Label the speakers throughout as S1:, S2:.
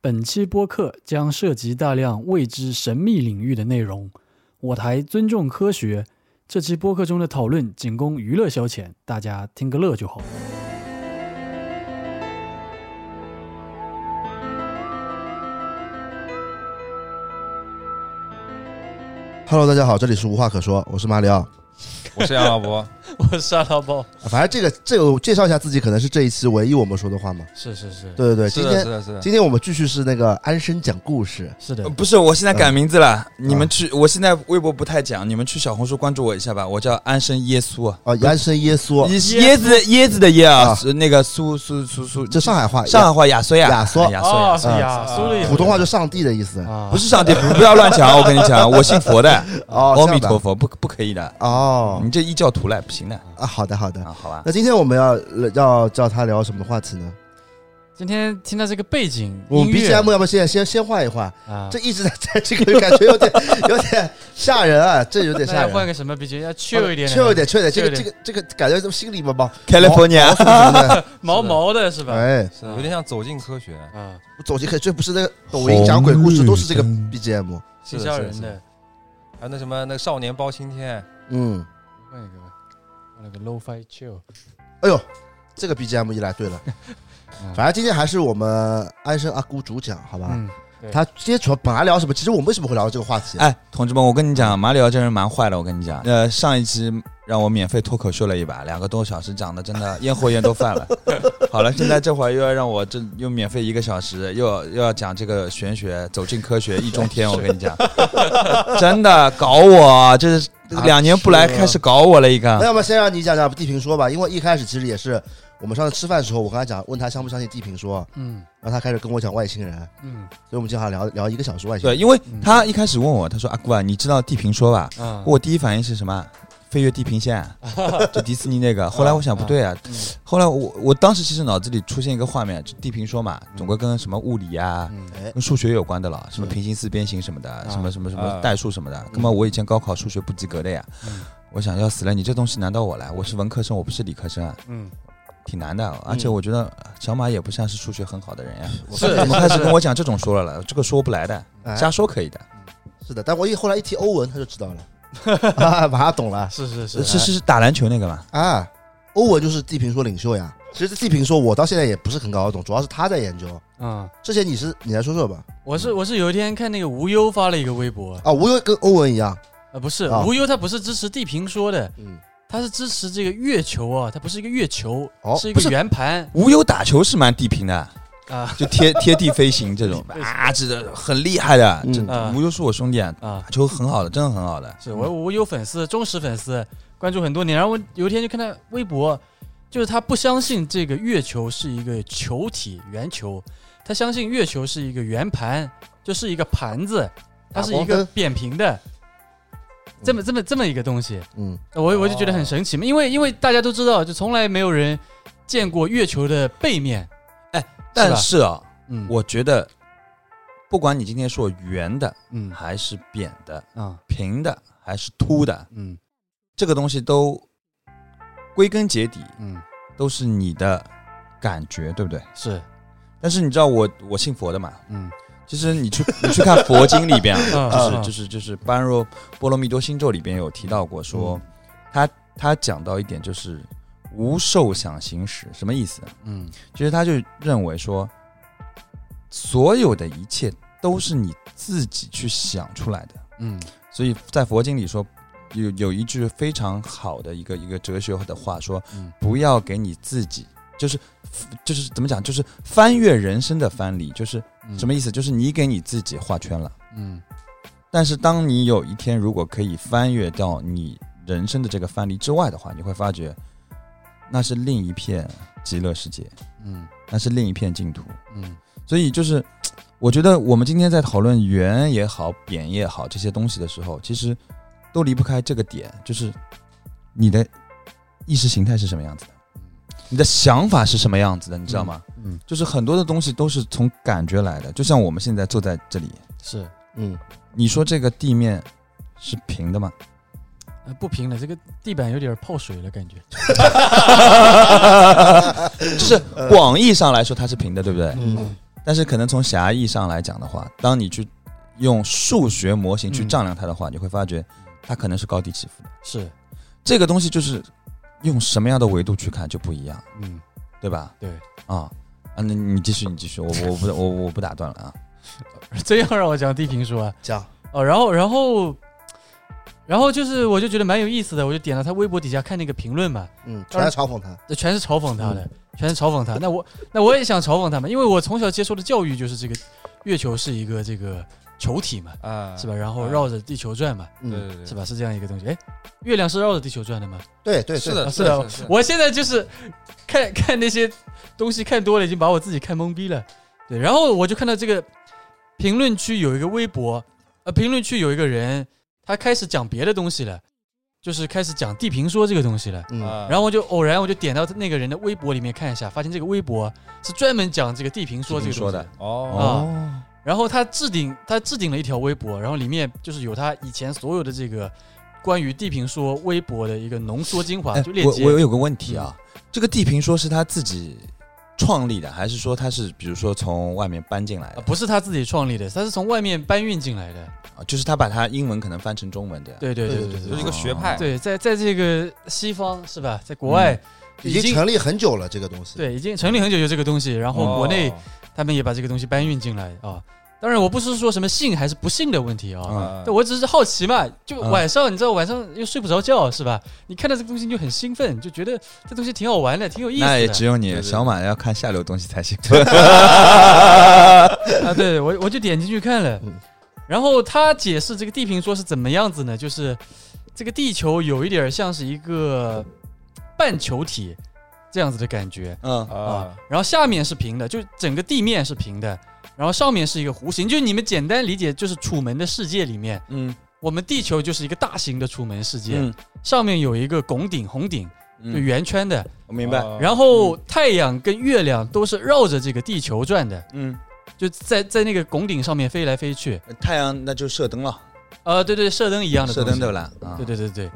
S1: 本期播客将涉及大量未知神秘领域的内容，我台尊重科学。这期播客中的讨论仅供娱乐消遣，大家听个乐就好。
S2: Hello，大家好，这里是无话可说，我是马里奥。啊
S3: 我是杨老 伯，
S4: 我杀到爆，
S2: 反正这个这个我介绍一下自己，可能是这一期唯一我们说的话嘛。
S4: 是是是，
S2: 对对对，
S3: 是
S2: 今
S3: 的，是
S2: 天
S3: 的，是的。
S2: 今天我们继续是那个安生讲故事，
S4: 是的
S5: 呃，不是，我现在改名字了。
S2: 嗯
S5: 你们去，我现在微博不太讲，你们去小红书关注我一下吧。我叫安生耶稣，啊
S4: 嗯
S2: 哦，安生耶稣，
S5: 椰椰子椰子的椰
S2: 啊
S5: 啊，是那个苏苏苏苏，
S2: 这上海话，
S5: 上海话亚苏亚
S2: 亚索
S5: 亚苏
S4: 啊
S5: 亚，
S4: 是
S2: 啊
S4: 呀，苏的也
S2: 普通话就上帝的意思。
S4: 啊，
S3: 哦
S5: 不是上帝，不不要乱 讲，我跟你讲，我信佛的，
S2: 哦，
S5: 阿弥
S2: 这
S5: 陀
S2: 样的。
S5: 佛，不不可以的，
S2: 哦
S5: 你这异教徒了，不行的
S2: 啊，好的好的。
S5: 啊，好吧。
S2: 那今天我们要要叫他聊什么话题呢？
S4: 今天听到这个背景
S2: 我
S4: 音
S2: 们
S4: 乐
S2: BGM 要不先先先换一换？
S4: 啊，
S2: 这一直在在这个感觉有点 有点吓人啊，这有点
S4: 那
S2: 吓
S4: 要
S2: 人。哦
S4: 换个什么 BGM？要 chill 一点的，
S2: 确一点，确一点，这个
S4: chill
S2: 这
S4: 一
S2: 个这个感觉怎么心里 毛毛
S5: California，
S2: 的？
S4: 毛毛的是吧？
S2: 哎，
S3: 有点像走进科学，
S4: 啊，
S2: 走进可以，这不是那个抖音讲鬼故事都是这个 BGM。
S3: 是
S4: 挺
S3: 的
S4: 吓
S3: 是的
S4: 人
S3: 是
S4: 的。
S3: 还有那什么那个少年包青天，
S2: 嗯，
S4: 换一个吧，换了个 low fi chill，
S2: 哎呦，这个 BGM 一来对了， 反正今天还是我们安生阿姑主讲，好吧？
S4: 嗯，
S2: 他今天主要本来聊什么？其实我们为什么会聊这个话题？啊
S5: 哎，同志们，我跟你讲，马里奥这人蛮坏的，我跟你讲，呃，上一期让我免费脱口秀了一把，两个多小时讲的真的咽喉炎都犯了。 好了，现在这会儿又要让我这又免费一个小时，又要又要讲这个玄学，走进科学，易中天，我跟你讲， 真的搞我，这是
S2: 啊
S5: 两年不来
S2: 是
S5: 开始搞我了一
S4: 啊
S2: 那
S5: 个。
S2: 要么先让你讲讲地平说吧，因为一开始其实也是我们上次吃饭的时候，我跟他讲，问他相不相信地平说，
S4: 嗯
S2: 然后他开始跟我讲外星人，
S4: 嗯
S2: 所以我们经常聊聊一个小时外星
S5: 对，
S2: 人。
S5: 因为他一开始问我，他说阿姑啊，你知道地平说吧？
S4: 啊，
S5: 我第一反应是什么？飞越地平线，啊就迪士尼那个。后来我想不对啊，后来我我当时其实脑子里出现一个画面，就地平说嘛，总归跟什么物理啊、
S4: 嗯
S2: 哎，
S5: 跟数学有关的了，什么平行四边形什么的，什么什么什么
S3: 啊
S5: 代数什么的。那么我以前高考数学不及格的呀，我想要死了，你这东西难到我来，我是文科生，我不是理科生啊，
S4: 嗯，
S5: 挺难的。而且我觉得小马也不像是数学很好的人呀，
S4: 是
S5: 怎么开始跟我讲这种说了 了？这个说不来的，
S2: 哎
S5: 瞎说可以的。
S2: 是的，但我一后来一提欧文，他就知道 了， 啊马上懂了
S4: 是是是
S5: 是呃是是打篮球那个嘛？
S2: 啊。欧文就是地平说领袖呀。其实地平说，我到现在也不是很搞懂，主要是他在研究。
S4: 啊。
S2: 之前你是你来说说吧。
S4: 我是我是有一天看那个无忧发了一个微博，
S2: 啊，我又跟欧文一样，
S4: 啊不是
S2: 啊
S4: 无忧他不是支持地平说的，
S2: 嗯，
S4: 他是支持这个月球啊，它不是一个月球
S2: 哦，
S4: 是一
S5: 不
S4: 个
S5: 是
S4: 圆盘
S5: 无忧打球是蛮地平的，
S4: 啊
S5: 就贴贴地飞行这 种啊，这个很厉害的。
S2: 嗯
S5: 这
S4: 啊
S5: 无忧是我兄弟，啊，
S4: 啊
S5: 打！球很好的，真的很好的。
S4: 是我我有粉丝，忠实粉丝，关注很多年。然后我有一天就看他微博，就是他不相信这个月球是一个球体圆球，他相信月球是一个圆盘，就是一个盘子，它是一
S2: 打光
S4: 个
S2: 灯
S4: 扁平的，
S5: 嗯
S4: 这么这么这么一个东西。
S2: 嗯，
S4: 我我就觉得
S5: 哦
S4: 很神奇嘛，因为因为大家都知道，就从来没有人见过月球的背面。哎
S5: 但是啊，
S4: 嗯，
S5: 我觉得，不管你今天说圆的
S4: 嗯
S5: 还是扁的，
S4: 啊
S5: 平的还是凸的，
S4: 嗯
S5: 这个东西都归根结底
S4: 嗯
S5: 都是你的感觉，对不对？
S4: 是
S5: 但是你知道我我信佛的嘛，
S4: 嗯
S5: 其实你去 你去看佛经里边啊，
S4: 啊
S5: 就是
S4: 啊
S5: 就是就是《般若波罗蜜多心咒》里边有提到过说，他他讲到一点就是无受想行识，什么意思？
S4: 嗯
S5: 其实他就认为说，所有的一切都是你自己去想出来的。
S4: 嗯
S5: 所以在佛经里说，有有一句非常好的一个一个哲学的话说，
S4: 嗯
S5: 不要给你自己就是就是怎么讲，就是翻越人生的藩篱，就是
S4: 嗯
S5: 什么意思？就是你给你自己画圈了。
S4: 嗯
S5: 但是当你有一天如果可以翻越到你人生的这个藩篱之外的话，你会发觉那是另一片极乐世界，
S4: 嗯
S5: 那是另一片净土。
S4: 嗯
S5: 所以就是，我觉得我们今天在讨论圆也好、扁也好这些东西的时候，其实都离不开这个点，就是你的意识形态是什么样子的，你的想法是什么样子的，你知道吗？
S4: 嗯
S5: 就是很多的东西都是从感觉来的，就像我们现在坐在这里，
S4: 是
S2: 嗯，
S5: 你说这个地面是平的吗？
S4: 呃不平了，这个地板有点泡水了，感觉。
S5: 就是广义上来说它是平的，对不对？
S2: 嗯，
S5: 但是可能从狭义上来讲的话，当你去用数学模型去
S1: 嗯
S5: 丈量它的话，你会发觉它可能是高低起伏的。
S4: 是，
S5: 这个东西就是用什么样的维度去看就不一样，
S4: 嗯，
S5: 对吧？
S4: 对
S5: 啊啊，那你继续，你继续，我我不我我不打断了啊。
S4: 真要让我讲地平说啊，
S2: 讲
S4: 哦，然后然后然后就是我就觉得蛮有意思的，我就点了他微博底下看那个评论嘛，
S2: 嗯，全在嘲讽他，
S4: 这全是嘲讽他的，全是嘲讽他。那我那我也想嘲讽他们，因为我从小接受的教育就是这个月球是一个这个球体嘛，
S3: 啊，
S4: 是吧？然后
S3: 啊
S4: 绕着地球转嘛，
S2: 嗯，
S3: 对对对，
S4: 是？吧？是这样一个东西。哎，月亮是绕着地球转的吗？
S2: 对对
S3: 是
S2: 对，
S3: 的，
S4: 啊是
S3: 的
S4: 的，
S3: 是的
S4: 我现在就是看 看那些东西看多了，已经把我自己看懵逼了。对，然后我就看到这个评论区有一个微博，呃，评论区有一个人，他开始讲别的东西了，就是开始讲地平说这个东西了。
S2: 嗯，
S3: 啊
S4: 然后我就偶然我就点到那个人的微博里面看一下，发现这个微博是专门讲这个地平说这
S5: 地
S4: 个
S5: 平说
S4: 东
S5: 的
S4: 西。
S3: 哦，
S5: 哦，
S4: 然后他置顶他置顶了一条微博，然后里面就是有他以前所有的这个关于地平说微博的一个浓缩精华，
S5: 哎
S4: 就链
S5: 我
S4: 接。
S5: 我有个问题啊，这个地平说是他自己创立的，还是说他是比如说从外面搬进来
S4: 啊，
S5: 的？
S4: 不是他自己创立的，他是从外面搬运进来的。
S5: 啊，就是他把它英文可能翻成中文啊这样。
S4: 对对
S2: 对
S4: 对
S2: 对
S4: 对
S3: 就是
S4: 对
S3: 一个学派，
S4: 对，在在这个西方是吧，在国外
S2: 已经
S4: 经
S2: 成立很久了这个东西，
S4: 对已经成立很久有这个东西，然后
S3: 哦
S4: 国内他们也把这个东西搬运进来啊。当然，我不是说什么信还是不信的问题啊，
S5: 啊，
S3: 啊
S4: 但我只是好奇嘛。就
S5: 嗯
S4: 晚上，你知道晚上又睡不着觉是吧？你看到这个东西你就很兴奋，就觉得这东西挺好玩的，挺有意思
S5: 那也只
S4: 的
S5: 有
S3: 对
S5: 你
S3: 对
S5: 小马要看下流东西才 行。对
S4: 啊。对我我就点进去看了
S2: 嗯，
S4: 然后他解释这个地平说是怎么样子呢？就是这个地球有一点像是一个半球体这样子的感觉，
S5: 嗯，
S4: 啊
S3: 啊，，
S4: 然后下面是平的，就整个地面是平的，然后上面是一个弧形，就你们简单理解就是《楚门的世界》里面，
S5: 嗯
S4: 我们地球就是一个大型的楚门世界，
S5: 嗯
S4: 上面有一个拱顶、红顶，就
S5: 嗯，
S4: 圆圈的，
S5: 我明白。
S3: 哦
S4: 然后太阳跟月亮都是绕着这个地球转的，
S5: 嗯，
S4: 就在在那个拱顶上面飞来飞去，
S5: 太阳那就射灯了，
S4: 呃，对对，射灯一样的
S5: 射
S4: 东西
S5: 灯对不啦？啊
S4: 对，对对对。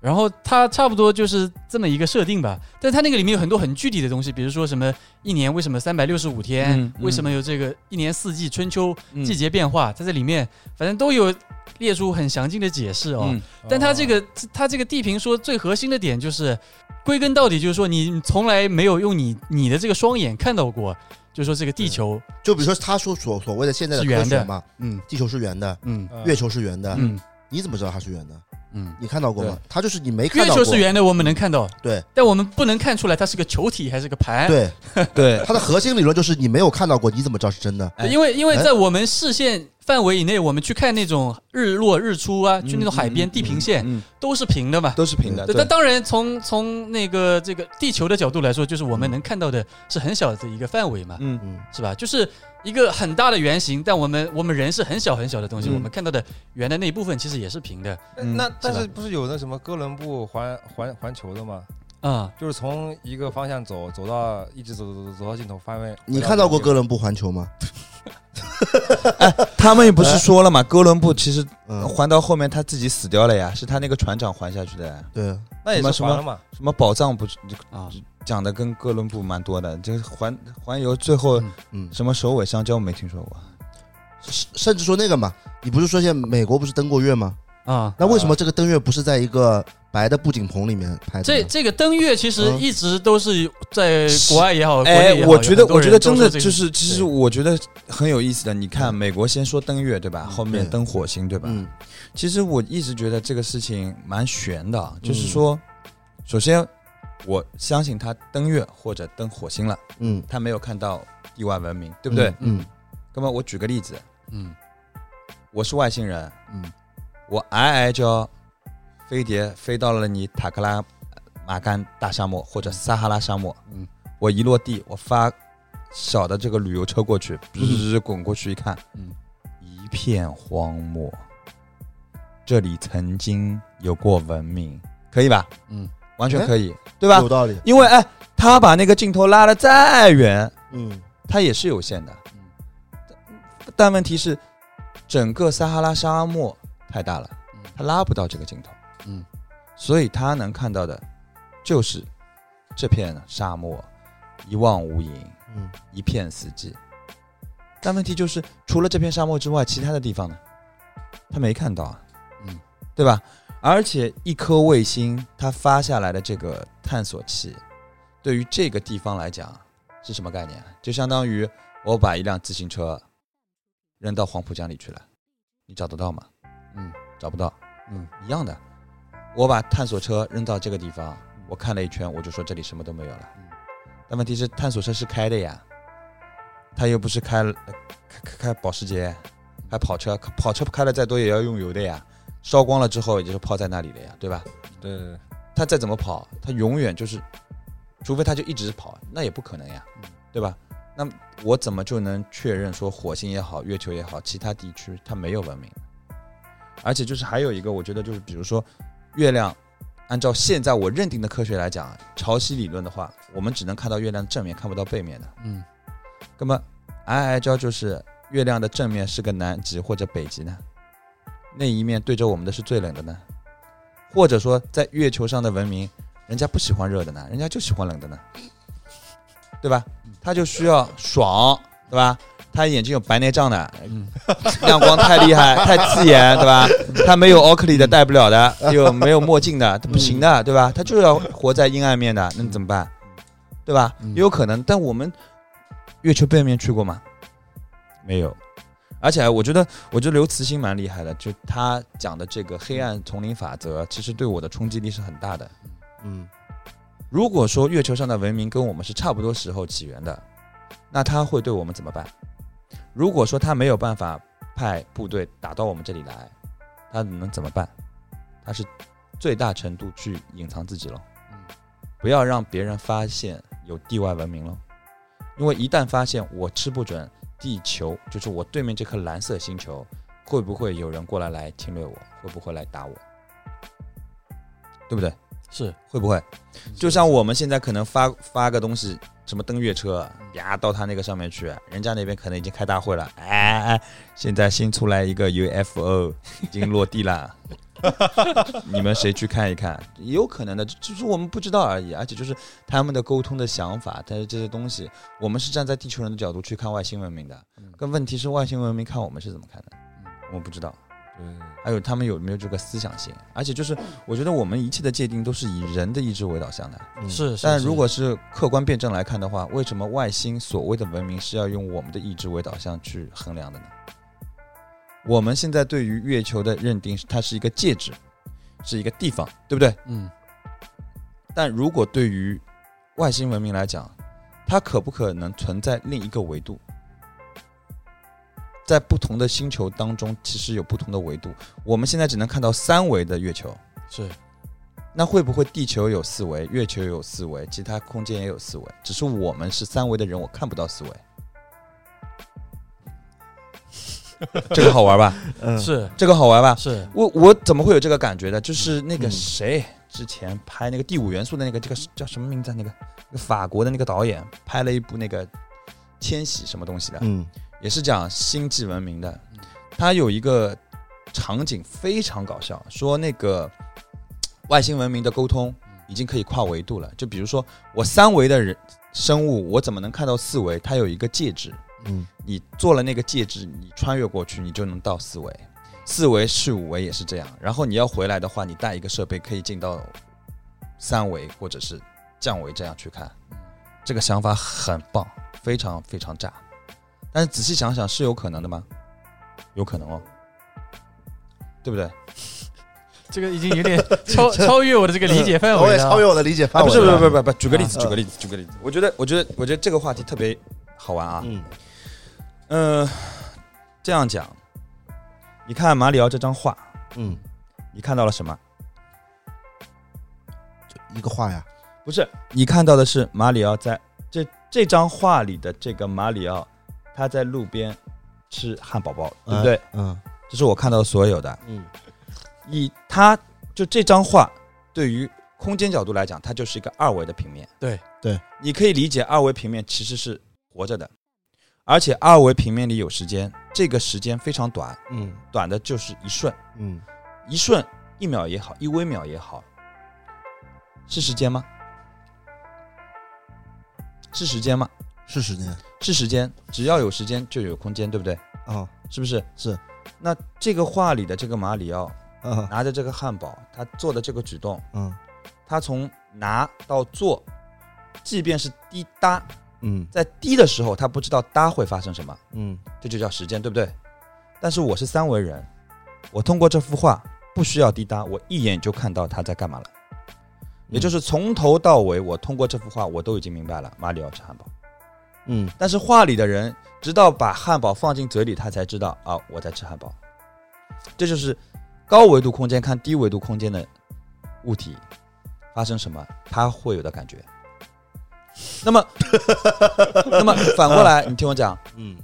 S4: 然后它差不多就是这么一个设定吧，但它那个里面有很多很具体的东西，比如说什么一年为什么三百六十五天，
S5: 嗯嗯
S4: 为什么有这个一年四季、春秋
S5: 嗯
S4: 季节变化，它在里面反正都有列出很详尽的解释哦。
S5: 嗯
S4: 但它这个它这个地平说最核心的点就是，归根到底就是说你从来没有用你你的这个双眼看到过，就是说这个地球，
S2: 就比如说他说所所谓的现在的
S4: 是
S2: 科
S4: 圆的
S2: 学嘛，
S4: 嗯
S2: 地球是圆的，
S4: 嗯
S3: 嗯
S2: 月球是圆的，
S4: 嗯
S2: 你怎么知道它是圆的？
S4: 嗯，
S2: 你看到过吗？它就是你没
S4: 月
S2: 看到过，
S4: 球是圆的，我们能看到，
S2: 对
S4: 但我们不能看出来它是个球体还是个盘，
S2: 对，
S5: 对，
S2: 它的核心理论就是你没有看到过，你怎么知道是真的？
S5: 哎
S4: 因为因为
S2: 哎
S4: 在我们视线范围以内，我们去看那种日落、日出啊，
S5: 嗯
S4: 去那种海边
S5: 嗯
S4: 地平线
S5: 嗯，啊
S4: 都是平的嘛。
S5: 都是平的。
S4: 对，但当然从从那个这个地球的角度来说，就是我们能看到的是很小的一个范围嘛，
S5: 嗯
S2: 嗯，
S4: 是吧？就是一个很大的圆形，但我们我们人是很小很小的东西，
S5: 嗯
S4: 我们看到的圆的那一部分其实也是平的
S5: 嗯
S3: 那但
S4: 是
S3: 是不是有那什么哥伦布环环环球的吗？
S4: 啊。
S3: 就是从一个方向走，走到一直走走走走到尽头，翻位。
S2: 你看到过哥伦布环球吗？
S5: 他们也不
S4: 呃
S5: 是说了嘛，哥伦布其实
S4: 哦
S2: 嗯，
S5: 环到后面他自己死掉了呀，是他那个船长环下去的呀。
S2: 对，
S3: 那也是
S5: 什么
S3: 环了嘛？
S5: 什么宝藏不
S4: 啊
S5: 讲的跟哥伦布蛮多的，这个环环游最后
S4: 嗯
S2: 嗯，
S5: 什么首尾相交没听说过。
S2: 甚甚至说那个嘛，你不是说现在美国不是登过月吗？
S5: 嗯
S4: 啊！
S2: 那为什么这个登月不是在一个白的布景棚里面拍的
S4: 这
S2: 呢？
S4: 这个登月其实
S2: 嗯
S4: 一直都是在国外也好，呃国
S5: 哎
S4: 内也，好
S5: 我觉得
S4: 有很多
S5: 我觉
S4: 人
S5: 得
S4: 都
S5: 真
S4: 说
S5: 的
S4: 这个
S5: 就是，其实
S4: 对
S5: 我觉得很有意思的。你看，美国先说登月对吧，
S4: 嗯
S5: 后面
S2: 对
S5: 登火星对吧？
S2: 嗯
S5: 其实我一直觉得这个事情蛮悬的啊，
S4: 嗯
S5: 就是说，首先我相信他登月或者登火星了，
S2: 嗯，
S5: 他没有看到地外文明，对不对？
S2: 嗯
S5: 那么我举个例子，
S4: 嗯
S5: 我是外星人，
S2: 嗯
S5: 我挨挨叫飞碟飞到了你塔克拉玛干大沙漠或者撒哈拉沙漠，
S4: 嗯
S5: 我一落地，我发小的这个旅游车过去，噗滚过去一看，
S4: 嗯
S5: 一片荒漠，这里曾经有过文明，可以吧？
S4: 嗯，
S5: 完全
S2: 哎
S5: 可以，
S2: 嗯，
S5: 对吧
S2: 有？道理。
S5: 因为哎，他把那个镜头拉得再远，
S2: 嗯，
S5: 它也是有限的。但问题是，整个撒哈拉沙漠太大了
S4: 嗯，
S5: 它拉不到这个镜头。
S4: 嗯，
S5: 所以他能看到的，就是这片沙漠一望无垠，
S2: 嗯
S5: 一片死寂。但问题就是，除了这片沙漠之外，其他的地方呢，他没看到啊，
S2: 嗯，
S5: 对吧？而且一颗卫星它发下来的这个探索器，对于这个地方来讲是什么概念？啊就相当于我把一辆自行车扔到黄浦江里去了，你找得到吗？
S2: 嗯，
S5: 找不到，
S2: 嗯，
S5: 一样的。我把探索车扔到这个地方，我看了一圈，我就说这里什么都没有了。
S2: 嗯
S5: 但问题是，探索车是开的呀，他又不是开了开开开保时捷，还跑车，跑车开了再多也要用油的呀，烧光了之后也就是泡在那里的呀，对吧？
S3: 对对对，
S5: 他再怎么跑，他永远就是，除非他就一直跑，那也不可能呀，对吧？那么我怎么就能确认说火星也好，月球也好，其他地区它没有文明？而且就是还有一个，我觉得就是比如说月亮，按照现在我认定的科学来讲，潮汐理论的话，我们只能看到月亮正面，看不到背面的。
S2: 嗯，
S5: 那么矮矮胶就是月亮的正面是个南极或者北极呢？那一面对着我们的是最冷的呢？或者说在月球上的文明，人家不喜欢热的呢，人家就喜欢冷的呢，对吧？他就需要爽，对吧？他眼睛有白内障的，亮光太厉害、太刺眼，对吧？他没有奥克利的，戴不了的，又没有墨镜的，他不行的，对吧？他就要活在阴暗面的，那你怎么办？对吧？也有可能，但我们月球背面去过吗？没有。而且我觉得，我觉得刘慈欣蛮厉害的，就他讲的这个黑暗丛林法则，其实对我的冲击力是很大的。
S2: 嗯
S5: 如果说月球上的文明跟我们是差不多时候起源的，那他会对我们怎么办？如果说他没有办法派部队打到我们这里来，他能怎么办？他是最大程度去隐藏自己了，不要让别人发现有地外文明了，因为一旦发现，我吃不准地球，就是我对面这颗蓝色星球，会不会有人过来来侵略我，会不会来打我，对不对？
S4: 是
S5: 会不会？
S4: 嗯
S5: 就像我们现在可能发发个东西，什么登月车呀，到他那个上面去，人家那边可能已经开大会了，哎哎，哎现在新出来一个 UFO，已经落地了， 你们谁去看一看？也有可能的，就是我们不知道而已。而且就是他们的沟通的想法，但是这些东西，我们是站在地球人的角度去看外星文明的，跟问题是外星文明看我们是怎么看的，我们不知道。
S3: 嗯，
S5: 还有他们有没有这个思想性？而且就是，我觉得我们一切的界定都是以人的意志为导向的。
S2: 嗯
S4: 是，是
S5: 但
S4: 是
S5: 如果是客观辩证来看的话，为什么外星所谓的文明是要用我们的意志为导向去衡量的呢？我们现在对于月球的认定，是它是一个介质，是一个地方，对不对？
S4: 嗯
S5: 但如果对于外星文明来讲，它可不可能存在另一个维度？在不同的星球当中，其实有不同的维度。我们现在只能看到三维的月球，
S4: 是
S5: 那会不会地球有四维，月球有四维，其他空间也有四维？只是我们是三维的人，我看不到四维。这个好玩吧？
S2: 嗯
S4: 是
S5: 这个好玩吧？
S4: 是
S5: 我我怎么会有这个感觉的？就是那个
S2: 嗯
S5: 谁之前拍那个《第五元素》的那个这个叫什么名字啊？那个那个法国的那个导演拍了一部那个千禧什么东西的，
S2: 嗯
S5: 也是讲星际文明的。他有一个场景非常搞笑，说那个嘖外星文明的沟通已经可以跨维度了。就比如说我三维的人生物，我怎么能看到四维？它有一个介质，
S2: 嗯
S5: 你做了那个介质，你穿越过去，你就能到四维。四维、四五维也是这样。然后你要回来的话，你带一个设备可以进到三维或者是降维这样去看。这个想法很棒，非常非常炸。但是仔细想想，是有可能的吗？有可能哦，对不对？
S4: 这个已经有点超超越我的这个理解范
S2: 我
S4: 围
S2: 也
S4: 了。
S2: 超越我的理解
S5: 啊，
S2: 范
S5: 不
S2: 围
S5: 是，不是，
S2: 了。
S5: 不是，不是，不是举个例子，
S2: 啊
S5: 举个例子，举个例子。我觉得，我觉得，我觉得这个话题特别好玩啊。
S2: 嗯
S5: 嗯，这样讲，你看马里奥这张画，
S2: 嗯，
S5: 你看到了什么？
S2: 一个话呀，
S5: 不是，你看到的是马里奥在这这张画里的这个马里奥，他在路边吃汉堡包，对不对？
S2: 嗯
S5: 这是我看到的所有的。
S2: 嗯
S5: 以他就这张画对于空间角度来讲，它就是一个二维的平面。
S4: 对
S2: 对，
S5: 你可以理解二维平面其实是活着的，而且二维平面里有时间，这个时间非常短，
S2: 嗯
S5: 短的就是一瞬，
S2: 嗯，
S5: 一瞬一秒也好，一微秒也好，是时间吗？是时间吗？
S2: 是时间，
S5: 是时间，只要有时间就有空间，对不对？
S2: 啊
S5: 是不是？
S2: 是。
S5: 那这个画里的这个马里奥
S2: 啊
S5: 拿着这个汉堡，他做的这个举动，
S2: 嗯
S5: 他从拿到做，即便是滴答，
S2: 嗯
S5: 在滴的时候，他不知道答会发生什么，
S2: 嗯
S5: 这就叫时间，对不对？但是我是三维人，我通过这幅画不需要滴答，我一眼就看到他在干嘛了。也就是从头到尾，我通过这幅画，我都已经明白了马里奥吃汉堡。
S2: 嗯
S5: 但是画里的人，直到把汉堡放进嘴里，他才知道啊，我在吃汉堡。这就是高维度空间看低维度空间的物体发生什么，他会有的感觉。那么， 那么反过来，你听我讲，
S2: 嗯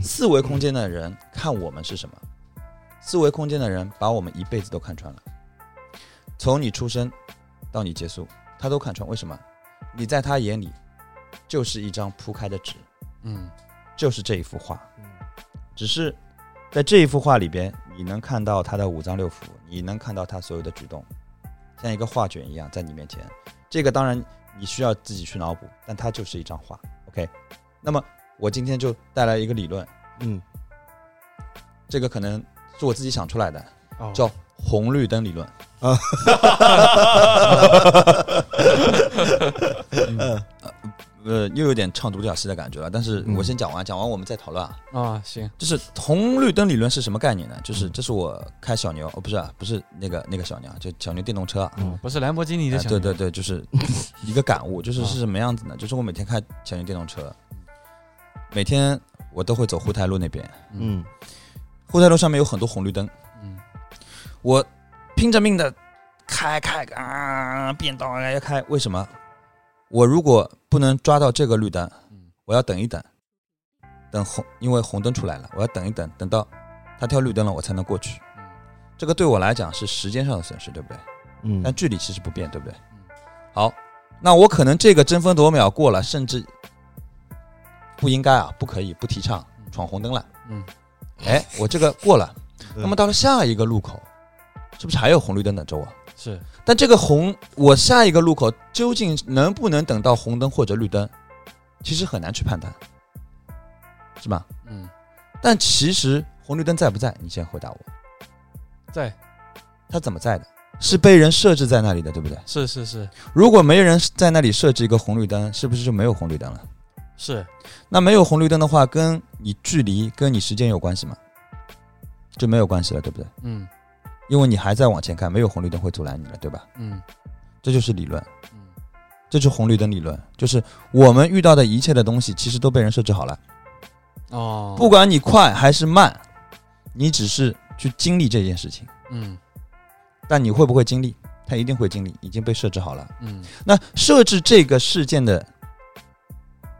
S5: 四维空间的人看我们是什么？四维空间的人把我们一辈子都看穿了，从你出生到你结束，他都看穿。为什么？你在他眼里就是一张铺开的纸，
S4: 嗯，
S5: 就是这一幅画。
S2: 嗯
S5: 只是在这一幅画里边，你能看到他的五脏六腑，你能看到他所有的举动，像一个画卷一样在你面前。这个当然你需要自己去脑补，但它就是一张画。OK，那么我今天就带来一个理论，
S2: 嗯
S5: 这个可能是我自己想出来的，
S4: 哦啊
S5: 叫红绿灯理论。 嗯呃，又有点唱独角戏的感觉了，
S4: 嗯
S5: 但是我先讲完，讲完我们再讨论啊。
S4: 啊，行，
S5: 就是红绿灯理论是什么概念呢？
S4: 嗯
S5: 就是这是我开小牛，哦，不是啊、不是那个那个小牛啊，就小牛电动车啊。
S2: 嗯
S4: 不是兰博基尼的
S5: 哎
S4: 想
S5: 对
S4: 法，
S5: 对对，就是一个感悟，就是
S4: 啊
S5: 是什么样子呢？就是我每天开小牛电动车，每天我都会走湖台路那边，
S2: 嗯
S5: 湖台路上面有很多红绿灯，
S4: 嗯
S5: 我拼着命的开开啊，变道啊要开，为什么？我如果不能抓到这个绿灯，
S4: 嗯
S5: 我要等一等，等红，因为红灯出来了，我要等一等，等到它跳绿灯了，我才能过去。
S4: 嗯
S5: 这个对我来讲是时间上的损失，对不对？
S2: 嗯
S5: 但距离其实不变，对不对
S4: 嗯？
S5: 好，那我可能这个争分夺秒过了，甚至不应该啊，不可以，不提倡
S4: 嗯
S5: 闯红灯了。
S4: 嗯，
S5: 哎，我这个过了，
S2: 对
S5: 嗯那么到了下一个路口，是不是还有红绿灯等着我？
S4: 嗯是
S5: 但这个红，我下一个路口究竟能不能等到红灯或者绿灯，其实很难去判断，是吧？
S4: 嗯，
S5: 但其实红绿灯在不在，你先回答我，
S4: 在
S5: 它怎么在的？是被人设置在那里的，对不对？
S4: 是是是
S5: 如果没人在那里设置一个红绿灯，是不是就没有红绿灯了？
S4: 是，
S5: 那没有红绿灯的话，跟你距离、跟你时间有关系吗？就没有关系了，对不对？
S4: 嗯
S5: 因为你还在往前看，没有红绿灯会阻拦你了，对吧？
S4: 嗯
S5: 这就是理论，
S4: 嗯
S5: 这就是红绿灯理论，就是我们遇到的一切的东西，其实都被人设置好了。
S4: 哦，
S5: 不管你快还是慢，你只是去经历这件事情，
S4: 嗯
S5: 但你会不会经历？它一定会经历，已经被设置好了。
S4: 嗯
S5: 那设置这个事件的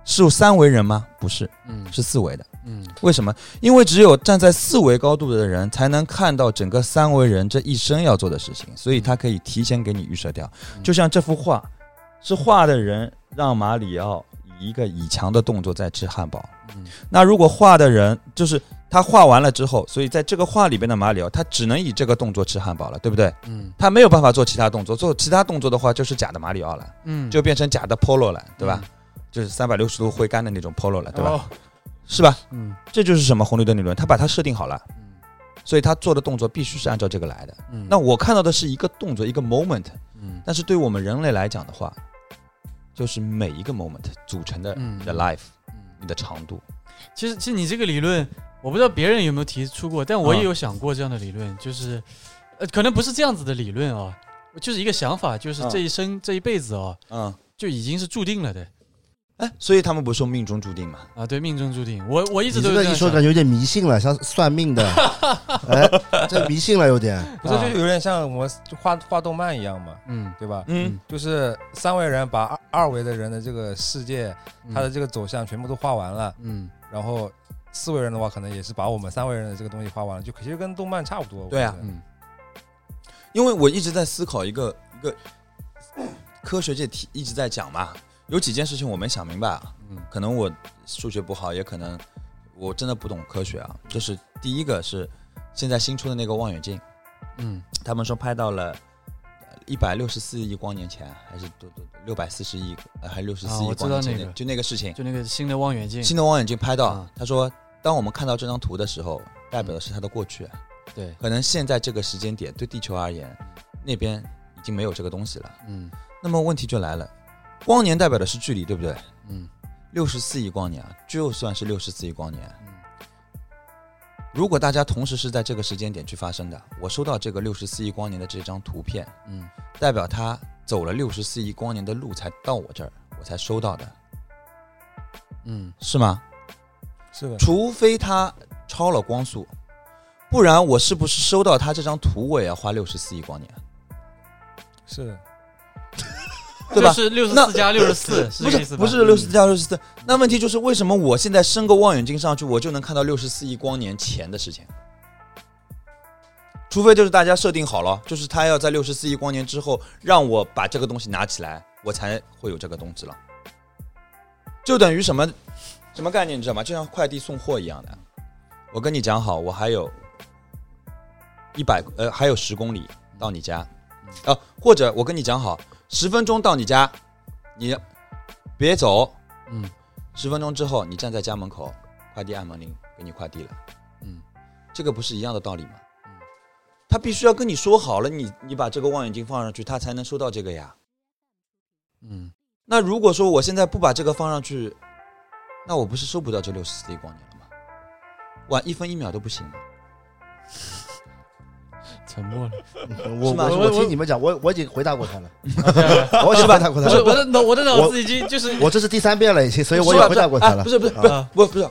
S5: 是三维人吗？不是，
S4: 嗯
S5: 是四维的。
S4: 嗯
S5: 为什么？因为只有站在四维高度的人，才能看到整个三维人这一生要做的事情，所以他可以提前给你预设掉。
S4: 嗯
S5: 就像这幅画，是画的人让马里奥以一个以强的动作在吃汉堡。
S4: 嗯
S5: 那如果画的人就是他画完了之后，所以在这个画里边的马里奥，他只能以这个动作吃汉堡了，对不对？
S4: 嗯
S5: 他没有办法做其他动作，做其他动作的话就是假的马里奥了，
S4: 嗯，
S5: 就变成假的 polo 了，对吧？就是三百六十度挥杆的那种 polo 了，对吧？
S4: 哦？
S5: 是吧？
S4: 嗯
S5: 这就是什么红绿灯理论，他把它设定好了，
S4: 嗯
S5: 所以他做的动作必须是按照这个来的。
S4: 嗯，
S5: 那我看到的是一个动作，一个 moment，
S4: 嗯
S5: 但是对我们人类来讲的话，就是每一个 moment 组成的
S4: 嗯
S5: 你的 life，
S4: 嗯
S5: 你的长度。
S4: 其实，其实你这个理论，我不知道别人有没有提出过，但我
S5: 啊
S4: 也有想过这样的理论，就是，呃，可能不是这样子的理论啊，就是一个想法，就是
S5: 啊
S4: 这一生、这一辈子啊，
S5: 嗯，
S4: 就已经是注定了的
S5: 哎，所以他们不是说命中注定吗？
S4: 啊，对，命中注定。我我一
S2: 你
S4: 直
S2: 这
S4: 都有这
S2: 个一
S4: 样
S2: 说，
S4: 想
S2: 感，觉有点迷信了，像算 命的，哎，这迷信了有点。
S3: 不是
S4: 啊
S3: 就有点像我们就画画动漫一样嘛，
S4: 嗯，
S3: 对吧？
S5: 嗯
S3: 就是三维人把二二维的人的这个世界，
S4: 嗯
S3: 他的，这个走向全部都画完了，
S4: 嗯
S3: 然后四维人的话，可能也是把我们三维人的这个东西画完了，就其实跟动漫差不多。
S5: 对啊
S3: 我觉得
S4: 嗯
S5: 因为我一直在思考一个一个科学界提一直在讲嘛，有几件事情我没想明白啊，
S4: 嗯
S5: 可能我数学不好，也可能我真的不懂科学啊。就是第一个是现在新出的那个望远镜。
S4: 嗯
S5: 他们说拍到了呃一百六十四亿光年前，还是多多六百四十亿，呃还是六十
S4: 啊
S5: 四亿
S4: 我知道
S5: 光年前
S4: 那
S5: 的、
S4: 个
S5: 就那个事情，
S4: 就那个新的望远镜，
S5: 新的望远镜拍到，
S4: 啊
S5: 他说，当我们看到这张图的时候，代表的是它的过去。
S4: 对，
S5: 可能现在这个时间点对地球而言，那边已经没有这个东西了。
S4: 嗯
S5: 那么问题就来了，光年代表的是距离，对不对？
S4: 嗯
S5: 六十四亿光年啊，就算是六十四亿光年，
S4: 嗯
S5: 如果大家同时是在这个时间点去发生的，我收到这个六十四亿光年的这张图片，
S4: 嗯，
S5: 代表他走了六十四亿光年的路才到我这儿，我才收到的，
S4: 嗯
S5: 是吗？
S3: 是的，
S5: 除非他超了光速，不然我是不是收到他这张图，我也要花六十四亿光年，
S3: 是的，
S5: 对吧？
S4: 就是六十
S5: 那
S4: 四加六十四，
S5: 不
S4: 这个意思吧
S5: 是
S4: 嗯
S5: 不是六十四加六十四，那问题就是为什么我现在伸个望远镜上去，我就能看到六十四亿光年前的事情？除非就是大家设定好了，就是他要在六十四亿光年之后，让我把这个东西拿起来，我才会有这个东西了。就等于什么什么概念，你知道吗？就像快递送货一样的。我跟你讲好，我还有一百呃，还有十公里到你家，
S4: 嗯
S5: 啊，或者我跟你讲好，十分钟到你家，你别走，
S4: 嗯
S5: 十分钟之后你站在家门口，快递按门铃给你快递了，
S4: 嗯，
S5: 这个不是一样的道理吗
S4: 嗯？
S5: 他必须要跟你说好了，你你把这个望远镜放上去，他才能收到这个呀。
S4: 嗯
S5: 那如果说我现在不把这个放上去，那我不是收不到这六十四亿光年了吗？晚一分一秒都不行吗？
S4: 沉默 了，
S2: 我
S5: 是吗
S2: 我
S4: 我
S2: 我听
S4: 我
S2: 你们讲，我我已经回答过他了，
S4: 不
S2: 我已经回答过他
S4: 是
S2: 了，
S4: 我的脑我的脑子已经就是
S2: 我这是第三遍了已经，所以我
S5: 是吧
S2: 也回答过他
S5: 哎
S2: 了
S5: 不。是不是不是
S4: 啊
S5: 不不是，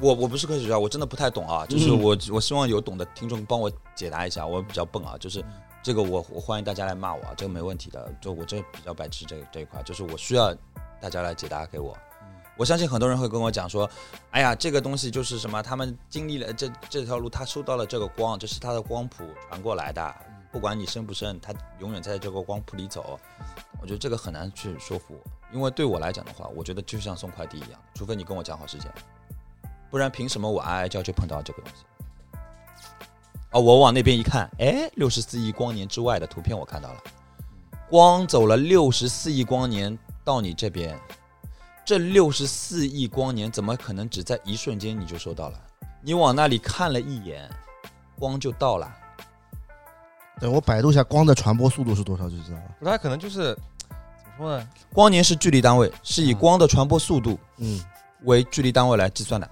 S5: 我我不是科学家，我真的不太懂啊。就是
S1: 嗯
S5: 我、我希望有懂的听众帮我解答一下，我比较笨啊。就是这个我我欢迎大家来骂我，啊，这个没问题的。就我这比较白痴这这一块，就是我需要大家来解答给我。我相信很多人会跟我讲说，哎呀，这个东西就是什么，他们经历了这这条路，他收到了这个光，这是他的光谱传过来的，不管你深不深，他永远在这个光谱里走。我觉得这个很难去说服我，因为对我来讲的话，我觉得就像送快递一样，除非你跟我讲好时间，不然凭什么我挨挨叫就碰到这个东西？啊，我往那边一看，哎，六十四亿光年之外的图片我看到了，光走了六十四亿光年到你这边，这六十四亿光年怎么可能只在一瞬间你就收到了？你往那里看了一眼，光就到了。
S2: 对，我百度一下光的传播速度是多少就知道了。
S3: 不他可能就是怎么说呢？
S5: 光年是距离单位，是以光的传播速度
S2: 嗯，
S5: 为距离单位来计算的。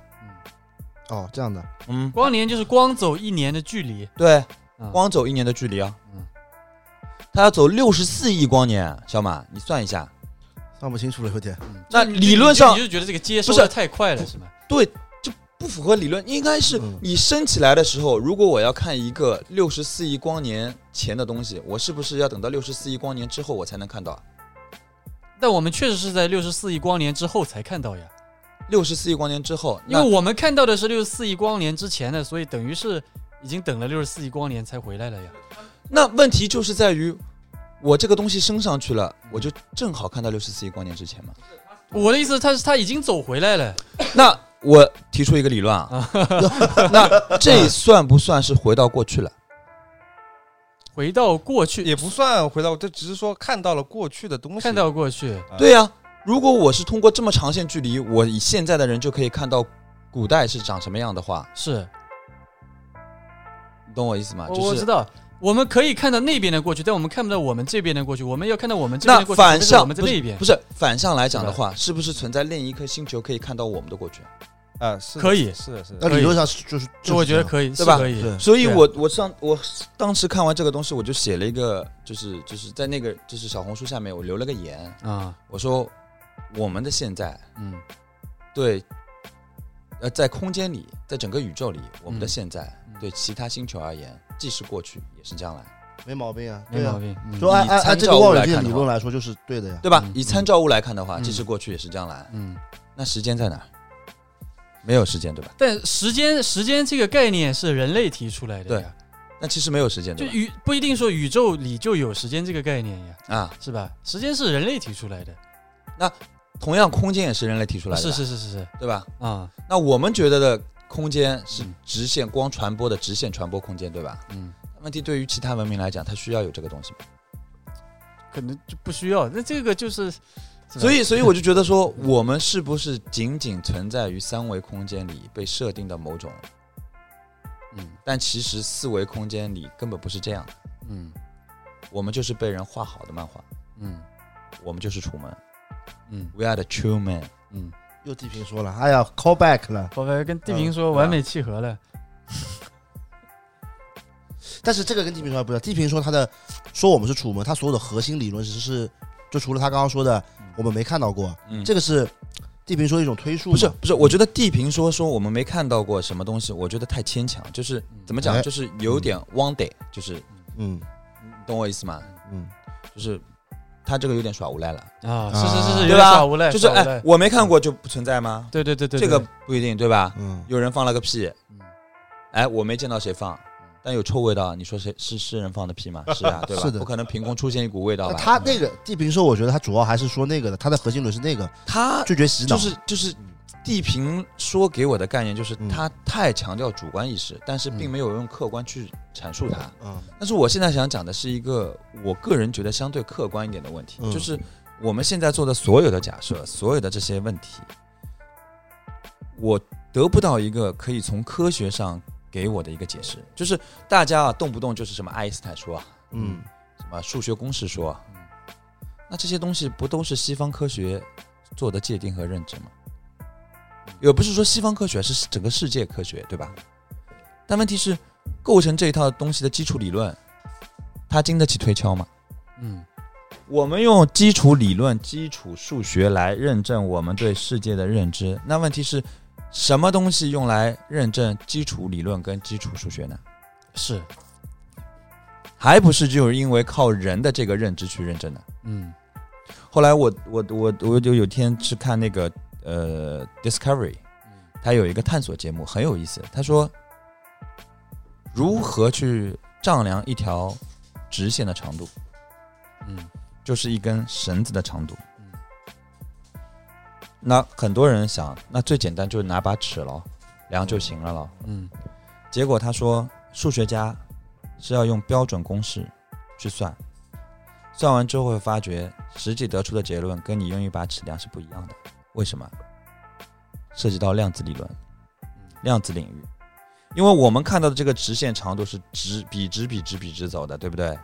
S2: 哦，这样的，
S5: 嗯，
S4: 光年就是光走一年的距离，
S5: 对
S4: 嗯，
S5: 光走一年的距离啊，
S4: 嗯
S5: 他要走六十四亿光年，小马，你算一下，
S2: 算不清楚了有点。
S5: 那
S4: 就
S5: 理论上
S4: 嗯你就觉得这个接收
S5: 不是
S4: 的太快了是吗？
S5: 对，就不符合理论，应该是
S2: 嗯
S5: 你升起来的时候，如果我要看一个六十四亿光年前的东西，我是不是要等到六十四亿光年之后我才能看到？
S4: 但我们确实是在六十四亿光年之后才看到呀，
S5: 六十四亿光年之后，
S4: 因
S5: 那
S4: 为我们看到的是六十四亿光年之前的，所以等于是已经等了六十四亿光年才回来了呀。
S5: 那问题就是在于，我这个东西升上去了，我就正好看到六十四亿光年 之前嘛。
S4: 我的意思，他是他已经走回来了，
S5: 那我提出一个 理论啊，那这算不算是回到过去了？
S4: 回到过去，
S3: 也不算回到，这只是说看到了过去的东西。
S4: 看到过去，
S5: 对呀、如果我是通过这么长线距离，我以现在的人就可以看到古代是长什么样的话，
S4: 是
S5: 你懂我意思吗？
S4: 我
S5: 啊就
S4: 我知
S5: 是
S4: 道，我们可以看到那边的过去，但我们看不到我们这边的过去。我们要看到我们这边
S5: 那
S4: 的过去，
S5: 反
S4: 但是我
S5: 向
S4: 们在
S5: 不
S4: 那
S5: 是
S4: 边
S5: 不是反向来讲的话，是不是存在另一颗星球可以看到我们的过去？
S3: 啊，是的
S4: 可以
S3: 是的，是
S2: 那
S3: 的，
S4: 可以
S2: 理论上是就是，就是
S4: 就我觉得
S2: 这样
S4: 可以，
S5: 对吧
S4: 是可以，
S2: 对
S5: 所以
S4: 对啊
S5: 我，我上我当时看完这个东西，我就写了一个，就是就是在那个就是小红书下面，我留了个言，
S4: 啊，
S5: 我说我们的现在
S4: 嗯
S5: 对，呃，在空间里，在整个宇宙里，我们的
S4: 嗯
S5: 现在、
S4: 嗯
S5: 对其他星球而言，既是过去，也是将来。
S2: 没毛病啊，
S4: 没
S2: 对
S4: 毛
S2: 啊。
S4: 病，嗯
S2: 就按
S5: 以
S2: 按按
S5: 参
S2: 这个
S5: 照物
S2: 望远
S5: 来
S2: 镜的
S5: 看
S2: 理
S5: 的
S2: 论来说，就是对的呀。
S5: 对吧
S4: 嗯？
S5: 以参照物来看的话，
S4: 嗯
S5: 既是过去也是将来。
S4: 嗯。
S5: 那时间在哪儿？没有时间，对吧？
S4: 但时间时间这个概念是人类提出来的呀，
S5: 那其实没有时间，
S4: 就
S5: 对吧？
S4: 宇不一定说宇宙里就有时间这个概念呀，
S5: 啊，
S4: 是吧？时间是人类提出来的，
S5: 同样空间也是人类提出来的，
S4: 是是是是是
S5: 对吧？
S4: 啊，
S5: 那我们觉得的空间是
S4: 嗯
S5: 直线光传播的直线传播空间，对吧？
S4: 嗯
S5: 问题对于其他文明来讲，它需要有这个东西吗？
S4: 可能就不需要。那这个就是，是吧
S5: 所以，所以我就觉得说，我们是不是仅仅存在于三维空间里被设定的某种，
S4: 嗯
S5: 但其实四维空间里根本不是这样的，
S4: 嗯
S5: 我们就是被人画好的漫画，
S4: 嗯
S5: 我们就是楚门
S4: 嗯
S5: ，We are the true man。
S4: 嗯，
S2: 又地平说了，哎呀，call back 了。
S4: 宝贝跟地平说
S5: 嗯
S4: 完美契合了，
S2: 但是这个跟地平说还不一样，地平说他的说我们是楚门，他所有的核心理论是是，就除了他刚刚说的，我们没看到过，
S5: 嗯
S2: 这个是地平说一种推述嘛，
S5: 不是不是，我觉得地平说说我们没看到过什么东西，我觉得太牵强，就是
S4: 嗯
S5: 怎么讲，
S2: 哎
S5: 就是有点 one day，就是
S2: 嗯
S5: 你懂我意思吗？
S2: 嗯，
S5: 就是他这个有点耍无赖了，
S4: 啊，
S2: 啊
S4: 是是是是，有
S5: 对
S4: 点
S5: 吧
S4: 耍无赖，
S5: 就是
S4: 耍无
S5: 哎
S4: 赖，
S5: 我没看过就不存在吗？
S4: 对对对对，
S5: 这个
S4: 对
S5: 不一定，对吧？
S2: 嗯，
S5: 有人放了个屁
S4: 嗯，
S5: 哎，我没见到谁放，但有臭味道，你说谁是是人放的屁吗？是啊，对吧？
S2: 是的
S5: 不可能凭空出现一股味道
S2: 那
S5: 吧？
S2: 他那个地平说，我觉得他主要还是说那个的，他的核心论是那个
S5: 他
S2: 拒绝洗脑，
S5: 就是就是地平说给我的概念就是
S2: 嗯
S5: 他太强调主观意识，但是并
S4: 嗯
S5: 没有用客观去阐述它。
S2: 嗯
S5: 但是我现在想讲的是一个我个人觉得相对客观一点的问题，
S2: 嗯
S5: 就是我们现在做的所有的假设，所有的这些问题，我得不到一个可以从科学上给我的一个解释。就是大家啊，动不动就是什么爱因斯坦说啊，
S2: 嗯
S5: 什么数学公式说啊，那这些东西不都是西方科学做的界定和认知吗？嗯也不是说西方科学是整个世界科学，对吧？但问题是，构成这一套东西的基础理论，它经得起推敲吗？
S4: 嗯
S5: 我们用基础理论、基础数学来认证我们对世界的认知，那问题是什么东西用来认证基础理论跟基础数学呢？
S4: 是
S5: 还不是就是因为靠人的这个认知去认证的？
S4: 嗯
S5: 后来我我我我就有天去看那个呃 Discovery，它有一个探索节目，很有意思。他说如何去丈量一条直线的长度，
S4: 嗯
S5: 就是一根绳子的长度
S4: 嗯。
S5: 那很多人想，那最简单就是拿把尺咯，量就行了咯。
S4: 嗯
S5: 结果他说，数学家是要用标准公式去算，算完之后会发觉实际得出的结论跟你用一把尺量是不一样的。为什么？涉及到量子理论、量子领域，因为我们看到的这个直线长度是直笔直笔直笔直走的，对不对？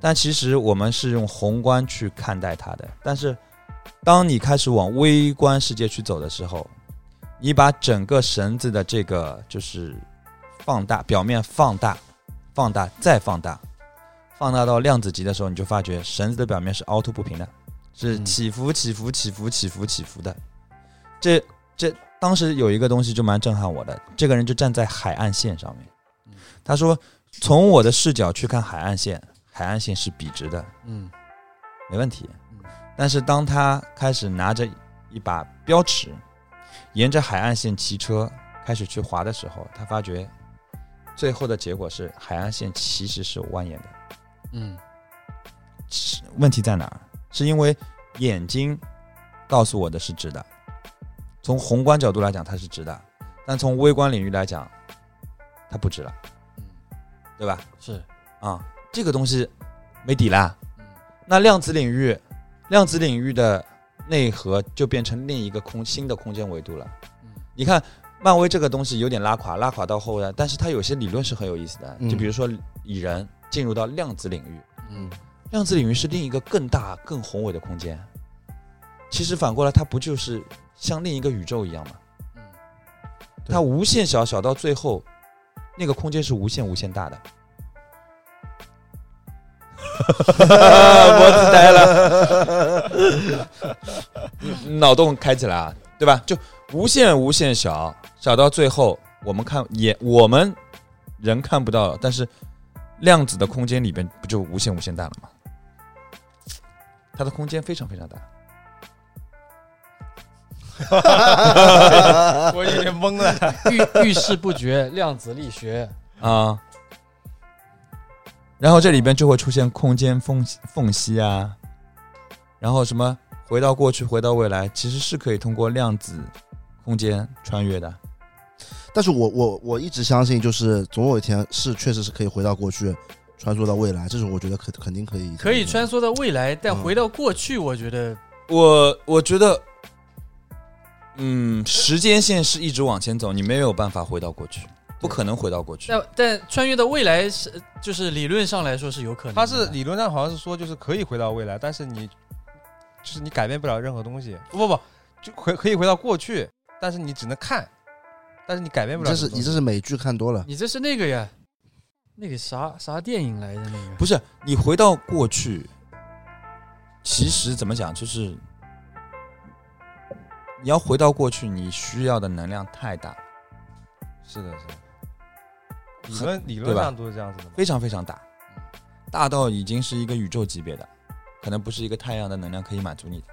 S5: 但其实我们是用宏观去看待它的，但是当你开始往微观世界去走的时候，你把整个绳子的这个就是放大，表面放大，放大再放大，放大到量子级的时候，你就发觉绳子的表面是凹凸不平的，是
S4: 嗯
S5: 起伏起伏起伏起伏起伏的。这这当时有一个东西就蛮震撼我的，这个人就站在海岸线上面
S4: 嗯，
S5: 他说从我的视角去看海岸线，海岸线是笔直的，
S4: 嗯
S5: 没问题
S4: 嗯。
S5: 但是当他开始拿着一把标尺，沿着海岸线骑车开始去划的时候，他发觉最后的结果是海岸线其实是蜿蜒的。
S4: 嗯
S5: 是问题在哪儿？是因为眼睛告诉我的是直的，从宏观角度来讲它是直的，但从微观领域来讲，它不直了，
S4: 嗯
S5: 对吧？
S4: 是
S5: 啊、这个东西没底啦。
S4: 嗯
S5: 那量子领域，量子领域的内核就变成另一个空新的空间维度了。
S4: 嗯
S5: 你看，漫威这个东西有点拉垮，拉垮到后来，但是它有些理论是很有意思的，
S2: 嗯
S5: 就比如说蚁人进入到量子领域，
S4: 嗯
S5: 量子领域是另一个更大、更宏伟的空间。其实反过来，它不就是像另一个宇宙一样吗？
S4: 嗯
S2: 对
S5: 它无限小，小到最后，那个空间是无限无限大的。 脖子呆了，脑洞开起来啊，对吧？就无限无限小，小到最后，我们看也我们人看不到，但是量子的空间里边不就无限无限大了吗？它的空间非常非常大。
S3: 我有点懵了。
S4: 遇遇事不决，量子力学，
S5: 啊。然后这里边就会出现空间缝隙缝隙啊，然后什么回到过去、回到未来，其实是可以通过量子空间穿越的。
S2: 但是我我我一直相信，就是总有一天是确实是可以回到过去，穿梭到未来，这种我觉得肯肯定可以，
S4: 可以穿梭到未来，但
S2: 嗯
S4: 回到过去，我觉得
S5: 我我觉得，嗯，时间线是一直往前走，你没有办法回到过去，不可能回到过去。
S4: 但但穿越到未来是，就是理论上来说是有可能的。
S3: 他是理论上好像是说，就是可以回到未来，但是你就是你改变不了任何东西。不不不，就回可以回到过去，但是你只能看，但是你改变
S2: 你
S3: 不了
S2: 这
S3: 什
S2: 是
S3: 么东西。
S2: 你这是美剧看 多了，
S4: 你这是那个呀，那个啥啥电影来的那个？
S5: 不是你回到过去，其实怎么讲，就是你要回到过去，你需要的能量太大，
S3: 是的是的，理
S5: 很
S3: 论理
S5: 对
S3: 论
S5: 吧
S3: 上都是这样子的嘛。
S5: 非常非常大，大到已经是一个宇宙级别的，可能不是一个太阳的能量可以满足你的。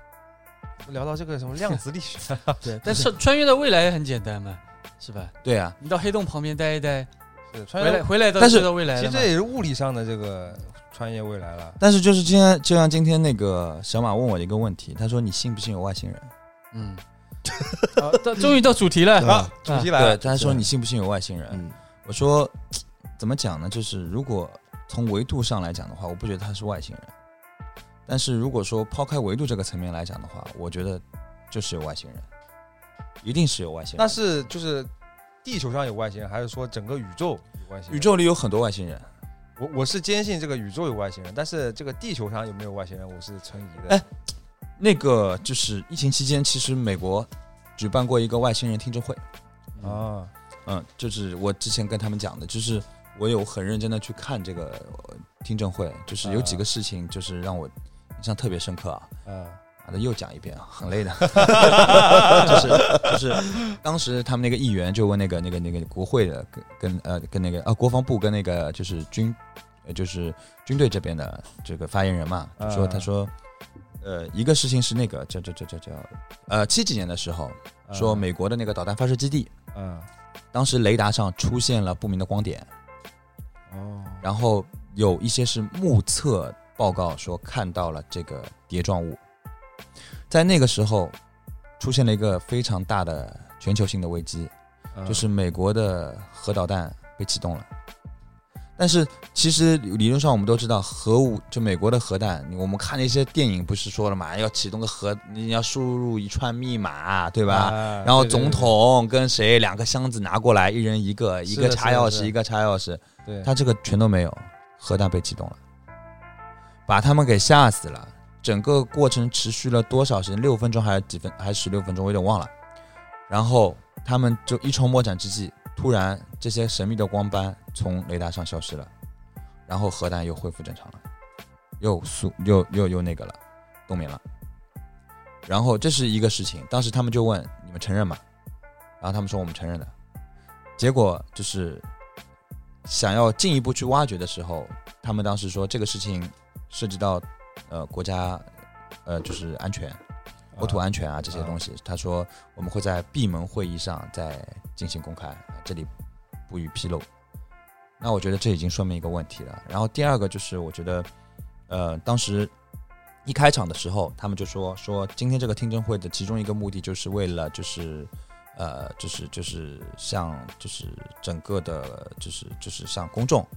S3: 聊到这个什么量子力学，
S4: 对，但是穿越到未来很简单嘛，是吧？
S5: 对啊，
S4: 你到黑洞旁边待一待，
S3: 是穿
S4: 回
S3: 越
S4: 来回来到
S5: 但是
S4: 回到未来
S3: 其
S4: 了
S3: 实
S4: 嘛
S3: 这也是物理上的这个穿越未来了。
S5: 但是就是今天，就像今天那个小马问我一个问题，他说你信不信有外星人？
S4: 嗯，好到终于到主题了
S2: 对。吧？
S3: 主题来
S5: 对，
S3: 了，
S5: 他说
S2: 对
S5: 你信不信有外星人？
S2: 嗯，
S5: 我说怎么讲呢？就是如果从维度上来讲的话，我不觉得他是外星人。但是如果说抛开维度这个层面来讲的话，我觉得就是有外星人，一定是有外星
S3: 那
S5: 人。
S3: 是就是地球上有外星人，还是说整个宇宙有外星人？
S5: 宇宙里有很多外星人。
S3: 我我是坚信这个宇宙有外星人，但是这个地球上有没有外星人，我是存疑的。
S5: 哎那个就是疫情期间，其实美国举办过一个外星人听证会。
S3: 啊，
S5: 嗯，就是我之前跟他们讲的，就是我有很认真的去看这个呃听证会，就是有几个事情就是让我印象特别深刻啊。
S3: 嗯，
S5: 妈的，又讲一遍啊，很累的。 就是就是，当时他们那个议员就问那个那个那个国会的跟跟呃跟那个啊国防部跟那个就是军呃就是军队这边的这个发言人嘛，就说
S3: 嗯
S5: 他说呃一个事情是那个叫叫叫叫叫呃七几年的时候
S3: 嗯
S5: 说，美国的那个导弹发射基地，
S3: 嗯，
S5: 当时雷达上出现了不明的光点，
S3: 哦，
S5: 然后有一些是目测报告说看到了这个碟状物，在那个时候出现了一个非常大的全球性的危机，
S3: 嗯
S5: 就是美国的核导弹被启动了。但是其实理论上我们都知道，核武就美国的核弹，我们看那些电影不是说了嘛，要启动个核，你要输入一串密码，对吧？
S3: 哎
S5: 然后
S3: 对对
S5: 总统跟谁两个箱子拿过来，一人一个，一
S3: 是的
S5: 个插钥
S3: 是的
S5: 匙，
S3: 是的
S5: 一个插钥匙，
S3: 对，
S5: 他这个全都没有，核弹被启动了，把他们给吓死了。整个过程持续了多少时间？六分钟还是几分？还是十六分钟？我有点忘了。然后他们就一筹莫展之际，突然这些神秘的光斑从雷达上消失了，然后核弹又恢复正常了，又速又又又那个了，冬眠了。然后这是一个事情，当时他们就问你们承认吗？然后他们说我们承认的。结果就是想要进一步去挖掘的时候，他们当时说这个事情涉及到呃国家呃就是安全、国
S3: 嗯
S5: 土安全啊这些东西。他说我们会在闭门会议上再进行公开，这里不予披露。那我觉得这已经说明一个问题了。然后第二个就是我觉得，呃，当时一开场的时候，他们就说说今天这个听证会的其中一个目的就是为了就是。呃，就是就是向就是整个的，就是就是向公众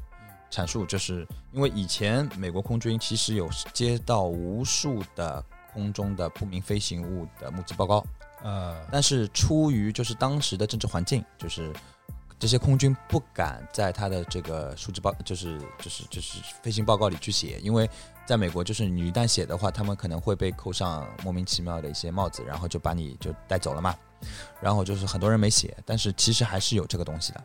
S5: 阐述，就是因为以前美国空军其实有接到无数的空中的不明飞行物的目击报告，
S3: 啊，
S5: 但是出于就是当时的政治环境，就是这些空军不敢在他的这个数值报，就是就是就是飞行报告里去写，因为在美国，就是你一旦写的话，他们可能会被扣上莫名其妙的一些帽子，然后就把你就带走了嘛。然后就是很多人没写，但是其实还是有这个东西的。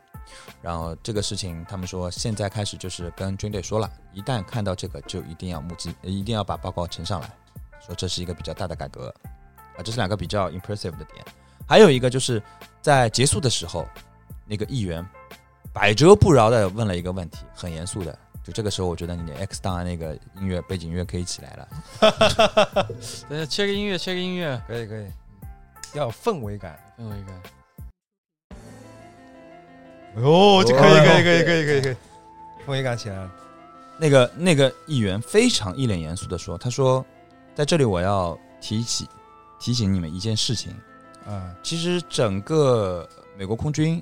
S5: 然后这个事情，他们说现在开始就是跟军队说了，一旦看到这个就一定要目击，呃一定要把报告呈上来，说这是一个比较大的改革。啊，这是两个比较 impressive 的点。还有一个就是在结束的时候，那个议员百折不挠的问了一个问题，很严肃的。就这个时候，我觉得你的 X 档案那个音乐背景音乐可以起来了。
S4: 等一下切个音乐，切个音乐，Oh
S3: 可以可以，要有氛围感。
S4: 氛围感。
S3: 哦，这可以
S5: 哦
S3: 可以可以可以可以可以，氛围感起来了。
S5: 那个那个议员非常一脸严肃的说：“他说，在这里我要提起提醒你们一件事情，
S3: 啊，
S5: 其实整个美国空军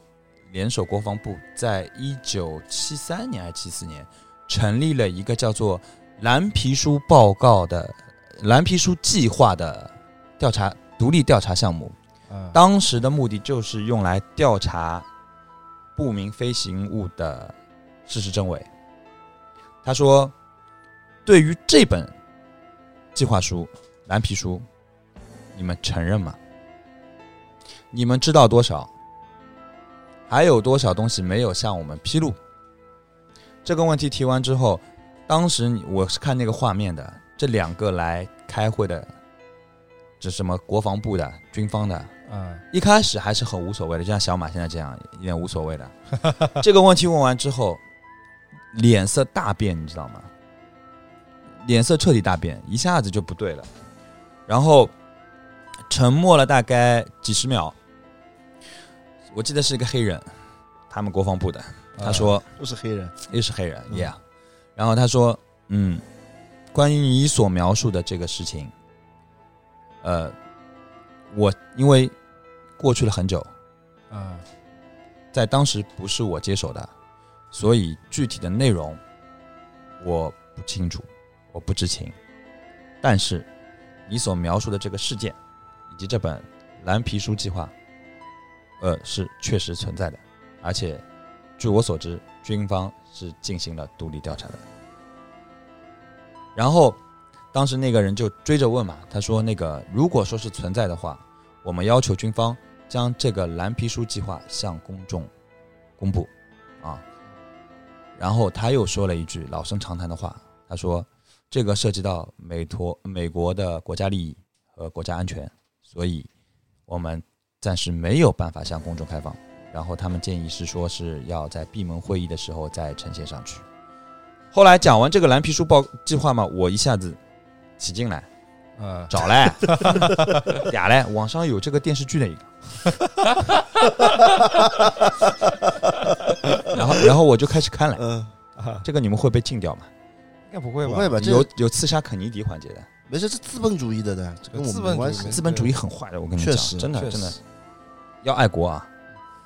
S5: 联手国防部在一九七三年还是七四年成立了一个叫做“蓝皮书报告”的“蓝皮书计划”的调查独立调查项目。
S3: 嗯，
S5: 当时的目的就是用来调查不明飞行物的事实真伪。他说，对于这本计划书、蓝皮书，你们承认吗？你们知道多少？还有多少东西没有向我们披露？这个问题提完之后，当时你我是看那个画面的，这两个来开会的，这什么国防部的、军方的，
S3: 嗯
S5: 一开始还是很无所谓的，就像小马现在这样，一点无所谓的。 这个问题问完之后，脸色大变，你知道吗？脸色彻底大变，一下子就不对了。然后沉默了大概几十秒，我记得是一个黑人，他们国防部的，
S3: 啊
S5: 他说
S2: 嗯都是 黑人，
S5: 又是黑人
S2: 嗯
S5: ，Yeah。然后他说，嗯，关于你所描述的这个事情，呃，我因为过去了很久，
S3: 嗯
S5: 在当时不是我接手的，所以具体的内容我不清楚，我不知情。但是你所描述的这个事件，以及这本蓝皮书计划，呃，是确实存在的，而且据我所知，军方是进行了独立调查的。然后，当时那个人就追着问嘛，他说：“那个如果说是存在的话，我们要求军方将这个蓝皮书计划向公众公布啊。然后他又说了一句老生常谈的话，他说：“这个涉及到美国美国的国家利益和国家安全，所以我们暂时没有办法向公众开放。”然后他们建议是说是要在闭门会议的时候再呈现上去。后来讲完这个蓝皮书报计划嘛，我一下子起劲来，
S3: 嗯，
S5: 找嘞， 俩嘞，网上有这个电视剧的一个。 然后，然后我就开始看了。
S2: 嗯，
S5: 这个你们会被禁掉吗？
S3: 应该不会
S2: 不
S3: 吧？
S2: 会吧？这
S5: 有有刺杀肯尼迪环节的，
S2: 没事，这资本主义的呢，这跟我
S3: 资
S2: 们没
S3: 本
S2: 关
S3: 主义
S2: 系。
S5: 资本主义很坏的，我跟你
S2: 确
S5: 讲，
S2: 实
S5: 真的
S3: 确实
S5: 真的要爱国啊。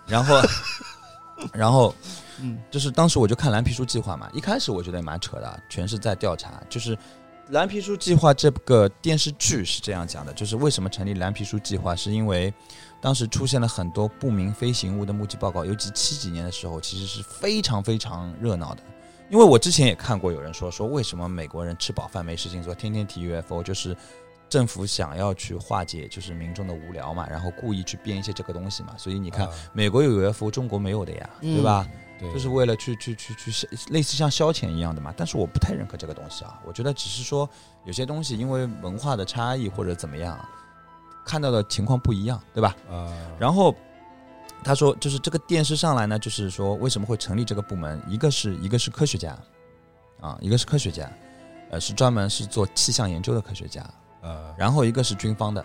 S5: 然后， 然后
S2: 嗯，
S5: 就是当时我就看蓝皮书计划嘛，一开始我觉得也蛮扯的，啊全是在调查。就是蓝皮书计划这个电视剧是这样讲的，就是为什么成立蓝皮书计划，是因为当时出现了很多不明飞行物的目击报告，尤其七几年的时候，其实是非常非常热闹的。因为我之前也看过有人说，说为什么美国人吃饱饭没事情做，天天提 UFO，就是政府想要去化解就是民众的无聊嘛，然后故意去编一些这个东西嘛。所以你看，
S3: 啊，
S5: 美国有 UFO，中国没有的呀，
S2: 嗯
S5: 对吧？
S3: 对，
S5: 就是为了去去去去消类似像消遣一样的嘛。但是我不太认可这个东西啊，我觉得只是说有些东西因为文化的差异或者怎么样，啊看到的情况不一样，对吧？
S3: 啊，
S5: 然后他说，就是这个电视上来呢，就是说为什么会成立这个部门？一个是一个是科学家，啊，一个是科学家，呃，是专门是做气象研究的科学家，
S3: 啊，
S5: 然后一个是军方的。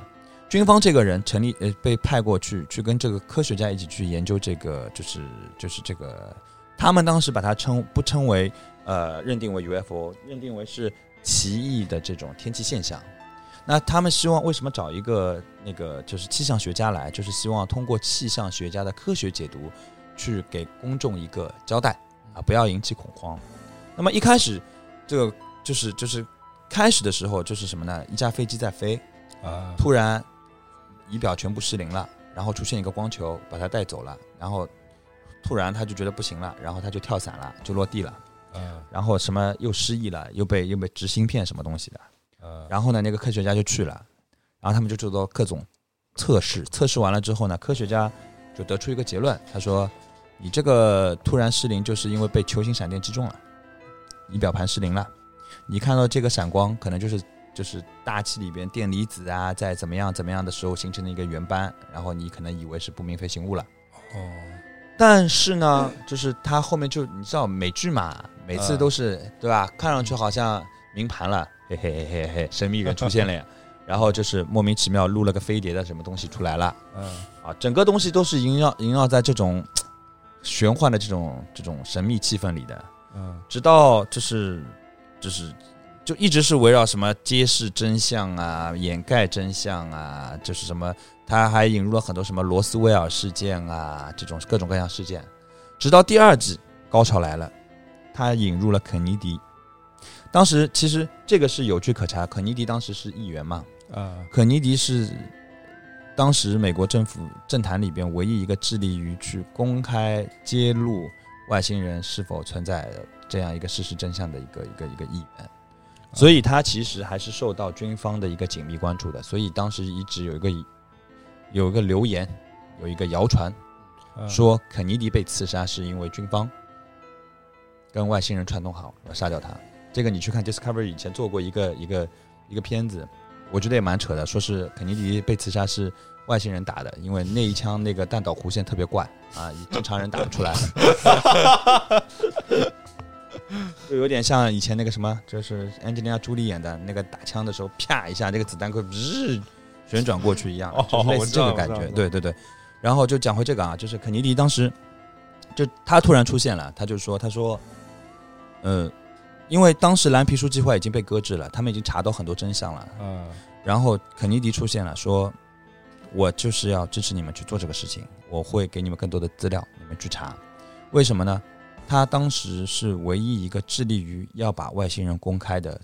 S5: 军方这个人成立，呃，被派过去去跟这个科学家一起去研究这个，就是就是这个，他们当时把它称不称为呃，认定为 UFO，认定为是奇异的这种天气现象。那他们希望为什么找一个那个就是气象学家来，就是希望通过气象学家的科学解读，去给公众一个交代啊，不要引起恐慌。那么一开始，这个就是就是开始的时候就是什么呢？一架飞机在飞，
S3: 啊，
S5: 突然仪表全部失灵了，然后出现一个光球把它带走了，然后突然他就觉得不行了，然后他就跳伞了，就落地了，
S3: 啊
S5: 然后什么又失忆了，又被又被执芯片什么东西的，
S3: 啊，
S5: 然后呢，那个科学家就去了，然后他们就做到各种测试，测试完了之后呢，科学家就得出一个结论，他说你这个突然失灵就是因为被球形闪电击中了，仪表盘失灵了，你看到这个闪光可能就是就是大气里边电离子啊在怎么样怎么样的时候形成的一个圆斑，然后你可能以为是不明飞行物了。
S3: 哦，
S5: 但是呢，就是他后面就你知道美剧嘛，每次都是、对吧？看上去好像明盘了，嘿嘿嘿嘿嘿，神秘人出现了呀，然后就是莫名其妙录了个飞碟的什么东西出来了
S3: 嗯
S5: 啊，整个东西都是萦绕萦绕在这种嘖玄幻的这种这种神秘气氛里的，
S3: 嗯
S5: 直到就是就是就一直是围绕什么揭示真相啊、掩盖真相啊，就是什么，他还引入了很多什么罗斯威尔事件啊这种各种各样事件，直到第二季高潮来了，他引入了肯尼迪。当时其实这个是有据可查，肯尼迪当时是议员嘛，
S3: 啊，
S5: 肯尼迪是当时美国政府政坛里边唯一一个致力于去公开揭露外星人是否存在的这样一个事实真相的一个一个一个议员，所以他其实还是受到军方的一个紧密关注的。所以当时一直有一个有一个流言，有一个谣传
S3: 啊
S5: 说肯尼迪被刺杀是因为军方跟外星人串通好要杀掉他。这个你去看 Discovery 以前做过一个一个一个片子，我觉得也蛮扯的，说是肯尼迪被刺杀是外星人打的，因为那一枪那个弹道弧线特别怪啊，正常人打不出来，
S3: 嗯
S5: 就有点像以前那个什么，就是 Angelina Jolie 演的那个打枪的时候，啪一下那个子弹会日旋转过去一样，
S3: 哦
S5: 就是类似这个
S3: 我知道
S5: 感
S3: 我
S5: 觉
S3: 知。道
S5: 对对对，然后就讲回这个啊，就是肯尼迪当时就他突然出现了，他就说他说，呃，因为当时蓝皮书计划已经被搁置了，他们已经查到很多真相了，
S3: 啊
S5: 然后肯尼迪出现了，说：“我就是要支持你们去做这个事情，我会给你们更多的资料，你们去查。为什么呢？他当时是唯一一个致力于要把外星人公开的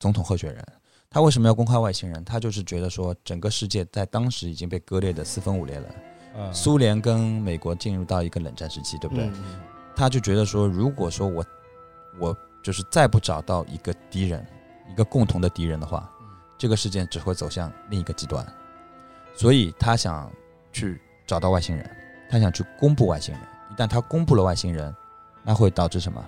S5: 总统候选人。他为什么要公开外星人？他就是觉得说，整个世界在当时已经被割裂的四分五裂了，
S3: 啊，
S5: 苏联跟美国进入到一个冷战时期，对不对？
S2: 嗯
S5: 他就觉得说，如果说我我就是再不找到一个敌人，一个共同的敌人的话，这个事件只会走向另一个极端。所以他想去找到外星人，他想去公布外星人。一旦他公布了外星人，那会导致什么？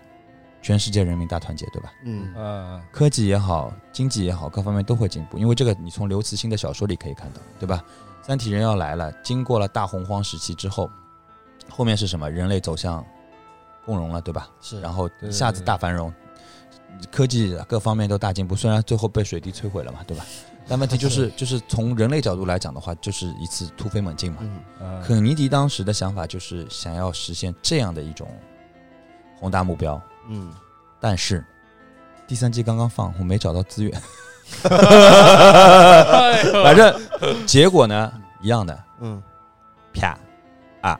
S5: 全世界人民大团结，对吧？
S2: 嗯，
S3: 啊
S5: 科技也好，经济也好，各方面都会进步。因为这个，你从刘慈欣的小说里可以看到，对吧？三体人要来了，经过了大洪荒时期之后，后面是什么？人类走向共荣了，对吧？
S4: 是，
S5: 然
S4: 后
S5: 后
S3: 对
S5: 一下子大繁荣，科技各方面都大进步。虽然最后被水滴摧毁了嘛，对吧？但问题就是，就是从人类角度来讲的话，就是一次突飞猛进嘛。
S2: 嗯
S3: 啊，
S5: 肯尼迪当时的想法就是想要实现这样的一种宏大目标，
S2: 嗯，
S5: 但是第三季刚刚放，我没找到资源。反正结果呢，一样的，
S2: 嗯
S5: 啪，
S2: 嗯，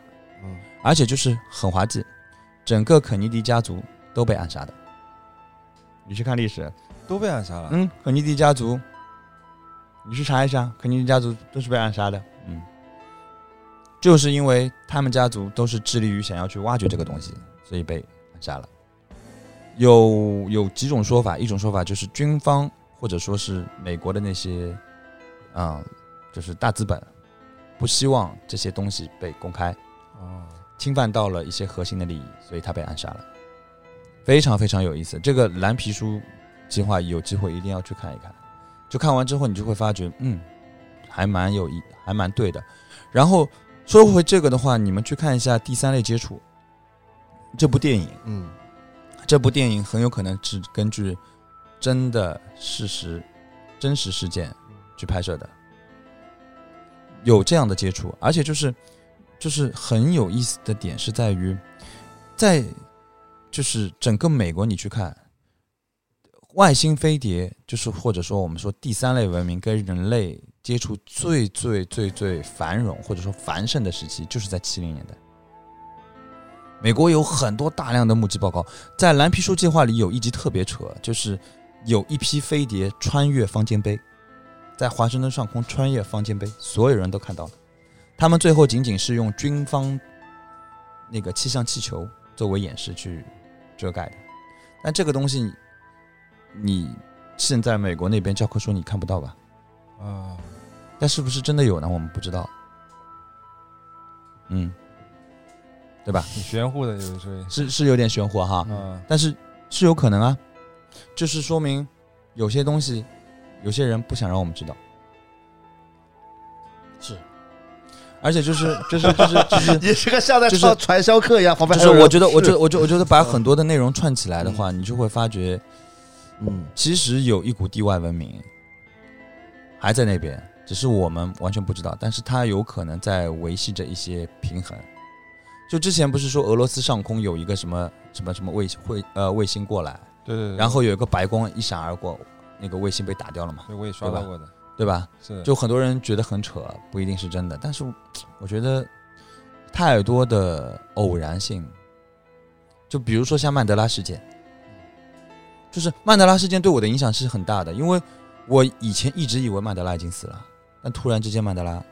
S5: 而且就是很滑稽，整个肯尼迪家族都被暗杀的。你去看历史，
S3: 都被暗杀了，
S5: 嗯，肯尼迪家族，你去查一下，肯尼迪家族都是被暗杀的。嗯，就是因为他们家族都是致力于想要去挖掘这个东西，所以被暗杀了。有有几种说法，一种说法就是军方或者说是美国的那些，啊、就是大资本，不希望这些东西被公开，
S3: 哦，
S5: 侵犯到了一些核心的利益，所以他被暗杀了。非常非常有意思，这个蓝皮书计划有机会一定要去看一看。就看完之后，你就会发觉，嗯，还蛮有意，还蛮对的。然后说回这个的话，你们去看一下《第三类接触》这部电影，
S2: 嗯。
S5: 这部电影很有可能是根据真的事实、真实事件去拍摄的，有这样的接触，而且就是就是很有意思的点是在于，在就是整个美国你去看外星飞碟，就是或者说我们说第三类文明跟人类接触最最最最繁荣或者说繁盛的时期，就是在七零年代。美国有很多大量的目击报告，在蓝皮书计划里有一集特别扯，就是有一批飞碟穿越方尖碑，在华盛顿上空穿越方尖碑，所有人都看到了。他们最后仅仅是用军方那个气象气球作为掩饰去遮盖的。但这个东西，你现在美国那边教科书你看不到吧？
S3: 啊，
S5: 但是不是真的有呢？我们不知道。嗯，对吧？
S3: 挺玄乎的，有时
S5: 是是有点玄乎哈。
S3: 候，啊，
S5: 但是是有可能啊，就是说明有些东西，有些人不想让我们知道，
S4: 是，
S5: 而且就是就是就是就是
S2: 也是个像在
S5: 嗯就是
S2: 上传销课一样，旁边
S5: 就是呃嗯我觉得，我觉得，我觉得，我觉得把很多的内容串起来的话，你就会发觉，
S2: 嗯
S5: 其实有一股地外文明还在那边，只是我们完全不知道。但是它有可能在维系着一些平衡。就之前不是说俄罗斯上空有一个什么什么什么卫卫呃卫星过来，
S3: 对对对，
S5: 然后有一个白光一闪而过，那个卫星被打掉了嘛，
S3: 对我也刷到
S5: 对吧
S3: 过的，
S5: 对吧？
S3: 是
S5: 就很多人觉得很扯，不一定是真的，但是我我觉得太多的偶然性就比如说像曼德拉事件，就是曼德拉事件对我的影响是很大的，因为我以前一直以为曼德拉已经死了，但突然之间曼德拉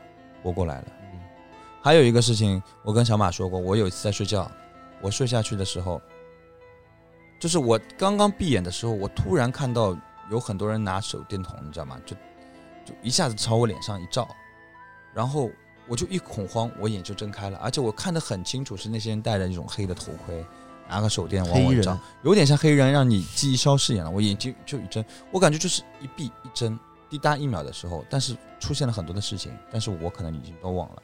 S5: 活过来了。还有一个事情，我跟小马说过，我有一次在睡觉，我睡下去的时候，就是我刚刚闭眼的时候，我突然看到有很多人拿手电筒，你知道吗？就就一下子朝我脸上一照，然后我就一恐慌，我眼就睁开了，而且我看得很清楚，是那些人戴着一种黑的头盔，拿个手电往
S2: 黑
S5: 我
S2: 衣
S5: 照
S2: 人，
S5: 有点像黑人，让你记忆消失一样。我眼睛就一睁，我感觉就是一闭一睁，滴答一秒的时候，但是出现了很多的事情，但是我可能已经都忘了。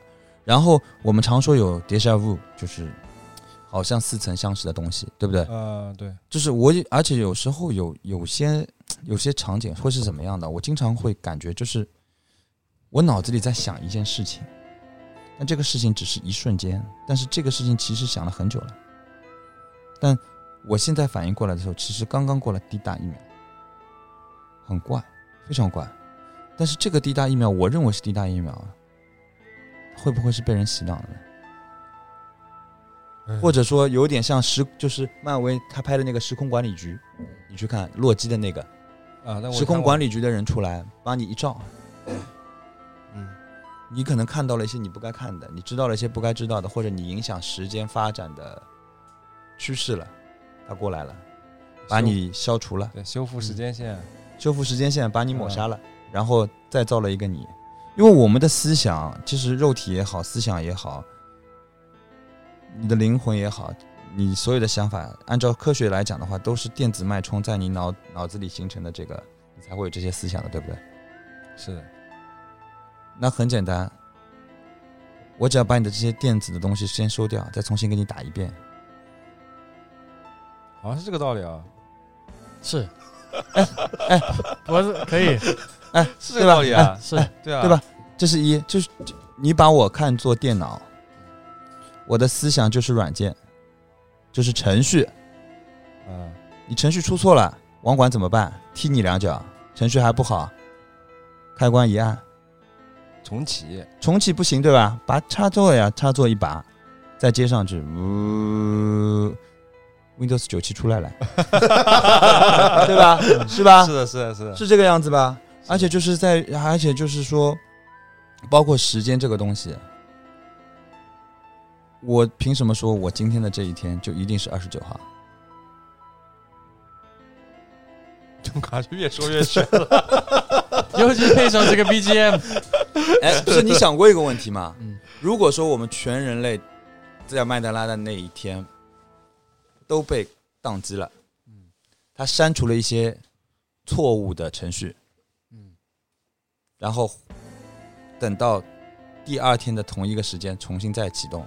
S5: 然后我们常说有 deja vu，就是好像似曾相识的东西，对不对？
S3: 呃，对，
S5: 就是我也，而且有时候有有些有些场景会是怎么样的？我经常会感觉就是我脑子里在想一件事情，但这个事情只是一瞬间，但是这个事情其实想了很久了。但我现在反应过来的时候，其实刚刚过了滴答一秒，很怪，非常怪。但是这个滴答一秒，我认为是滴答一秒啊，会不会是被人洗脑了呢？或者说有点像时，就是漫威他拍的那个《时空管理局》，你去看洛基的那个
S3: 啊，那我
S5: 时空管
S3: 理，
S5: 理局的人出来帮你一照，
S2: 嗯，
S5: 你可能看到了一些你不该看的，你知道了一些不该知道的，或者你影响时间发展的趋势了，他过来了，把你消除了，
S3: 对修复时间线，
S5: 修复时间线，把你抹杀了，然后再造了一个你。因为我们的思想，其实肉体也好，思想也好，你的灵魂也好，你所有的想法，按照科学来讲的话，都是电子脉冲在你脑脑子里形成的，这个你才会有这些思想的，对不对？
S3: 是的，
S5: 那很简单，我只要把你的这些电子的东西先收掉，再重新给你打一遍。
S3: 好像是这个道理啊，
S4: 是，哎，我是可以
S3: 是这个道理啊，
S4: 是
S3: 对啊，
S5: 对吧？这是一，就是就你把我看作电脑，我的思想就是软件，就是程序。
S3: 嗯，
S5: 你程序出错了，网管怎么办？踢你两脚，程序还不好，开关一按，
S3: 重 启，
S5: 重启不行对吧？把插座呀插座一拔，再接上去，呜，Windows 九七出来了，对 吧？是吧？
S3: 是的，是啊的，是的，
S5: 是这个样子吧？而 且就是在，而且就是说，包括时间这个东西，我凭什么说我今天的这一天就一定是二十九号？
S3: 就感觉越说越深，
S4: 尤其配上这个 BGM，
S5: 哎，不是你想过一个问题吗？
S4: 嗯
S5: 如果说我们全人类在麦德拉的那一天都被宕机了，他删除了一些错误的程序，
S4: 嗯
S5: 然后等到第二天的同一个时间重新再启动，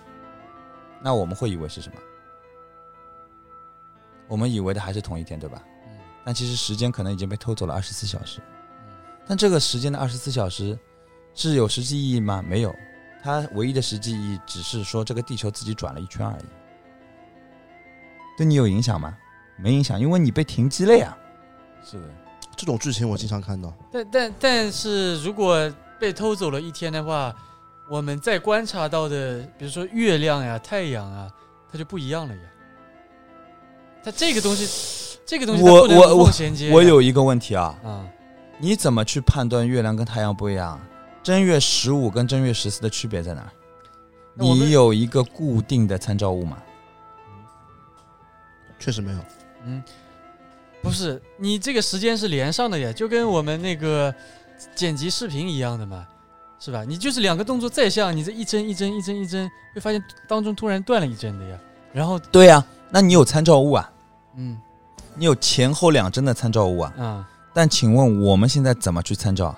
S5: 那我们会以为是什么？我们以为的还是同一天，对吧？
S4: 嗯
S5: 但其实时间可能已经被偷走了二十四小时。
S4: 嗯
S5: 但这个时间的二十四小时是有实际意义吗？没有，它唯一的实际意义只是说这个地球自己转了一圈而已。对你有影响吗？没影响，因为你被停机了呀。
S3: 是的，
S2: 这种剧情我经常看到。
S4: 但但但是如果被偷走了一天的话，我们再观察到的，比如说月亮呀、太阳啊，它就不一样了呀。它这个东西，这个东西它
S5: 我
S4: 不能
S5: 我
S4: 无缝衔接呀。
S5: 我有一个问题啊，
S4: 啊，
S5: 你怎么去判断月亮跟太阳不一样？正月十五跟正月十四的区别在哪儿？
S4: 那我们
S5: 你有一个固定的参照物吗？
S2: 确实没有，
S4: 嗯，不是，你这个时间是连上的呀，就跟我们那个剪辑视频一样的嘛，是吧？你就是两个动作再像，你这一帧一帧一帧一帧，会发现当中突然断了一帧的呀。然后，
S5: 对呀、那你有参照物啊，
S4: 嗯
S5: 你有前后两帧的参照物啊。
S4: 啊，
S5: 但请问我们现在怎么去参照？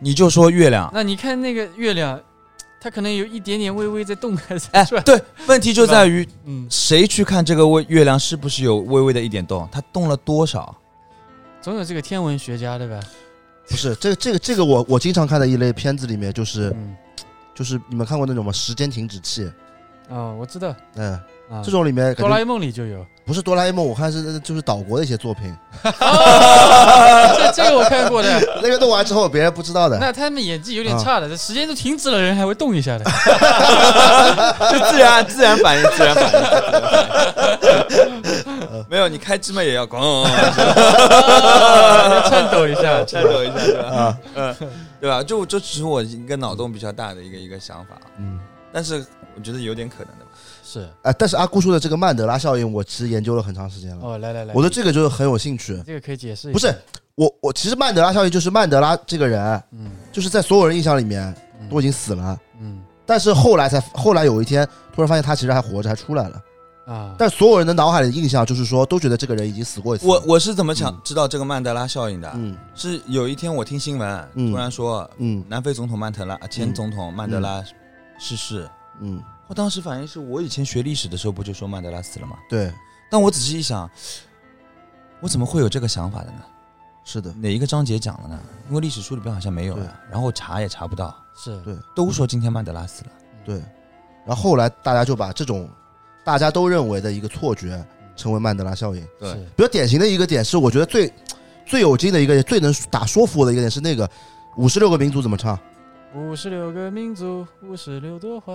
S5: 你就说月亮，
S4: 那你看那个月亮，它可能有一点点微微在动 开才
S5: 哎
S4: 出来。，
S5: 对，问题就在于
S4: 嗯，
S5: 谁去看这个微月亮是不是有微微的一点动，它动了多 少？
S4: 总有这个天文学家对吧？
S2: 不是这个这个这个我我经常看的一类片子里面，就是
S4: 嗯，
S2: 就是你们看过那种吗？时间停止器，
S4: 哦，我知道
S2: 嗯，
S4: 啊，
S2: 这种里面感
S4: 哆啦
S2: 觉
S4: A 梦里就 有。
S2: 不是哆啦 A 梦，我看是就是岛国的一些作品，
S4: 哦，这这个我看过的。
S2: 那个弄完之后别人不知道的，
S4: 那他们演技有点
S2: 嗯
S4: 差的，这时间都停止了，人还会动一 下的。
S5: 就自然自然反应，自然反应。 没有，你开机嘛也要咣，
S4: 颤抖一 下，
S5: 颤抖一下，对吧？嗯
S2: 啊，
S5: 对吧？就这只是我一个脑洞比较大的一个一个想法，
S2: 嗯。
S5: 但是我觉得有点可能的吧。
S4: 是
S2: 啊，但是阿姑说的这个曼德拉效应，我其实研究了很长时间了。
S4: 哦，来来来，
S2: 我对这个就是很有兴趣。
S4: 这个可以解释一下，
S2: 不是我，我其实曼德拉效应就是曼德拉这个人，
S4: 嗯
S2: 就是在所有人印象里面都已经死了，
S4: 嗯
S2: 但是后来才后来有一天突然发现他其实还活着，还出来了。
S4: 啊，
S2: 但所有人的脑海里的印象就是说，都觉得这个人已经死过一次。
S5: 我我是怎么想知道这个曼德拉效应的？啊
S2: 嗯
S5: 是有一天我听新闻，
S2: 嗯
S5: 突然说
S2: 嗯
S5: 南非总统曼德拉啊前总统曼德拉逝世，
S2: 嗯，
S5: 我当时反应是我以前学历史的时候不就说曼德拉死了吗？
S2: 对，
S5: 但我仔细一想，我怎么会有这个想法的呢？
S2: 是的，
S5: 哪一个章节讲了呢？因为历史书里边好像没有
S2: 对
S5: 呀，然后查也查不到，
S4: 是嗯
S2: 对
S5: 都说今天曼德拉死了。
S2: 对。然后后来大家就把这种大家都认为的一个错觉，称为曼德拉效应。
S5: 对
S4: 是
S2: 比较典型的一个点是，我觉得最最有劲的一个、最能打说服我的一个点是那个五十六个民族怎么唱，
S4: 五十六个民族，五十六朵花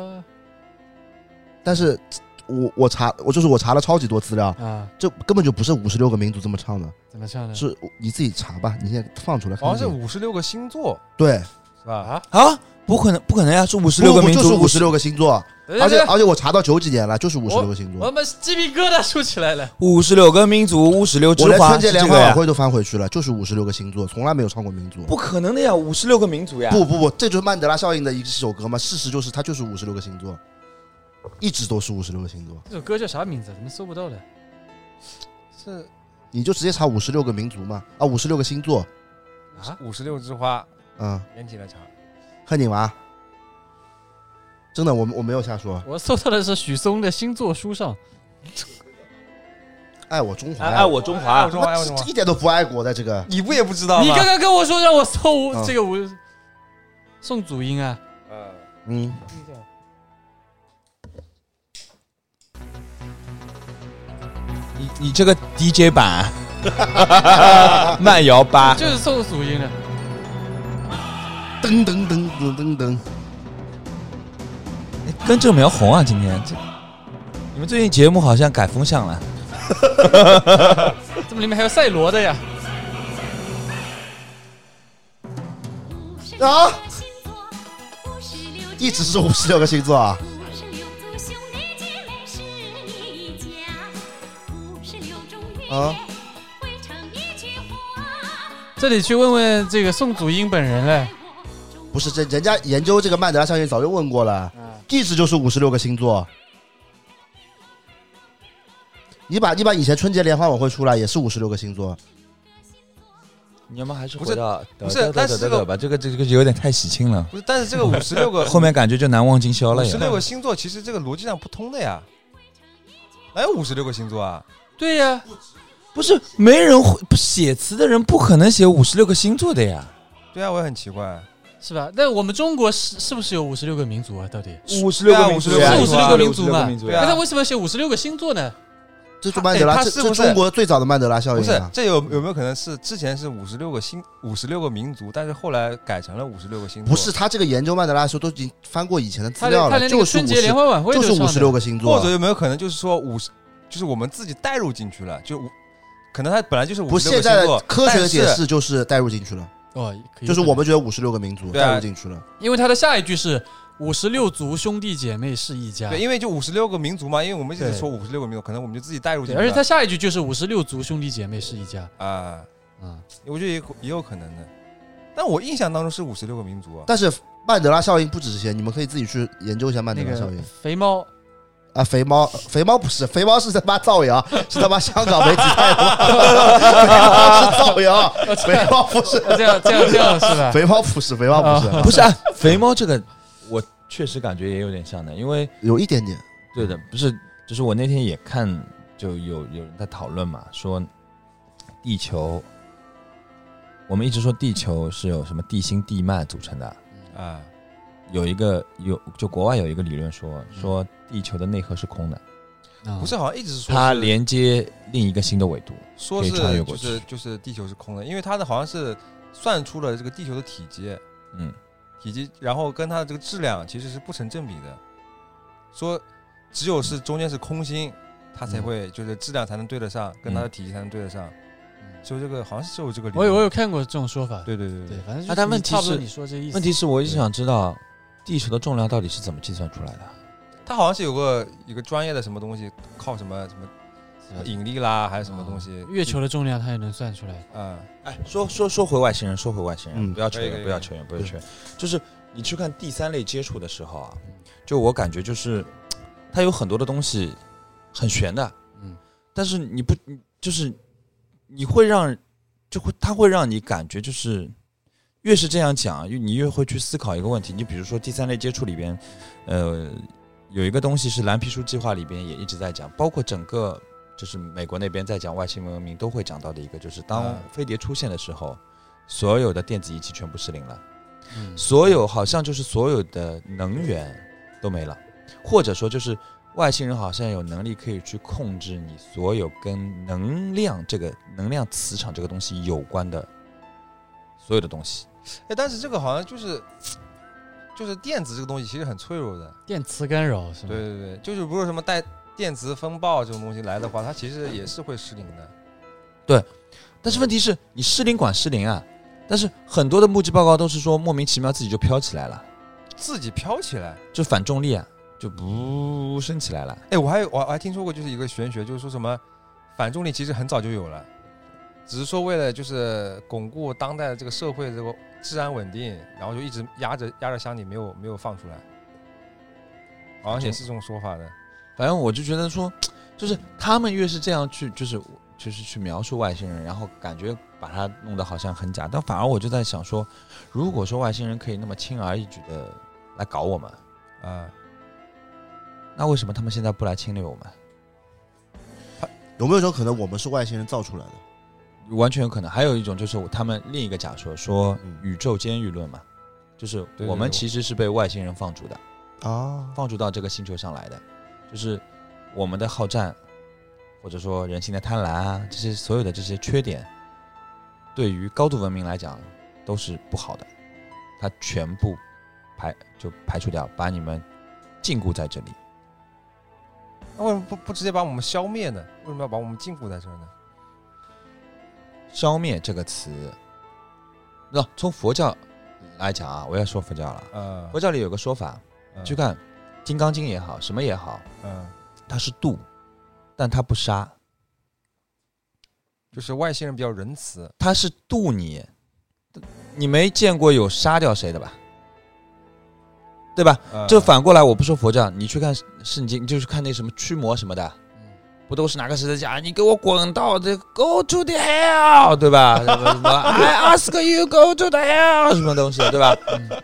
S2: 但是我我查我就是我查了超级多资料，
S4: 啊，
S2: 这根本就不是五十六个民族这么唱的，
S4: 怎么唱呢？
S2: 是你自己查吧，你现在放出来看
S3: 好
S2: 看。
S3: 像是五十六个星座
S2: 对，
S3: 是吧？
S5: 啊，不可能，不可能呀！是五十六个
S2: 不
S5: 民
S2: 就是
S5: 族，
S2: 五十六个星座，
S4: 对
S2: 而且
S4: 对
S2: 啊
S4: 对
S2: 而且我查到九几年了，就是五十六个星
S4: 我
S2: 座。
S4: 们鸡皮疙瘩竖起来了。
S5: 五十六个民族，五十六枝
S2: 我连
S5: 花
S2: 春
S5: 是
S2: 节
S5: 这
S2: 联
S5: 个
S2: 欢晚
S5: 呀？
S2: 会都翻回去了，就是五十六个星座，从来没有唱过民族。
S5: 不可能的呀，五十六个民族呀！
S2: 不不不，这就是曼德拉效应的一首歌嘛。事实就是它就是五十六个星座，一直都是五十六个星座。
S4: 这首歌叫啥名字？怎么搜不到的？
S3: 是
S2: 你就直接查五十六个民族嘛，啊，五十六个星座，
S4: 啊
S3: 五十六枝花，
S2: 嗯，
S3: 连起来查。
S2: 贺宁娃，真的，我我没有瞎说，
S4: 我搜到的是许嵩的星座书上。
S2: 爱我哎中华
S5: 啊爱
S2: 呀，
S5: 哎爱我中华
S3: 爱我，哎中华，爱我
S2: 这
S3: 中华
S2: 这，一点都不爱国的这个，
S3: 你不也不知
S2: 啊
S3: 道吗？
S4: 你刚刚跟我说让我搜五
S2: 嗯
S4: 这个五，宋祖英啊，
S3: 呃
S2: 嗯，
S5: 你你这个 DJ 版啊 慢摇
S2: 啊
S5: 吧，
S4: 就是宋祖英的。
S2: 噔噔噔噔噔噔，
S5: 跟正苗红啊！今天这你们最近节目好像改风向了，
S4: 这么里面还有赛罗的呀？
S2: 啊，一直是五十六个星座啊，
S6: 五十六族兄弟姐妹是一家，五十六种语
S2: 啊
S6: 言汇成一句话。
S4: 这里去问问这个宋祖英本人嘞。
S2: 不是这人家研究这个曼德拉效应早就问过了，一直就是五十六个星座。你把你把以前春节联欢晚会出来也是五十六个星座，
S5: 你要么还是
S3: 不是
S5: 回到
S3: 不是但是这个
S5: 吧，这个这个这个有点太喜庆了，
S3: 不是，但是这个五十六 个
S5: 后面感觉就难忘今宵
S3: 五
S5: 了
S3: 十六
S5: 呀。
S3: 个星座，其实这个逻辑上不通的呀。哪有五十六个星座啊？
S4: 对呀、
S5: 不是没人会不写词的人不可能写五十六个星座的呀，
S3: 对啊，我也很奇怪。
S4: 是吧？但我们中国是是不是有五十六个民族啊？到底？
S5: 五十
S3: 对啊
S5: 族
S3: 56
S5: 呀
S3: 个民族啊
S5: 56
S4: 嘛
S5: 族
S3: 对啊
S4: 那他为什么要写五十六个星座呢？
S2: 这是曼德拉，
S3: 哎他
S2: 这
S3: 是
S2: 这
S3: 不是
S2: 中国最早的曼德拉效
S3: 不
S2: 应
S3: 是
S2: 啊，！
S3: 这有有没有可能是之前是五十六个星五十六个民族，但是后来改成了五十六个星座？
S2: 不是，他这个研究曼德拉的时候都已经翻过以前的资
S4: 他连
S2: 料
S4: 他
S2: 了，
S4: 连那个
S2: 就是
S4: 春
S2: 五
S4: 节联
S2: 十
S4: 欢晚会都
S2: 就是
S4: 上的
S2: 五十六个星
S3: 或者
S2: 座，
S3: 有没有可能就是说五十，就是我们自己带入进去了，就五，可能它本来就是
S2: 不
S3: 五
S2: 是
S3: 十六
S2: 现
S3: 个
S2: 在
S3: 星
S2: 的
S3: 座，
S2: 科学的解
S3: 但是
S2: 释就是带入进去了，
S4: 哦，可以
S2: 就是
S4: 这么
S2: 我们觉得五十六个民族
S3: 对啊
S2: 带入进去了，
S4: 因为他的下一句是五十六族兄弟姐妹是一家，
S3: 对，因为就五十六个民族嘛，因为我们一直
S4: 啊对
S3: 说五十六个民族，可能我们就自己带入进
S4: 对而
S3: 去了。
S4: 且他下一句就是五十六族兄弟姐妹是一家
S3: 啊，
S4: 啊。
S3: 我觉得也有也有可能的，但我印象当中是五十六个民族啊。
S2: 但是曼德拉效应不止这些，你们可以自己去研究一下曼德
S4: 那
S2: 拉效
S4: 个
S2: 应
S4: 肥猫，
S2: 啊。肥猫，肥猫不是，肥猫是他妈造谣，是他妈香港媒体太他妈肥 猫是造谣，肥猫不是，
S4: 哦这样这样这样 是吧？
S2: 肥猫不是，肥猫不是，
S5: 不 是啊，肥猫这个我确实感觉也有点像的，因为
S2: 有一点点，
S5: 对的，不是，就是我那天也看，就有有人在讨论嘛，说地球，我们一直说地球是有什么地心地幔组成的，
S3: 啊，
S5: 有一个有就国外有一个理论说
S4: 嗯
S5: 说地球的内核是空的，
S4: 啊
S3: 不是，好像一直说
S5: 它
S3: 是
S5: 连接另一个新的纬度，
S3: 说
S5: 可以
S3: 是
S5: 穿越
S3: 就
S5: 过
S3: 是就是地球是空的，因为它的好像是算出了这个地球的体积，
S5: 嗯，
S3: 体积，然后跟它的这个质量其实是不成正比的。说只有是中间是空心，它
S4: 嗯
S3: 才会就是质量才能对得上，跟它的体积才能对得上。只有这个好像是只有这个理
S4: 我
S3: 论。
S4: 有我有看过这种说法，
S3: 对对对
S4: 对，
S3: 对
S4: 反正就是
S5: 啊但
S4: 你
S5: 问题
S4: 差不多
S5: 是
S4: 你说这意思，
S5: 问题是我一直想知道，地球的重量到底是怎么计算出来的？
S3: 它好像是有个有个专业的什么东西，靠什么什么什么引力啦，还是什么东西？
S4: 呃嗯啊
S5: 嗯
S4: 月球的重量它也能算出来，
S3: 啊，
S5: 哎，说说说回外星人，说回外星人，
S2: 嗯
S5: 不要扯
S3: 可以可
S5: 远，
S3: 以
S5: 不要扯远，不要扯远。就是你去看第三类接触的时候啊，就我感觉就是它有很多的东西很悬的，
S4: 嗯，
S5: 但是你不你就是你会让就会它会让你感觉就是越是这样讲，啊越你越会去思考一个问题。你比如说第三类接触里边，呃，有一个东西是蓝皮书计划里边也一直在讲，包括整个就是美国那边在讲外星文明都会讲到的一个，就是当
S3: 嗯
S5: 飞碟出现的时候，所有的电子仪器全部失灵了，
S4: 嗯
S5: 所有好像就是所有的能源都没了，或者说就是外星人好像有能力可以去控制你所有跟能量这个能量磁场这个东西有关的所有的东西。
S3: 哎，但是这个好像就是就是电子这个东西其实很脆弱的。
S4: 电磁干扰是吗？
S3: 对对对，就是如果什么带电磁风暴这种东西来的话，它其实也是会失灵的。
S5: 但是问题是你失灵管失灵啊，但是很多的目击报告都是说莫名其妙自己就飘起来了，
S3: 自己飘起来。
S5: 就反重力啊，就不升起来了。
S3: 哎，我还有我我还听说过，就是一个玄学，就是说什么反重力其实很早就有了，只是说为了就是巩固当代的这个社会这个治安稳定，然后就一直压着压着箱底没有没有放出来，好像也是这种说法的。
S5: 反正我就觉得说，就是他们越是这样去，就是就是去描述外星人，然后感觉把它弄得好像很假，但反而我就在想说，如果说外星人可以那么轻而易举的来搞我们，
S3: 啊，
S5: 那为什么他们现在不来侵略我们？
S2: 有没有一种可能，我们是外星人造出来的？
S5: 完全有可能。还有一种就是他们另一个假说，说
S2: 嗯
S5: 宇宙监狱论嘛，就是
S3: 对对
S5: 我们
S3: 对
S5: 其实是被外星人放逐的。
S2: 啊，
S5: 放逐到这个星球上来的，就是我们的好战，或者说人性的贪婪啊，这些所有的这些缺点，对于高度文明来讲都是不好的，它全部排就排除掉，把你们禁锢在这里。
S3: 那为什么不不直接把我们消灭呢？为什么要把我们禁锢在这儿呢？
S5: 消灭这个词，那、从佛教来讲啊，我要说佛教了。
S3: 啊，
S5: 佛教里有个说法，
S3: 嗯
S5: 去看《金刚经》也好，什么也好，
S3: 嗯，
S5: 它是度，但它不杀。
S3: 就是外星人比较仁慈，
S5: 他是渡你，你没见过有杀掉谁的吧？对吧？
S3: 啊
S5: 这反过来，我不说佛教，你去看圣经，你就是看那什么驱魔什么的，不都是拿个十字架，你给我滚到这 go to the hell，对吧？什么什么 I ask you go to the hell 什么东西，对吧？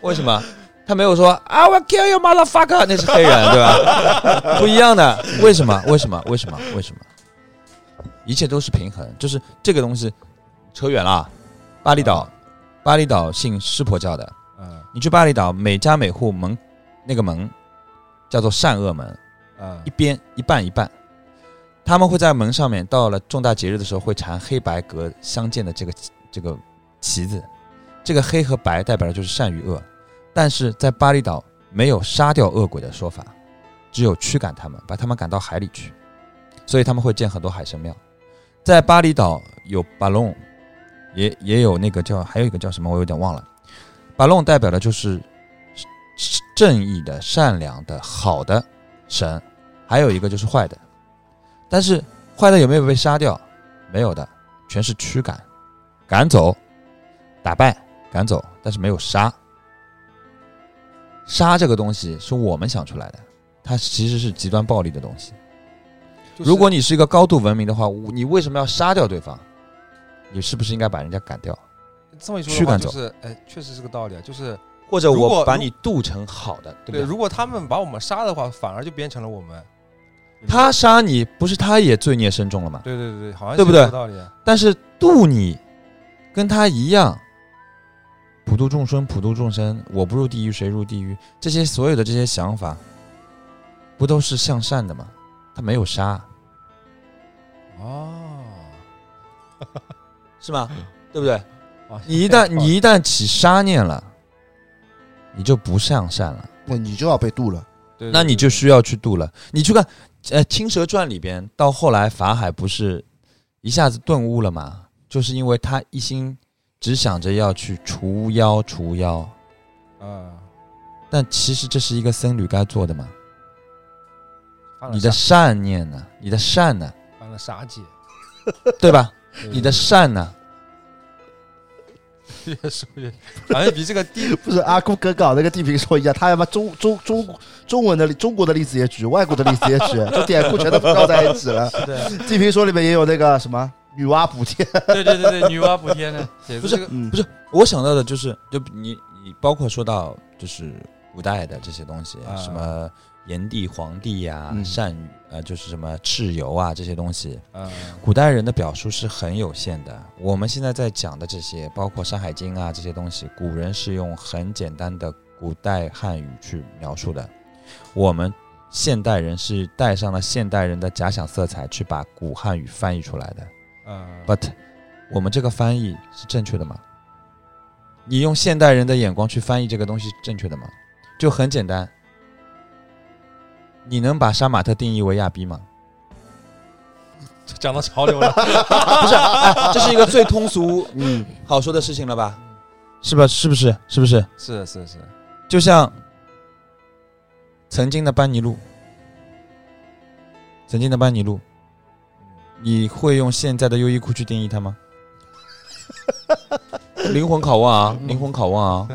S5: 为什么？他没有说 I will kill you motherfucker，那是黑人，对吧？不一样的，为什么？为什么？为什么？为什么？一切都是平衡，就是这个东西扯远了啊。巴厘岛，巴厘岛信湿婆教的，
S3: 嗯
S5: 你去巴厘岛，每家每户门那个门叫做善恶门，
S3: 嗯
S5: 一边一半一半。他们会在门上面，到了重大节日的时候，会缠黑白格相间的这个这个旗子。这个黑和白代表的就是善与恶，但是在巴厘岛没有杀掉恶鬼的说法，只有驱赶他们，把他们赶到海里去。所以他们会建很多海神庙。在巴厘岛有巴隆，也也有那个叫还有一个叫什么，我有点忘了。巴隆代表的就是正义的、善良的、好的神。还有一个就是坏的，但是坏的有没有被杀掉？没有的，全是驱赶、赶走、打败、赶走，但是没有杀。杀这个东西是我们想出来的，它其实是极端暴力的东西。
S3: 就是
S5: 如果你是一个高度文明的话，我你为什么要杀掉对方？你是不是应该把人家赶掉？
S3: 这么一
S5: 驱
S3: 说的话，
S5: 赶
S3: 就
S5: 走
S3: 是哎，确实是个道理啊，就是
S5: 或者
S3: 如果
S5: 我把你渡成好的，对不
S3: 对，
S5: 对？
S3: 如果他们把我们杀的话，反而就变成了我们。
S5: 他杀你，不是他也罪孽深重了吗？
S3: 对对对，好像
S5: 对不
S3: 是有
S5: 对
S3: 道理啊。
S5: 但是度你跟他一样，普度众生，普度众生，我不入地狱谁入地狱？这些所有的这些想法，不都是向善的吗？他没有杀，
S3: 哦，
S5: 是吗？
S3: 嗯
S5: 对不对？
S3: 啊
S5: 你一旦
S3: 太棒了
S5: 你一旦起杀念了，你就不向善了，
S2: 那你就要被渡了。
S3: 对对
S5: 那你就需要去度了。你去看呃，《青蛇传》里边到后来法海不是一下子顿悟了嘛？就是因为他一心只想着要去除妖除妖，
S3: 啊，
S5: 但其实这是一个僧侣该做的嘛。
S3: 犯了
S5: 你的
S3: 杀
S5: 善念呢、你的善 呢、
S3: 犯了杀戒，
S5: 对吧？
S3: 对
S5: 你的善呢、
S3: 对对越说越，好像比这个低，
S2: 不是阿姑哥搞那个地平说一样，他他妈中中中中文的中国的例子也举，外国的例子也举， 这典故全都绕在一起 了。
S3: 对
S2: 地平说里面也有那个什么女娲补天，
S4: 对对对对，女娲补天呢，
S3: 写
S5: 不
S3: 不
S5: 是
S3: 这个
S2: 嗯
S5: 不，是我想到的就是，就你你包括说到就是古代的这些东西，
S3: 啊
S5: 什么炎帝、黄帝呀、
S2: 嗯
S5: 善宇呃，就是什么蚩尤啊这些东西，
S3: 啊，
S5: 古代人的表述是很有限的。我们现在在讲的这些，包括《山海经》啊这些东西，古人是用很简单的古代汉语去描述的。我们现代人是带上了现代人的假想色彩去把古汉语翻译出来的。
S3: 啊，
S5: But 我们这个翻译是正确的吗？你用现代人的眼光去翻译这个东西是正确的吗？就很简单，你能把杀马特定义为亚逼吗？
S3: 讲到潮流了，
S5: 不是，哎，这是一个最通俗
S2: 嗯，
S5: 好说的事情了吧？是吧？是不是？是不是？
S3: 是是是，
S5: 就像曾经的班尼路，曾经的班尼路，你会用现在的优衣库去定义它吗？
S2: 嗯
S5: 灵魂拷问啊， 嗯灵魂拷问啊。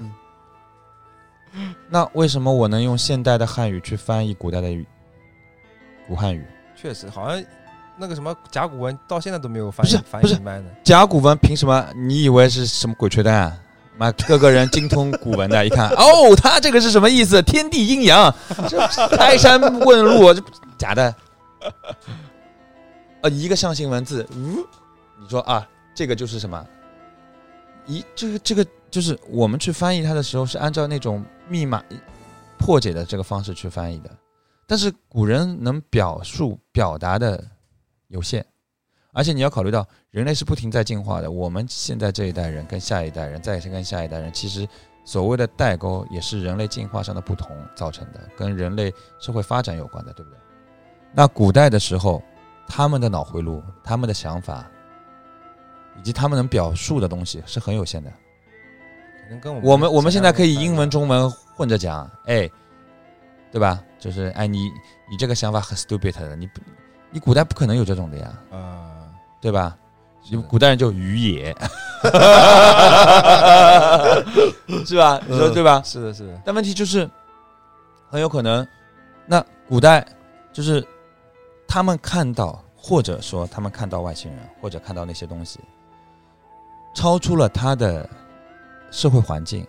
S5: 那为什么我能用现代的汉语去翻译古代的语古汉语？
S3: 确实好像那个什么甲骨文到现在都没有翻
S5: 不是
S3: 译翻
S5: 不
S3: 译
S5: 是
S3: 明白呢，
S5: 甲骨文凭什么？你以为是什么鬼吹蛋、啊？妈，各个人精通古文的，一看 哦，他这个是什么意思？天地阴阳，这开山问路，啊这假的。呃，一个象形文字，呜、你说啊，这个就是什么？咦，这个这个就是我们去翻译它的时候是按照那种密码破解的这个方式去翻译的，但是古人能表述表达的有限，而且你要考虑到人类是不停在进化的，我们现在这一代人跟下一代人，再是跟下一代人，其实所谓的代沟也是人类进化上的不同造成的，跟人类社会发展有关的，对不对？那古代的时候，他们的脑回路、他们的想法，以及他们能表述的东西是很有限的。
S3: 可能跟我们
S5: 我们我们现在可以
S3: 想象
S5: 英文、中
S3: 中
S5: 文混着讲，哎，对吧？就是哎，你你这个想法很 stupid 的，你不你古代不可能有这种的呀，
S3: 啊，
S5: 对吧？
S3: 是
S5: 你
S3: 的
S5: 古代人就鱼也， 是吧？你说对吧？
S3: 是的是的，
S5: 但问题就是，很有可能，那古代就是他们看到，或者说他们看到外星人，或者看到那些东西，超出了他的社会环境，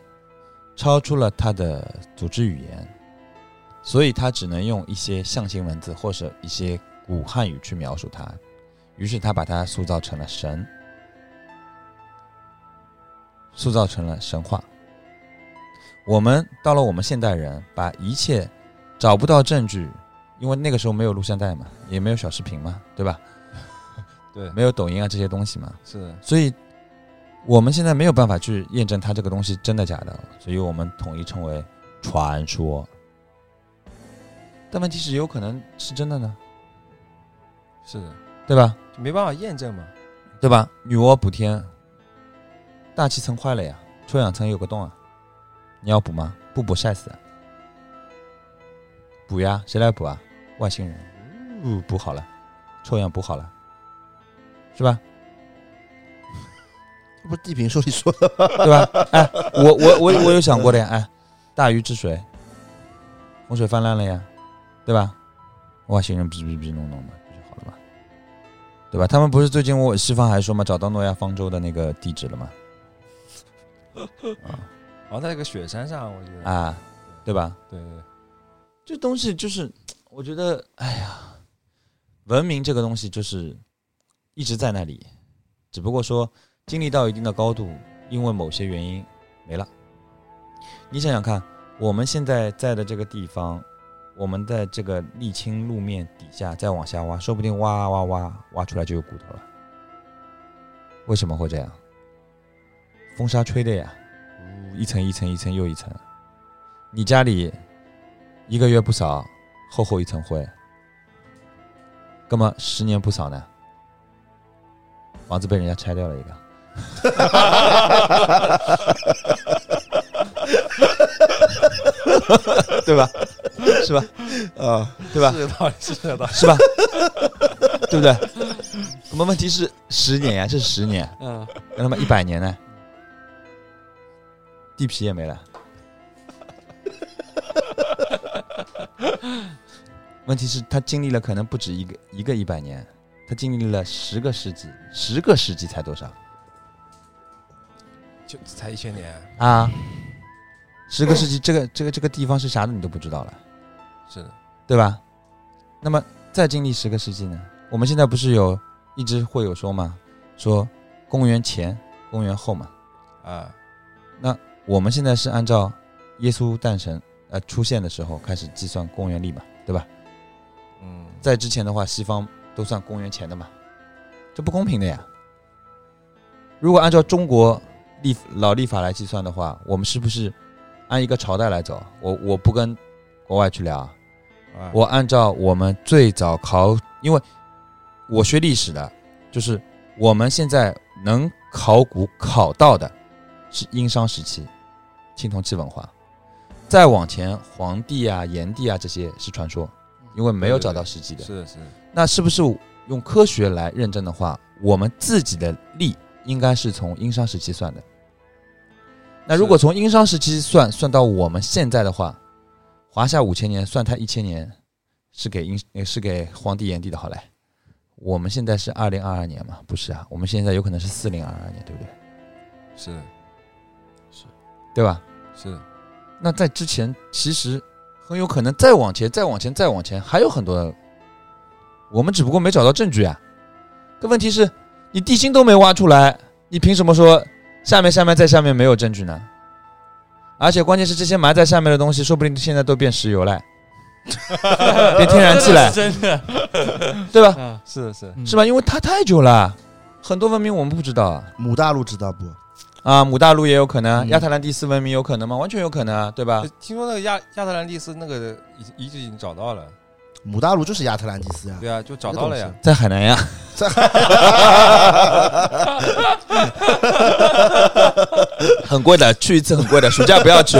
S5: 超出了他的组织语言，所以他只能用一些象形文字或者一些古汉语去描述它，于是他把它塑造成了神，塑造成了神话。我们到了我们现代人，把一切找不到证据，因为那个时候没有录像带嘛，也没有小视频嘛，对吧？
S3: 对，
S5: 没有抖音啊这些东西嘛，
S3: 是的，
S5: 所以我们现在没有办法去验证它这个东西真的假的，所以我们统一称为传说。但问题是，有可能是真的呢，
S3: 是的，
S5: 对吧？
S3: 就没办法验证嘛，
S5: 对吧？女娲补天，大气层坏了呀，臭氧层有个洞啊，你要补吗？不补晒死啊！补呀，谁来补啊？外星人，呜、补好了，臭氧补好了，是吧？
S2: 这不是地平说你说 的吗，
S5: 对吧？哎，我我我我有想过的呀，哎，大禹治水，洪水泛滥了呀，对吧？外星人哔哔哔弄弄嘛，不就好了嘛，对吧？他们不是最近我西方还说嘛，找到诺亚方舟的那个地址了嘛？
S3: 好像在这个雪山上，我觉得，
S5: 啊，对吧？
S3: 对对对，
S5: 这东西就是，我觉得，哎呀，文明这个东西就是一直在那里，只不过说经历到一定的高度，因为某些原因没了。你想想看，我们现在在的这个地方，我们在这个沥青路面底下再往下挖，说不定挖挖挖挖出来就有骨头了。为什么会这样？风沙吹的呀，呜一层一层一层又一层。你家里一个月不扫，厚厚一层灰。干嘛十年不扫呢？房子被人家拆掉了一个，对吧？ 是吧？
S2: 啊，
S5: 对吧？
S3: 是道理是 这道理。
S5: 是吧？对不对？我们问题是十年呀、这是十年，
S4: 嗯，
S5: 那他妈一百年呢？地皮也没了。问题是，他经历了可能不止一个一个一百年，他经历了十个世纪，十个世纪才多少
S3: 就才一千年，
S5: 啊？十个世纪，这个这个这个地方是啥的你都不知道了。
S3: 是的，
S5: 对吧？那么再经历十个世纪呢？我们现在不是有一直会有说嘛，说公元前、公元后嘛。
S3: 啊，
S5: 我们现在是按照耶稣诞生呃出现的时候开始计算公元历嘛，对吧？
S3: 嗯，
S5: 在之前的话，西方都算公元前的嘛，这不公平的呀。如果按照中国历老历法来计算的话，我们是不是按一个朝代来走？我我不跟国外去聊啊，
S3: 啊
S5: 我按照我们最早考，因为我学历史的，就是我们现在能考古考到的是殷商时期、青铜器文化，再往前黄帝啊、炎帝啊这些是传说，因为没有找到实际的。
S3: 是的是的，
S5: 那是不是用科学来认证的话，我们自己的力应该是从殷商时期算的？那如果从殷商时期算算到我们现在的话，华夏五千年算它一千年，是给殷呃是给黄帝炎帝的好嘞。我们现在是二零二二年嘛？不是啊，我们现在有可能是四零二二年，对不对？
S3: 是的
S5: 对吧？
S3: 是的，
S5: 那在之前，其实很有可能再往前、再往前、再往前，还有很多的，我们只不过没找到证据啊。可问题是，你地心都没挖出来，你凭什么说下面、下面再下面没有证据呢？而且关键是，这些埋在下面的东西，说不定现在都变石油了，变天然气了，
S4: 真的是
S5: 对吧
S4: 真？的，
S3: 是的是的，
S5: 嗯
S4: 嗯
S5: 是吧？因为它太久了，很多文明我们不知道啊。
S2: 母大陆知道不？
S5: 啊，母大陆也有可能，
S2: 嗯
S5: 亚特兰蒂斯文明有可能吗？完全有可能啊，对吧？
S3: 听说那个亚亚特兰蒂斯那个遗遗址已经找到了，
S2: 母大陆就是亚特兰蒂斯呀，
S3: 对啊，就找到了呀，
S5: 在海南呀，很贵的，去一次很贵的，暑假不要 去，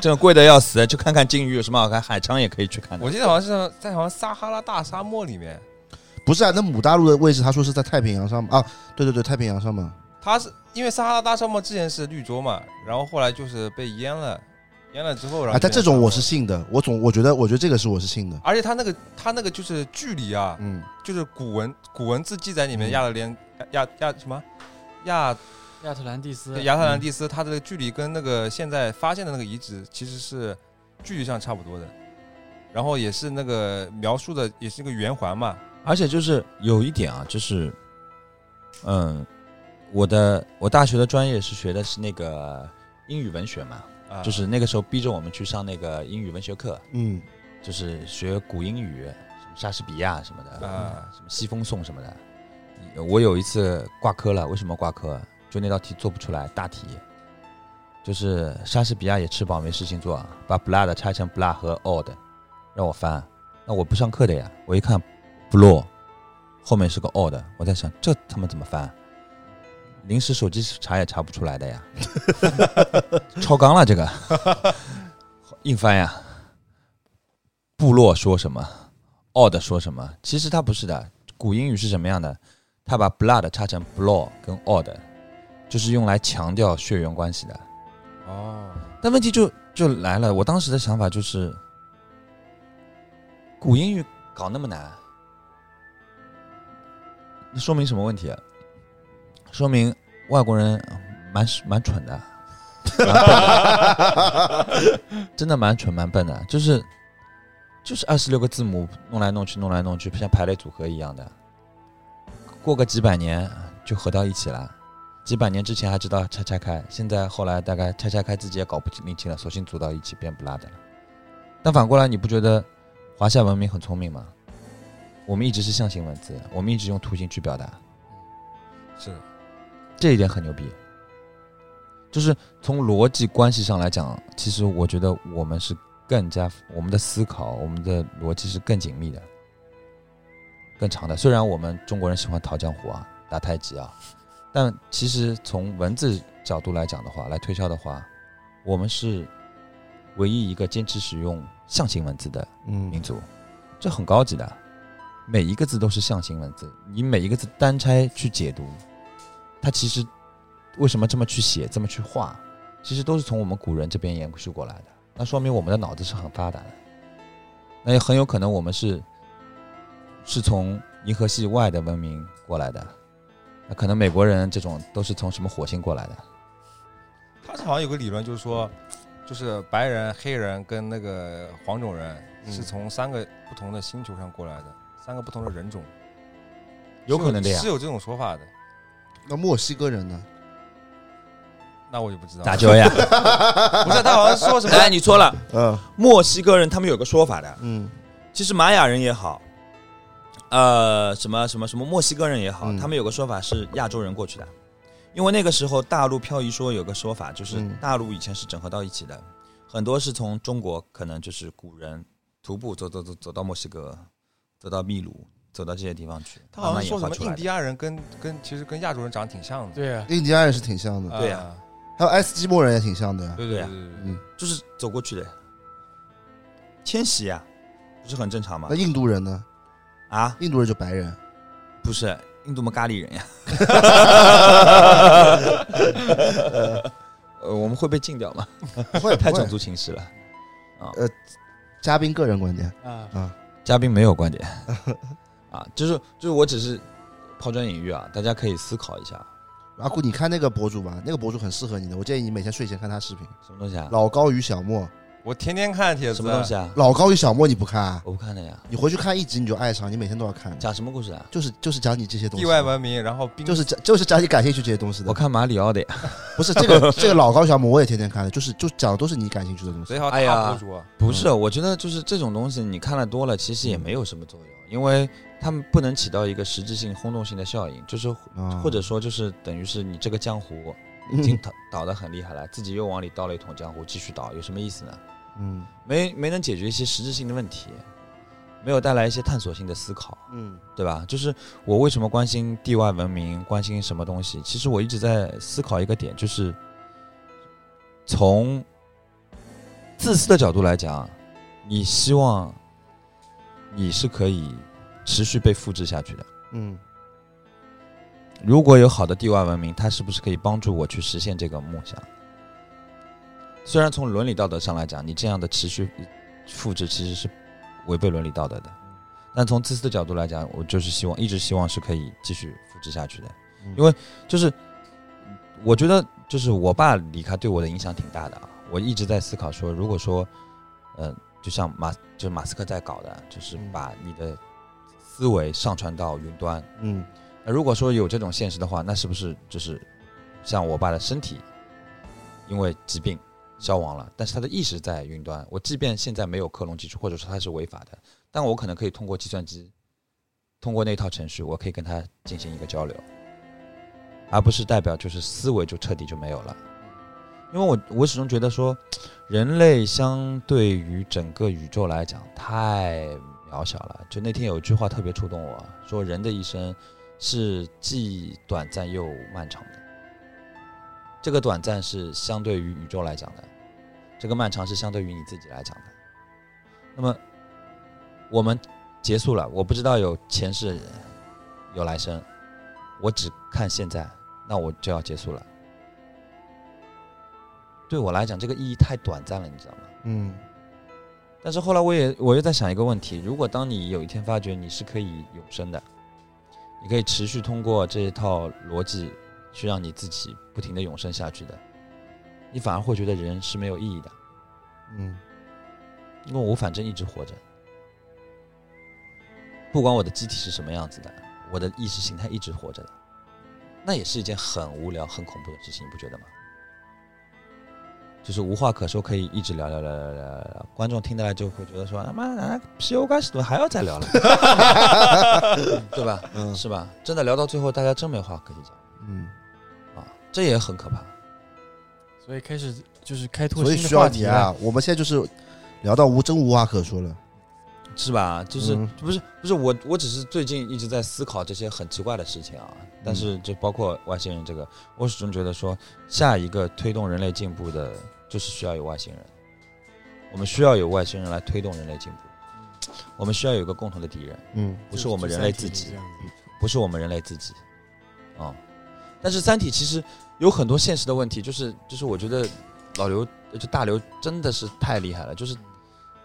S5: 真的贵的要死，去看看鲸鱼有什么好看，海昌也可以去看的。
S3: 我记得好像是在好像撒哈拉大沙漠里面，
S2: 不是啊，那母大陆的位置，他说是在太平洋上嘛？啊，对对对，太平洋上嘛。
S3: 它是因为撒哈拉大沙漠之前是绿洲嘛，然后后来就是被淹了，淹了之后，然后
S2: 啊，但这种我是
S3: 就变成沙
S2: 信
S3: 漠，
S2: 的，我总我觉得，我觉得这个是我是信的。
S3: 而且它那个它那个就是距离啊，
S2: 嗯，
S3: 就是古文古文字记载里
S2: 嗯
S3: 面亚特连亚亚什么亚
S4: 亚特兰蒂斯，
S3: 亚特兰蒂斯它的距离跟那个现在发现的那个遗址其实是距离上差不多的，然后也是那个描述的也是一个圆环嘛，
S5: 而且就是有一点啊，就是，嗯，我的我大学的专业是学的是那个英语文学嘛，
S3: 啊，
S5: 就是那个时候逼着我们去上那个英语文学课，
S2: 嗯，
S5: 就是学古英语，什么莎士比亚什么的，
S3: 啊
S5: 什么西风颂什么的。我有一次挂科了，为什么挂科？啊就那道题做不出来，大题。就是莎士比亚也吃饱没事情做，啊把 blood 拆成 blood 和 odd，让我翻。啊那我不上课的呀，我一看 blue 后面是个 odd，我在想这他们怎么翻？啊临时手机查也查不出来的呀， 超纲了这个， 硬翻呀。部落说什么，odd 说什么，其实它不是的。古英语是什么样的？它把 blood 拆成 blood 跟 odd，就是用来强调血缘关系的。
S3: 哦，
S5: 但问题就就来了，我当时的想法就是，古英语搞那么难，那说明什么问题？说明外国人呃蛮蛮蠢的， 蛮笨的真的蛮蠢蛮笨的，就是就是二十六个字母弄来弄去弄来弄去，像排列组合一样的，过个几百年就合到一起了。几百年之前还知道拆拆开，现在后来大概拆拆开自己也搞不清清了，索性组到一起变不拉的了。但反过来，你不觉得华夏文明很聪明吗？我们一直是象形文字，我们一直用图形去表达，
S3: 是的
S5: 这一点很牛逼。就是从逻辑关系上来讲，其实我觉得我们是更加我们的思考、我们的逻辑是更紧密的。更长的。虽然我们中国人喜欢淘江湖啊、打太极啊，但其实从文字角度来讲的话，来推销的话，我们是唯一一个坚持使用象形文字的民
S2: 嗯，
S5: 族，这很高级的，每一个字都是象形文字，你每一个字单拆去解读，它其实为什么这么去写、这么去画，其实都是从我们古人这边延续过来的。那说明我们的脑子是很发达的，那也很有可能我们是是从银河系外的文明过来的，那可能美国人这种都是从什么火星过来的，
S3: 他是好像有个理论，就是说，就是白人、黑人跟那个黄种人
S2: 嗯
S3: 是从三个不同的星球上过来的，三个不同的人种，
S5: 有可能的呀
S3: 是有这种说法的。
S2: 那墨西哥人呢？
S3: 那我就不知道了。
S5: 咋就呀？
S3: 不是他好像说什么
S5: 哎，你错了，
S2: 嗯
S5: 墨西哥人他们有个说法的，
S2: 嗯
S5: 其实玛雅人也好，呃，什么什么什么墨西哥人也好，
S2: 嗯
S5: 他们有个说法是亚洲人过去的，因为那个时候大陆漂移说有个说法，就是
S2: 嗯
S5: 大陆以前是整合到一起的，很多是从中国可能就是古人徒步走走走走到墨西哥，走到秘鲁，走到这些地方去，
S3: 他好
S5: 慢
S3: 像
S5: 慢演
S3: 说什
S5: 化
S3: 么
S5: 出
S3: 印
S5: 来
S3: 第
S5: 的。
S3: 亚人跟跟其实跟亚洲人长得挺像的。
S4: 对啊，
S2: 印第安人是挺像的，
S3: 啊
S5: 嗯对呀
S2: 还有爱斯基摩人也挺像的呀。
S3: 对
S5: 对
S3: 对
S5: 呀
S3: 对对对
S2: 嗯，
S5: 就是走过去的，迁徙呀、不是很正常吗
S2: 那？印度人呢？
S3: 哎
S5: 啊，
S2: 印度人就 白人，
S5: 不是印度嘛咖喱人 呀，呃，我们会被禁掉吗？
S2: 不会
S5: 太
S2: 不
S5: 种
S2: 会。
S5: 族歧视了。
S2: 嘉宾个人观点，
S5: 嗯
S4: 啊，
S5: 嘉宾没有观点啊，就是就是我只是抛砖引玉啊，大家可以思考一下
S2: 阿顾你看那个博主吧，那个博主很适合你的，我建议你每天睡前看他视频。
S5: 什么东西啊，
S2: 老高与小莫，
S3: 我天天看帖子。
S5: 什么东西？啊，
S2: 老高与小莫你不看啊？
S5: 我不看的呀，
S2: 你回去看一集你就爱上，你每天都要看，
S5: 讲什么故事啊？
S2: 就是就是讲你这些东西，
S3: 地外文明，然后冰
S2: 就是讲就是讲你感兴趣这些东西
S5: 我
S2: 的。
S5: 看马里奥的呀，
S2: 不是这个这个老高与小莫我也天天看的，就是就讲的都是你感兴趣的东西。
S3: 最好
S5: 哎呀
S3: 大啊博主。
S5: 不是，我觉得就是这种东西你看了多了，其实也没有什么作用，因为他们不能起到一个实质性轰动性的效应，就是
S2: 啊
S5: 或者说就是等于是你这个江湖已经
S2: 嗯
S5: 倒倒得很厉害了，自己又往里倒了一桶江湖，继续倒有什么意思呢？
S2: 嗯
S5: 没没能解决一些实质性的问题，没有带来一些探索性的思考。
S2: 嗯
S5: 对吧？就是我为什么关心地外文明，关心什么东西？其实我一直在思考一个点，就是从自私的角度来讲，你希望你是可以持续被复制下去的。
S2: 嗯
S5: 如果有好的地外文明，它是不是可以帮助我去实现这个梦想？虽然从伦理道德上来讲，你这样的持续复制其实是违背伦理道德的，但从自私的角度来讲，我就是希望一直希望是可以继续复制下去的，
S2: 嗯
S5: 因为就是我觉得就是我爸离开对我的影响挺大的啊，我一直在思考说，如果说，呃，就像马就是马斯克在搞的，就是
S2: 嗯
S5: 把你的思维上传到云端，
S2: 嗯
S5: 那如果说有这种现实的话，那是不是就是像我爸的身体因为疾病消亡了，但是他的意识在云端？我即便现在没有克隆技术，或者说它是违法的，但我可能可以通过计算机，通过那套程序，我可以跟他进行一个交流，而不是代表就是思维就彻底就没有了。因为我我始终觉得说，人类相对于整个宇宙来讲太渺小了。就那天有一句话特别触动我，说人的一生是既短暂又漫长的。这个短暂是相对于宇宙来讲的，这个漫长是相对于你自己来讲的。那么我们结束了，我不知道有前世有来生，我只看现在，那我就要结束了。对我来讲，这个意义太短暂了，你知道吗？
S2: 嗯
S5: 但是后来我也我又在想一个问题：如果当你有一天发觉你是可以永生的，你可以持续通过这一套逻辑去让你自己不停的永生下去的，你反而会觉得人是没有意义的，
S2: 嗯
S5: 因为我反正一直活着，不管我的机体是什么样子的，我的意识形态一直活着的，那也是一件很无聊、很恐怖的事情，你不觉得吗？就是无话可说，可以一直聊聊聊聊聊聊聊，观众听到了就会觉得说，他啊妈的，皮欧干什么还要再聊了，对吧？
S2: 嗯
S5: 是吧？真的聊到最后，大家真没话可以讲
S2: 嗯，
S5: 啊，这也很可怕。
S4: 所以开始就是开拓
S2: 所以
S4: 新
S2: 需
S4: 的话
S2: 要
S4: 题
S2: 你啊
S4: 了。
S2: 啊，我们现在就是聊到无真无话可说了。
S5: 是吧？就是、
S2: 嗯
S5: 不是不是我，我只是最近一直在思考这些很奇怪的事情啊。但是就包括外星人这个，我始终觉得说，下一个推动人类进步的，就是需要有外星人。我们需要有外星人来推动人类进步。我们需要有一个共同的敌人，
S2: 嗯，
S5: 不是我们人类自己嗯
S7: 这，样子
S5: 不是我们人类自己，啊、但是《三体》其实有很多现实的问题，就是就是我觉得老刘就大刘真的是太厉害了，就是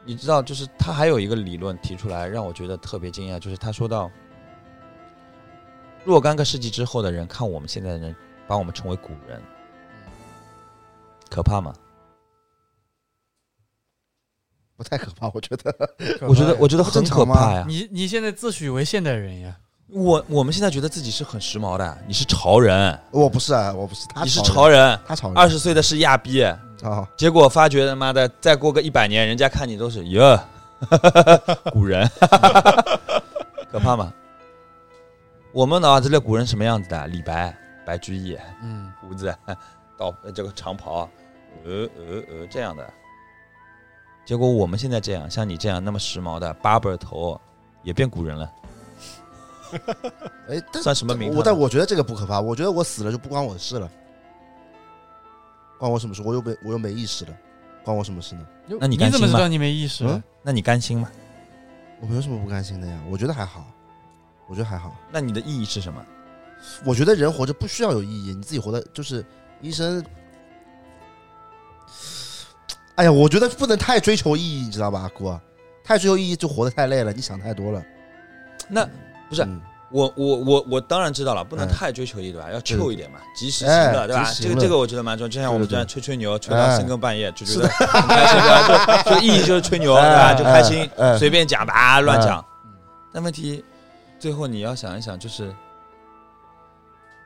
S5: 你知道，就是他还有一个理论提出来，让我觉得特别惊讶，就是他说到若干个世纪之后的人看我们现在的人，把我们称为古人，可怕吗？
S2: 不太可怕，我觉得。
S5: 我觉得我觉得
S2: 不
S5: 很
S2: 正
S5: 可
S2: 常吗啊
S5: 怕呀。
S4: 你你现在自诩为现代人呀？
S5: 我我们现在觉得自己是很时髦的，你是潮人，
S2: 我不是啊，我不是，他
S5: 你是
S2: 潮
S5: 潮人，
S2: 人，他潮人
S5: 二十岁的是亚逼。
S2: 啊，
S5: 结果发觉他妈的，再过个一百年，人家看你都是哟， 古人， 可怕吗？我们脑子里的古人什么样子的？李白、白居易，
S4: 嗯，
S5: 胡子、到这个长袍，呃呃呃这样的。结果我们现在这样，像你这样那么时髦的八本头，也变古人了，
S2: 哎，但
S5: 算什么名堂呢？啊
S2: 我但我觉得这个不可怕，我觉得我死了就不关我的事了，关我什么事？我又没我又没意识了，关我什么事呢？
S5: 那你
S4: 你
S5: 甘
S4: 怎么
S5: 心
S4: 知道
S5: 吗？
S4: 你没意识？啊
S2: 嗯
S5: 那你甘心吗？
S2: 我没有什么不甘心的呀，我觉得还好，我觉得还好。
S5: 那你的意义是什么？
S2: 我觉得人活着不需要有意义，你自己活的就是医生。 哎呀，我觉得不能太追求意义，你知道吧，哥？太追求意义就活得太累了，你想太多了。
S5: 那不是
S2: 嗯
S5: 我我我我当然知道了，不能
S2: 哎
S5: 太追求意对吧？要
S2: 对
S5: chill 一点嘛，及时行
S2: 哎
S5: 乐，对吧？
S2: 及时
S5: 这
S2: 行
S5: 个
S2: 乐
S5: 这个我觉得蛮重要。就像我
S2: 对
S5: 们
S2: 对
S5: 这样吹吹牛，吹到
S2: 哎
S5: 深更半夜，就觉
S2: 是
S5: 得很开心，对吧就就意义就是吹牛，对吧？
S2: 哎
S5: 就开心
S2: 哎，哎嗯
S5: 随便讲吧，乱讲。但问题最后你要想一想，就是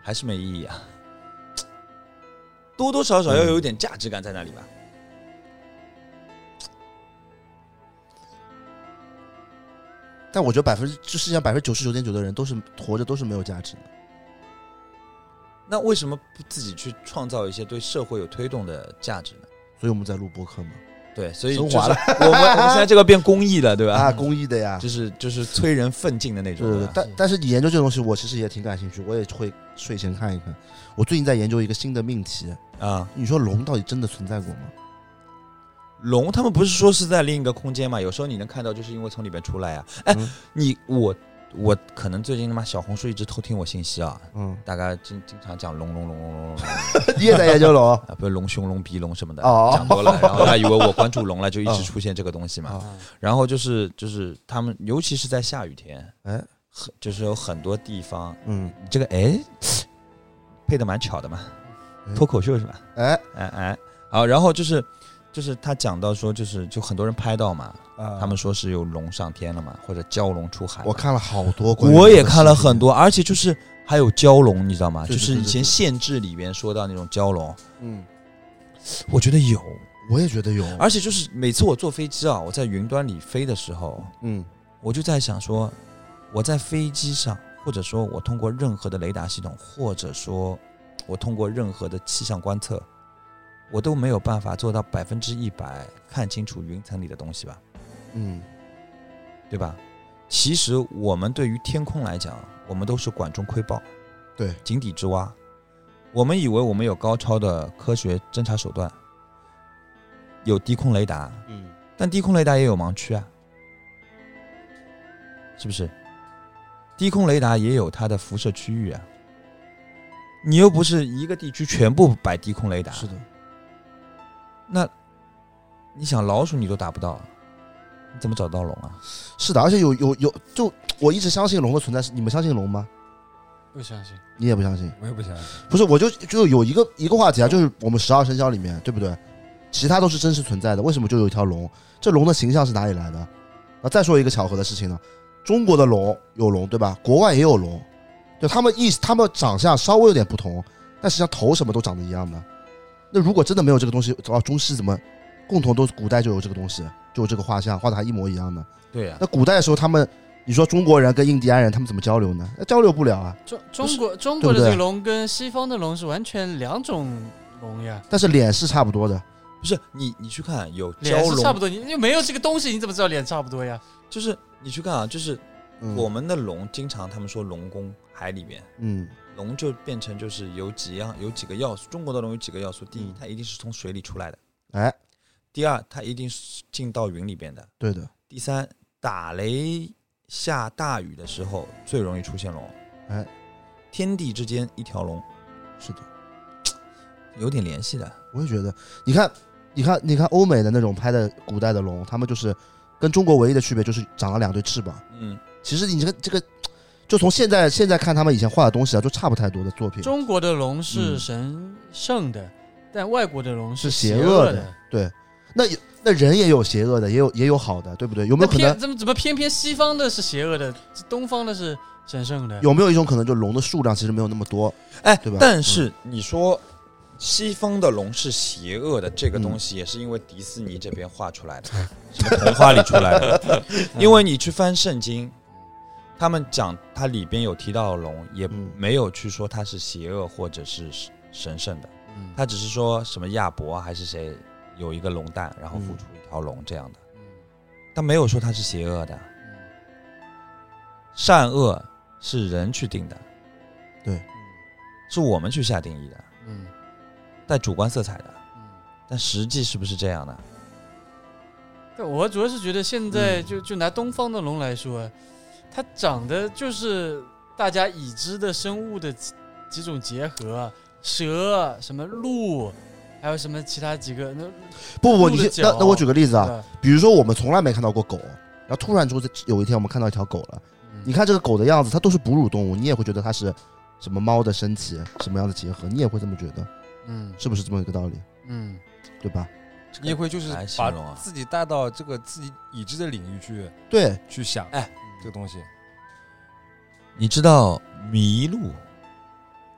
S5: 还是没意义啊，多多少少
S2: 嗯
S5: 要有一点价值感在那里吧。
S2: 但我觉得百分之这世界上百分之九十九点九的人都是活着都是没有价值的。
S5: 那为什么不自己去创造一些对社会有推动的价值呢？
S2: 所以我们在录播客嘛，
S5: 对，所以就
S2: 升
S5: 是
S2: 华
S5: 我
S2: 了
S5: 们我们现在这个变公益了，对吧？
S2: 啊，公益的呀，
S5: 就是啊就是催人奋进的那
S2: 对
S5: 种
S2: 对对
S5: 的。。
S2: 但但是你研究这东西，我其实也挺感兴趣，我也会睡前看一看。我最近在研究一个新的命题，
S5: 啊，
S2: 你说龙到底真的存在过吗？
S5: 龙他们不是说是在另一个空间嘛？有时候你能看到，就是因为从里边出来呀、哎，
S2: 嗯
S5: 你我我可能最近他妈小红书一直偷听我信息啊，
S2: 嗯，
S5: 大家经经常讲龙龙龙龙龙龙
S2: 你也在研究龙
S5: 啊，不是龙兄龙鼻龙什么的，
S2: 哦
S5: 讲多了，然后大家以为我关注龙了，就一直
S2: 哦
S5: 出现这个东西嘛。
S4: 嗯
S2: 啊？
S5: 然后就是就是他们，尤其是在下雨天，
S2: 哎，
S5: 很就是有很多地方，
S2: 嗯，
S5: 你这个哎配的蛮巧的嘛，
S2: 嗯
S5: 脱口秀是吧？
S2: 哎
S5: 哎哎，好，然后就是就是他讲到说，就是就很多人拍到嘛，
S2: 啊
S5: 他们说是有龙上天了嘛，或者蛟龙出海嘛。
S2: 呃我看了好多关于龙的视频，
S5: 我也看了很多，而且就是还有蛟龙，你知道吗？
S2: 对
S5: 就
S2: 对
S5: 是
S2: 对
S5: 以
S2: 对
S5: 前
S2: 对
S5: 县志里边说到那种蛟龙，
S2: 嗯，
S5: 我觉得有，
S2: 我也觉得有，
S5: 而且就是每次我坐飞机啊，我在云端里飞的时候，
S2: 嗯，
S5: 我就在想说，我在飞机上，或者说我通过任何的雷达系统，或者说我通过任何的气象观测，我都没有办法做到百分之一百看清楚云层里的东西吧，
S2: 嗯，
S5: 对吧？其实我们对于天空来讲，我们都是管中窥豹，
S2: 对，
S5: 井底之蛙。我们以为我们有高超的科学侦察手段，有低空雷达，
S2: 嗯，
S5: 但低空雷达也有盲区啊，是不是？低空雷达也有它的辐射区域啊。你又不是一个地区全部摆低空雷达，
S2: 是的，
S5: 那你想老鼠你都打不到，啊你怎么找到龙啊？
S2: 是的，而且有有有，就我一直相信龙的存在，是你们相信龙吗？
S4: 不相信。
S2: 你也不相信，
S3: 我也不相信。
S2: 不是？我就就有一个一个话题啊，就是我们十二生肖里面，对不对？其他都是真实存在的，为什么就有一条龙？这龙的形象是哪里来的？啊，再说一个巧合的事情呢，中国的龙有龙，对吧？国外也有龙，对他们意思，他们长相稍微有点不同，但实际上头什么都长得一样的。那如果真的没有这个东西，找到中西怎么共同都古代就有这个东西，就有这个画像，画的还一模一样的。
S5: 对呀、
S2: 那古代的时候，他们你说中国人跟印第安人他们怎么交流呢？那交流不了啊。
S4: 中
S2: 不
S4: 中
S2: 是
S4: 国中
S2: 对
S4: 国的
S2: 不
S4: 这个
S2: 对
S4: 龙跟西方的龙是完全两种龙呀，
S2: 但是脸是差不多的，
S5: 不是你你去看有
S4: 脸
S5: 蛟
S4: 是差不多，
S5: 龙，
S4: 你又没有这个东西，你怎么知道脸差不多呀？
S5: 就是你去看啊，就是
S2: 嗯
S5: 我们的龙，经常他们说龙宫海里面，
S2: 嗯
S5: 龙就变成就是有几样有几个要素，中国的龙有几个要素，第一
S2: 嗯，
S5: 它一定是从水里出来的；
S2: 哎
S5: 第二，它一定是进到云里边的；
S2: 对的
S5: 第三，打雷下大雨的时候最容易出现龙。
S2: 哎，
S5: 天地之间一条龙，
S2: 是的，
S5: 有点联系的。
S2: 我也觉得。你看你看你看欧美的那种拍的古代的龙，他们就是跟中国唯一的区别就是长了两对翅膀。
S5: 嗯，
S2: 其实你这个这个，就从现在现在看他们以前画的东西啊，就差不太多的作品。
S4: 中国的龙是
S2: 嗯
S4: 神圣的，但外国的龙
S2: 是邪
S4: 邪
S2: 恶
S4: 的
S2: 的。对，那有那人也有邪恶的，也有也有好的，对不对？有
S4: 那
S2: 没有可能
S4: 偏怎么怎么偏偏西方的是邪恶的，东方的是神圣的？
S2: 有没有一种可能，就龙的数量其实没有那么多？
S5: 哎
S2: 对吧，嗯
S5: 但是你说西方的龙是邪恶的，这个
S2: 嗯
S5: 东西也是因为迪士尼这边画出来的，什么童话里出 来的。因为你去翻圣经，他们讲它里边有提到龙，也
S2: 嗯
S5: 没有去说它是邪恶或者是神圣的，
S4: 嗯
S5: 他只是说什么亚伯啊还是谁有一个龙蛋，然后
S2: 嗯
S5: 孵出一条龙这样的，他没有说它是邪恶的，善恶是人去定的，是我们去下定义的，
S4: 嗯
S5: 带主观色彩的。
S4: 嗯。
S5: 但实际是不是这样的？
S4: 但我主要是觉得现在就就拿东方的龙来说，它长得就是大家已知的生物的几几种结合，蛇、啊什么鹿，还有什么其他几个那
S2: 不不不，
S4: 鹿的
S2: 你先那
S4: 角
S2: 那我举个例子啊，
S4: 对
S2: 比如说我们从来没看到过狗，然后突然出有一天我们看到一条狗了，
S4: 嗯
S2: 你看这个狗的样子，它都是哺乳动物，你也会觉得它是什么猫的身体什么样的结合，你也会这么觉得，
S4: 嗯
S2: 是不是这么一个道理？
S4: 嗯
S2: 对吧？
S3: 你也会就是
S5: 来形
S3: 把
S5: 容啊
S3: 自己带到这个自己已知的领域去
S2: 对，
S3: 去想，
S5: 哎，
S3: 这个东西
S5: 你知道麋鹿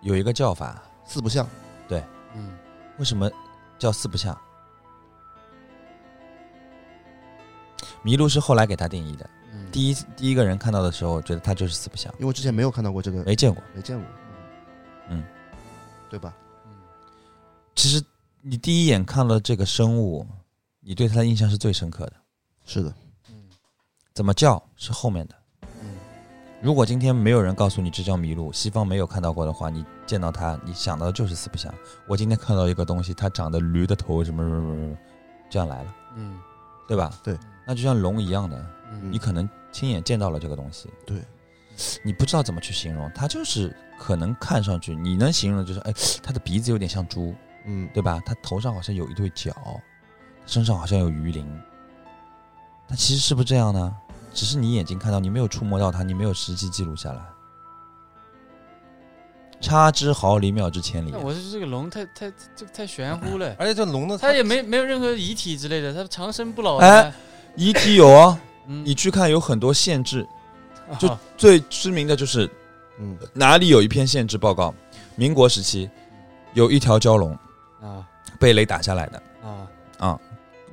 S5: 有一个叫法，
S2: 四不像，
S4: 嗯，
S5: 为什么叫四不像？麋鹿是后来给它定义的。
S4: 嗯
S5: 第一第一个人看到的时候，觉得它就是四不像，
S2: 因为之前没有看到过这个，
S5: 没见过。
S2: 没见过，
S5: 嗯，
S2: 对吧？
S4: 嗯
S5: 其实你第一眼看了这个生物，你对它的印象是最深刻的。
S2: 是的，
S5: 怎么叫是后面的。
S4: 嗯
S5: 如果今天没有人告诉你这叫麋鹿，西方没有看到过的话，你见到它，你想到的就是四不像。我今天看到一个东西，它长得驴的头，什么什么什么什么，这样来了，
S4: 嗯
S5: 对吧？
S2: 对，
S5: 那就像龙一样的，
S4: 嗯
S5: 你可能亲眼见到了这个东西，
S2: 对，
S5: 你不知道怎么去形容，它就是可能看上去你能形容的就是，哎，它的鼻子有点像猪，
S2: 嗯，
S5: 对吧？它头上好像有一对角，身上好像有鱼鳞，但其实是不是这样呢？只是你眼睛看到，你没有触摸到它，你没有实际记录下来。差之毫厘，妙之千里
S4: 那。我是这个龙太太这个太玄乎了，
S3: 而且这龙呢，
S4: 它也没没有任何遗体之类的，它长生不老的。
S5: 哎遗体有哦，
S4: 嗯，
S5: 你去看有很多限制，就
S4: 啊
S5: 最知名的就是
S2: 嗯，
S5: 哪里有一篇限制报告，民国时期有一条蛟龙
S4: 啊
S5: 被雷打下来的，
S4: 啊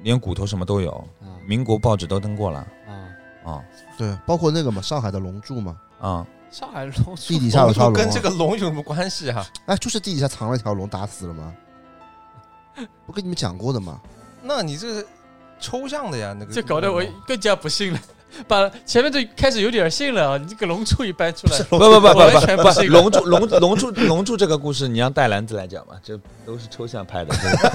S5: 连骨头什么都有，
S4: 啊
S5: 民国报纸都登过了
S4: 啊！
S5: 啊
S2: 对，包括那个嘛，上海的龙柱嘛，
S5: 啊！
S4: 上海龙
S2: 地底
S3: 你
S2: 下有条龙、
S3: 跟
S2: 啊
S3: 这，个龙有什么关系啊？
S2: 哎，就是地底下藏了一条龙，打死了吗？不跟你们讲过的 吗？
S3: 那你这个抽象的呀，那个
S4: 这搞得我更加不信了，把前面就开始有点信了啊！你这个龙处一搬出来，
S5: 不不不不
S4: 完全
S5: 不
S4: 不
S5: 不
S4: 信，
S5: 龙柱龙龙柱龙柱这个故事，你让带篮子来讲吧，这都是 抽象 派的。这个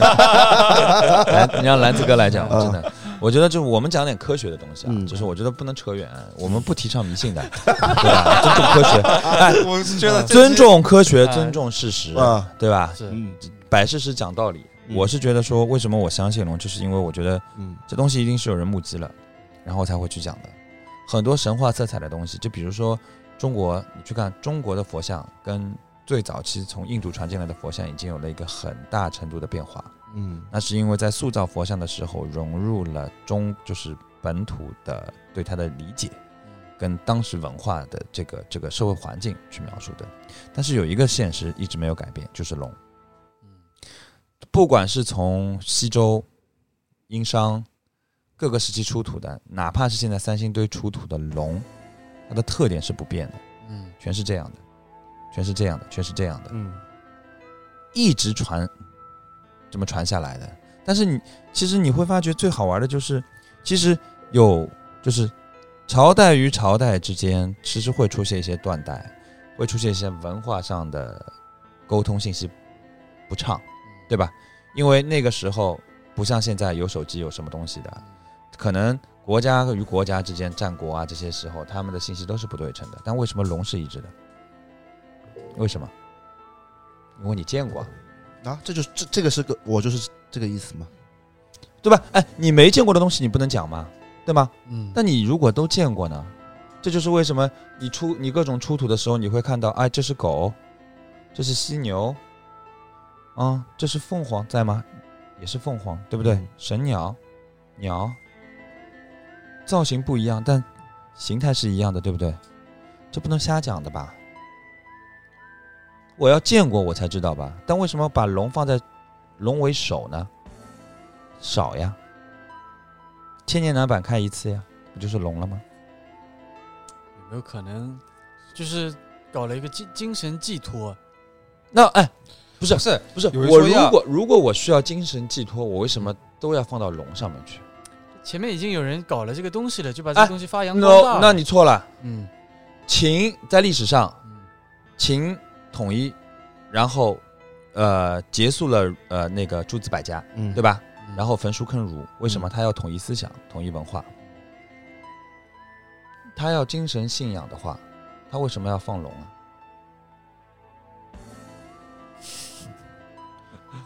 S5: 来，你让篮子哥来讲吧，真的，我觉得就是我们讲点科学的东西啊，
S2: 嗯
S5: 就是我觉得不能扯远，我们不提倡 迷信的，对吧？ 尊重科学，
S3: 我是觉得这
S5: 尊重科学，
S4: 啊
S2: 哎
S5: 尊重事实，
S2: 啊，
S5: 对吧？
S4: 是
S2: 嗯
S5: 摆事实讲道理。
S2: 嗯
S5: 我是觉得说，为什么我相信龙，就是因为我觉得
S2: 嗯
S5: 这东西一定是有人目击了，然后才会去讲的。很多神话色彩的东西，就比如说中国，你去看中国的佛像，跟最早期从印度传进来的佛像已经有了一个很大程度的变化。
S2: 嗯
S5: 那是因为在塑造佛像的时候，融入了中就是本土的对它的理解，跟当时文化的这个这个社会环境去描述的。但是有一个现实一直没有改变，就是龙。不管是从西周、殷商各个时期出土的，哪怕是现在三星堆出土的龙，它的特点是不变的，
S4: 嗯
S5: 全是这样的，全是这样的，全是这样的，
S2: 嗯，
S5: 一直传，这么传下来的。但是你其实你会发觉最好玩的就是，其实有就是朝代与朝代之间其实会出现一些断代，会出现一些文化上的沟通信息不畅，对吧？因为那个时候不像现在有手机有什么东西的，可能国家与国家之间战国啊这些时候他们的信息都是不对称的。但为什么龙是一致的？为什么？因为你见过啊，
S2: 啊，这就是这这个是个我就是这个意思嘛。
S5: 对吧？哎，你没见过的东西你不能讲嘛，对吗？
S4: 嗯，
S5: 但你如果都见过呢，这就是为什么你出你各种出土的时候，你会看到，哎，这是狗，这是犀牛，啊、这是凤凰在吗？也是凤凰，对不对？
S2: 嗯
S5: 神鸟，鸟，造型不一样，但形态是一样的，对不对？这不能瞎讲的吧？我要见过我才知道吧？但为什么把龙放在龙为首呢？少呀，千年南版开一次呀，不就是龙了吗？
S4: 有没有可能就是搞了一个精精神寄托？
S5: 那哎，不是
S3: 不是
S5: 不是，
S3: 有人
S5: 我
S3: 说
S5: 如
S3: 要
S5: 果如果我需要精神寄托，我为什么都要放到龙上面去？
S4: 前面已经有人搞了这个东西了，就把这
S5: 哎
S4: 个东西发扬光大
S5: No，
S4: 了。
S5: 那你错了。
S4: 嗯
S5: 秦在历史上，
S4: 嗯
S5: 秦统一，然后呃结束了呃那个诸子百家，
S2: 嗯
S5: 对吧？
S4: 嗯
S5: 然后焚书坑儒，为什么他要统一思想、统一文化？他要精神信仰的话，他为什么要放龙啊？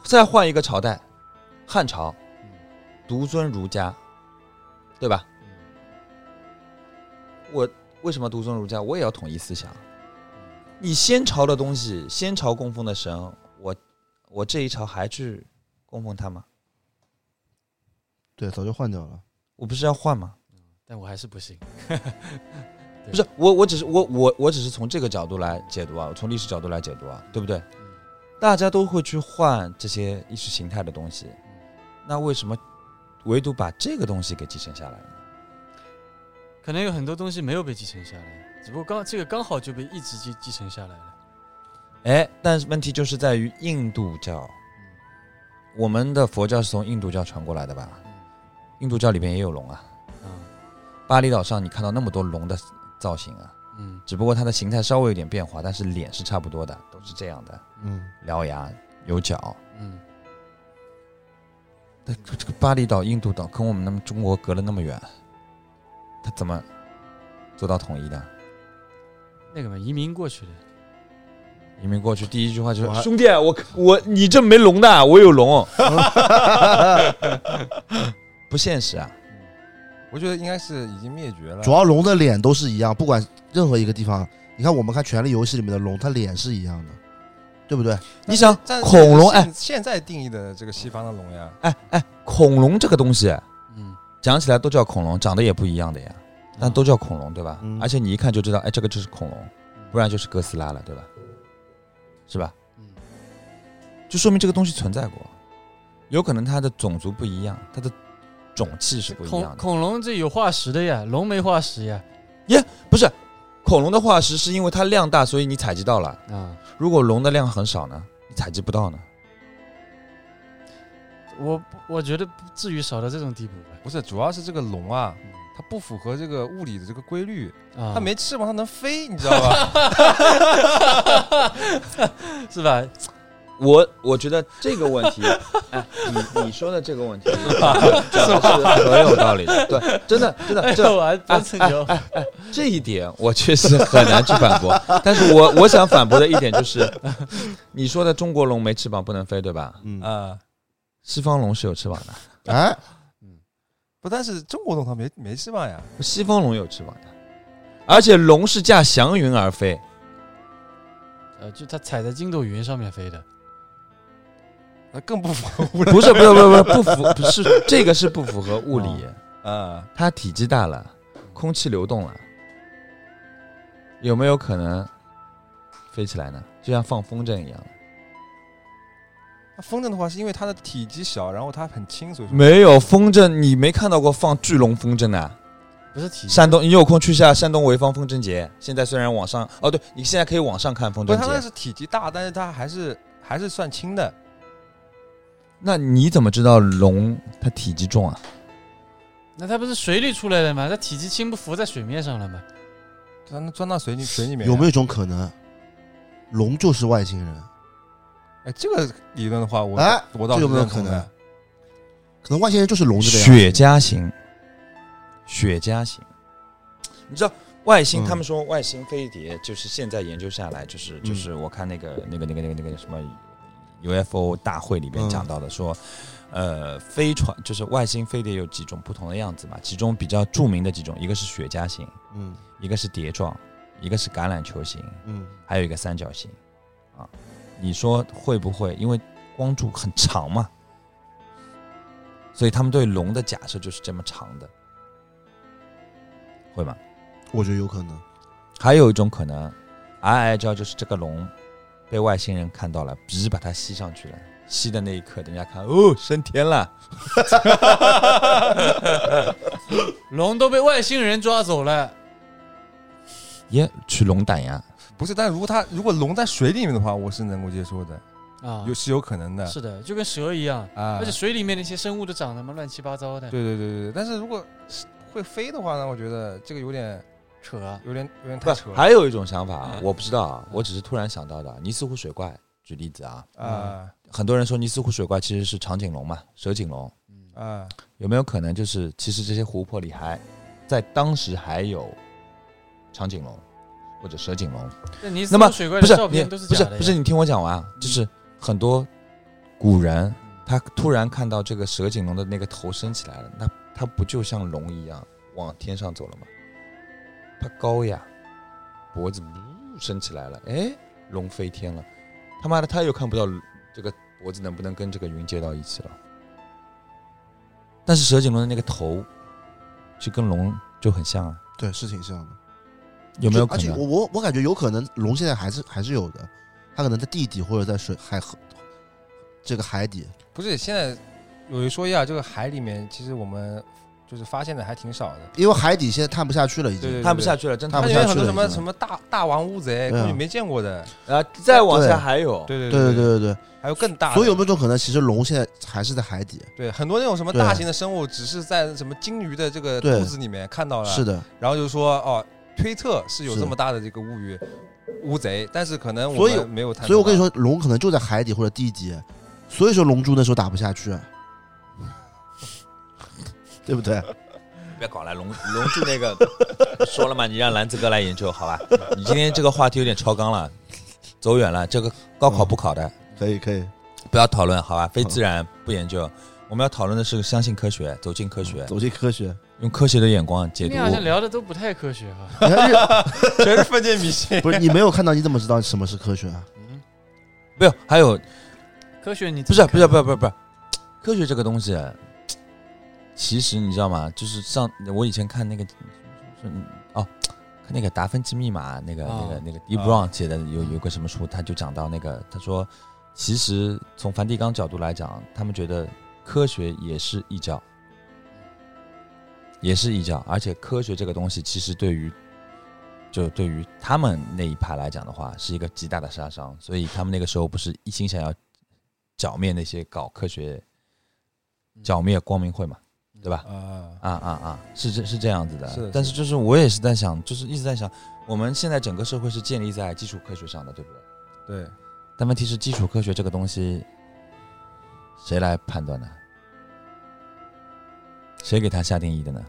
S5: 再换一个朝代，汉朝，独尊儒家，对吧？我为什么独尊儒家？我也要统一思想。你先朝的东西，先朝供奉的神，我我这一朝还去供奉他吗？
S2: 对，早就换掉了。
S5: 我不是要换吗？
S4: 但我还是不信。
S5: 不是，我我只是我我我只是从这个角度来解读啊，我从历史角度来解读啊，对不对？大家都会去换这些意识形态的东西，那为什么唯独把这个东西给继承下来了？
S4: 可能有很多东西没有被继承下来，只不过刚这个刚好就被一直继继承下来了。
S5: 哎，但是问题就是在于印度教，我们的佛教是从印度教传过来的吧？印度教里边也有龙啊，
S4: 啊，
S5: 巴厘岛上你看到那么多龙的造型啊，
S4: 嗯
S5: 只不过它的形态稍微有点变化，但是脸是差不多的，都是这样的，
S2: 嗯，
S5: 獠牙有角。
S4: 嗯，
S5: 但这这个巴厘岛、印度岛跟我们那么中国隔了那么远，它怎么做到统一的？
S4: 那个嘛，移民过去的。
S5: 移民过去第一句话就
S2: 我
S5: 是：“
S2: 还
S5: 兄弟，我我你这没龙的，我有 龙。”不现实啊！
S3: 我觉得应该是已经灭绝了
S2: 主。要龙的脸都是一样，不管任何一个地方，你看我们看《权力游戏》里面的龙，它脸是一样的，对不对？
S5: 你想
S3: 但是
S5: 恐龙，
S3: 现
S5: 哎，
S3: 现在定义的这个西方的龙呀，
S5: 恐龙这个东西
S4: 嗯，
S5: 讲起来都叫恐龙，长得也不一样的呀，但都叫恐龙对吧？
S2: 嗯
S5: 而且你一看就知道，哎，这个就是恐龙，不然就是哥斯拉了，对吧？是吧？
S4: 嗯
S5: 就说明这个东西存在过，有可能它的种族不一样，它的种气是不一
S4: 恐
S5: 样的。
S4: 恐龙这有化石的呀，龙没化石呀。
S5: 不是，恐龙的化石是因为它量大，所以你采集到了。
S4: 啊，
S5: 如果龙的量很少呢，你采集不到呢？
S4: 我我觉得不至于少到这种地步吧。
S3: 不是，主要是这个龙啊，
S5: 嗯
S3: 它不符合这个物理的这个规律，
S4: 啊，
S3: 它没翅膀，它能飞，你知道吧？
S4: 是吧？
S5: 我我觉得这个问题， 哎，你你说的这个问题 讲的是很有道理的，对，真的真的
S4: 哎
S5: 这哎
S4: 呦，我还不吹牛。
S5: 这一点我确实很难去反驳，但是我我想反驳的一点就是，你说的中国龙没翅膀不能飞，对吧？
S2: 嗯，
S3: 啊，
S5: 西方龙是有翅膀的。
S2: 哎，
S3: 不，但是中国龙它没没翅膀呀，
S5: 西方龙有翅膀的，而且龙是驾祥云而飞。
S4: 呃，就它踩在筋斗云上面飞的。
S3: 那更不符合物理
S5: 不是，不是，不是，不是，不符，不是这个是不符合物理。
S3: 啊。
S5: 它体积大了，空气流动了，有没有可能飞起来呢？就像放风筝一样，
S3: 那风筝的话，是因为它的体积小，然后它很轻，所以说
S5: 没有风筝，你没看到过放巨龙风筝的、啊
S4: 不是体积
S5: 山东，你有空去一下山东潍坊风筝节。现在虽然网上，哦，对你现在可以网上看风
S3: 不
S5: 筝
S3: 是它那
S5: 节。
S3: 是体积大，但是它还是还是算轻的。
S5: 那你怎么知道龙它体积重啊？
S4: 那它不是水里出来的吗？它体积轻，不浮在水面上了吗？
S3: 它能钻到水里水里面？
S2: 有没有一种可能，龙就是外星人？
S3: 哎，这个理论的话，我
S2: 哎
S3: 我
S2: 这
S3: 倒是
S2: 有没有
S3: 认同
S2: 可
S3: 的
S2: 能可能外星人就是龙这个啊样子
S5: 雪茄型，雪茄型，你知道外星？
S2: 嗯
S5: 他们说外星飞碟就是现在研究下来，就是就是我看那个那个那个那个那个什么 UFO 大会里面
S2: 嗯
S5: 讲到的，说呃飞船就是外星飞碟有几种不同的样子嘛，其中比较著名的几种，一个是雪茄型，
S2: 嗯
S5: 一个是碟状，一个是橄榄球型，
S2: 嗯，
S5: 还有一个三角形啊。你说会不会？因为光柱很长嘛，所以他们对龙的假设就是这么长的，会吗？
S2: 我觉得有可能。
S5: 还有一种可能，矮矮叫就是这个龙被外星人看到了，鼻把它吸上去了。吸的那一刻，人家看哦，升天了。
S4: 龙都被外星人抓走了，
S5: 耶，取龙胆呀！
S3: 不是，但如果它如果龙在水里面的话，我是能够接受的，
S4: 啊
S3: 有，是有可能的
S4: 是的，就跟蛇一样，
S3: 啊。
S4: 而且水里面那些生物都长得嘛乱七八糟的，
S3: 对对对对对，但是如果是会飞的话呢，我觉得这个有点
S4: 扯啊。
S3: 有点有点
S5: 不
S3: 太扯，了
S5: 还有一种想法啊，我不知道啊，我只是突然想到的。尼斯湖水怪，举例子啊，
S3: 啊
S5: 很多人说尼斯湖水怪其实是长颈龙嘛，蛇颈龙。
S3: 啊！
S5: 有没有可能就是其实这些湖泊里还在当时还有长颈龙或者蛇颈龙？
S4: 那尼斯
S5: 那么
S4: 湖水怪
S5: 不
S4: 的
S5: 是
S4: 照
S5: 你
S4: 片都是
S5: 不
S4: 假
S5: 是
S4: 的呀
S5: 不是，你听我讲完啊，就是很多古人
S4: 嗯
S5: 他突然看到这个蛇颈龙的那个头升起来了，那它不就像龙一样往天上走了吗？它高呀，脖子呜升起来了，哎，龙飞天了，他妈的他又看不到这个脖子能不能跟这个云接到一起了。但是蛇颈龙的那个头，就跟龙就很像啊，
S2: 对，是挺像的。
S5: 有没有可
S2: 而且我
S5: 能？
S2: 我我感觉有可能龙现在还是还是有的，它可能在地底或者在水海河这个海底。
S3: 不是，现在有一说一啊，这个海里面其实我们就是发现的还挺少的，
S2: 因为海底现在探不下去了，已
S3: 对
S2: 经。
S3: 对，
S5: 看不下去了，真
S2: 看
S5: 看
S3: 它
S5: 不
S2: 不下
S5: 下
S3: 里
S5: 去。
S3: 面很
S2: 去
S3: 多
S2: 了
S3: 什么
S2: 已经
S3: 什么大大王乌贼，
S2: 对啊
S3: 根本没见过的，
S5: 啊，再往
S2: 对
S5: 下还有，
S3: 对对
S2: 对对
S3: 对，
S2: 对对对
S3: 还有更大的，
S2: 所以有没有一种可能，其实龙现在还是在海底？
S3: 对很多那种什么
S2: 对
S3: 大型的生物，只是在什么鲸鱼的这个
S2: 对
S3: 肚子里面看到了，
S2: 是的，
S3: 然后就说哦，推测是有
S2: 是
S3: 这么大的这个乌鱼乌贼，但是可能我
S2: 所以
S3: 们没有探
S2: 所以我跟你
S3: 说，
S2: 说，龙可能就在海底或者地底，所以说龙珠那时候打不下去， 对不对？
S5: 别搞了，龙龙柱那个 说了嘛，你让篮子哥来研究好吧？你今天这个话题有点超纲了，走远了。这个高考不考的，
S2: 可以可以，
S5: 不要讨论好吧？非自然不研究，我们要讨论的是相信科学，走进科学，
S2: 走进科学。
S5: 用科学的眼光解读
S4: 你。好像聊的都不太科学哈、
S2: 你看日
S3: 全是封建迷信
S2: 不是你没有看到，你怎么知道什么是科学啊？
S5: 没有，还有
S4: 科学你
S5: 不
S4: 怎
S5: 是
S4: 么
S5: 不
S4: 看
S5: 是不是不是不是，科学这个东西，其实你知道吗？就是上我以前看那个，是哦，看那个《达芬奇密码》，那个、
S4: 啊
S5: 那个那个 D. Brown 写的有有个什么书，他就讲到那个，他说，其实从梵蒂冈角度来讲，他们觉得科学也是异教，也是异教，而且科学这个东西其实对于就对于他们那一派来讲的话，是一个极大的杀伤，所以他们那个时候不是一心想要剿灭那些搞科学、剿灭光明会嘛，对吧？
S3: 啊。
S5: 啊啊啊，是这是这样子的。
S3: 是的
S5: 但是
S3: 是
S5: 就是我也是在想，就是一直在想，我们现在整个社会是建立在基础科学上的，对不对？
S3: 对，
S5: 但问题是，基础科学这个东西，谁来判断呢？谁给它下定义的呢？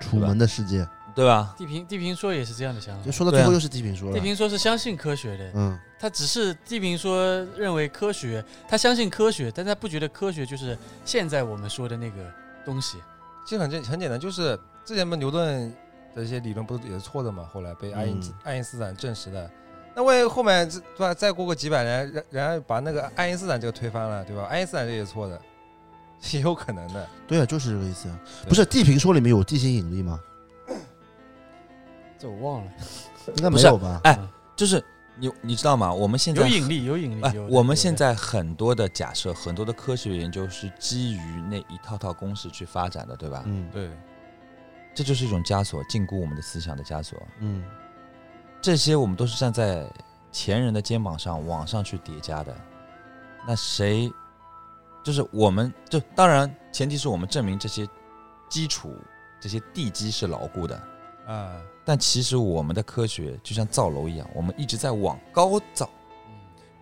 S2: 楚门的世界，
S5: 对吧？
S4: 地平地平说也是这样的想
S2: 就
S4: 法。
S2: 说到最
S5: 对
S2: 后
S5: 啊
S2: 又是地平说
S4: 地
S2: 了。
S4: 平说是相信科学的，
S2: 嗯，
S4: 他只是地平说认为科学，他相信科学，但他不觉得科学就是现在我们说的那个东西。
S3: 其实很简很简单，就是之前不牛顿的一些理论不是也是错的嘛，后来被爱因、
S2: 嗯
S3: 爱因斯坦证实的。那万一后面这对吧？再过个几百年，人人家把那个爱因斯坦这个推翻了，对吧？爱因斯坦这也是错的，也有可能的。
S2: 对啊，就是这个意思。
S3: 对
S2: 不是地平说里面有地心引力吗？
S4: 这我忘了，
S2: 应该
S5: 不
S2: 没
S5: 是
S2: 有吧？
S5: 就是你你知道吗？我们现在
S4: 有引力，有引力。
S5: 哎
S4: 有，的
S5: 我们现，
S4: 有
S5: 在很多的假设，很多的科学研究是基于那一套套公式去发展的，对吧？
S2: 嗯
S3: 对，
S5: 这就是一种枷锁，禁锢我们的思想的枷锁。
S2: 嗯，
S5: 这些我们都是站在前人的肩膀上往上去叠加的。那谁，就是我们就当然前提是我们证明这些基础、这些地基是牢固的，
S3: 啊，
S5: 但其实我们的科学就像造楼一样，我们一直在往高造，
S4: 嗯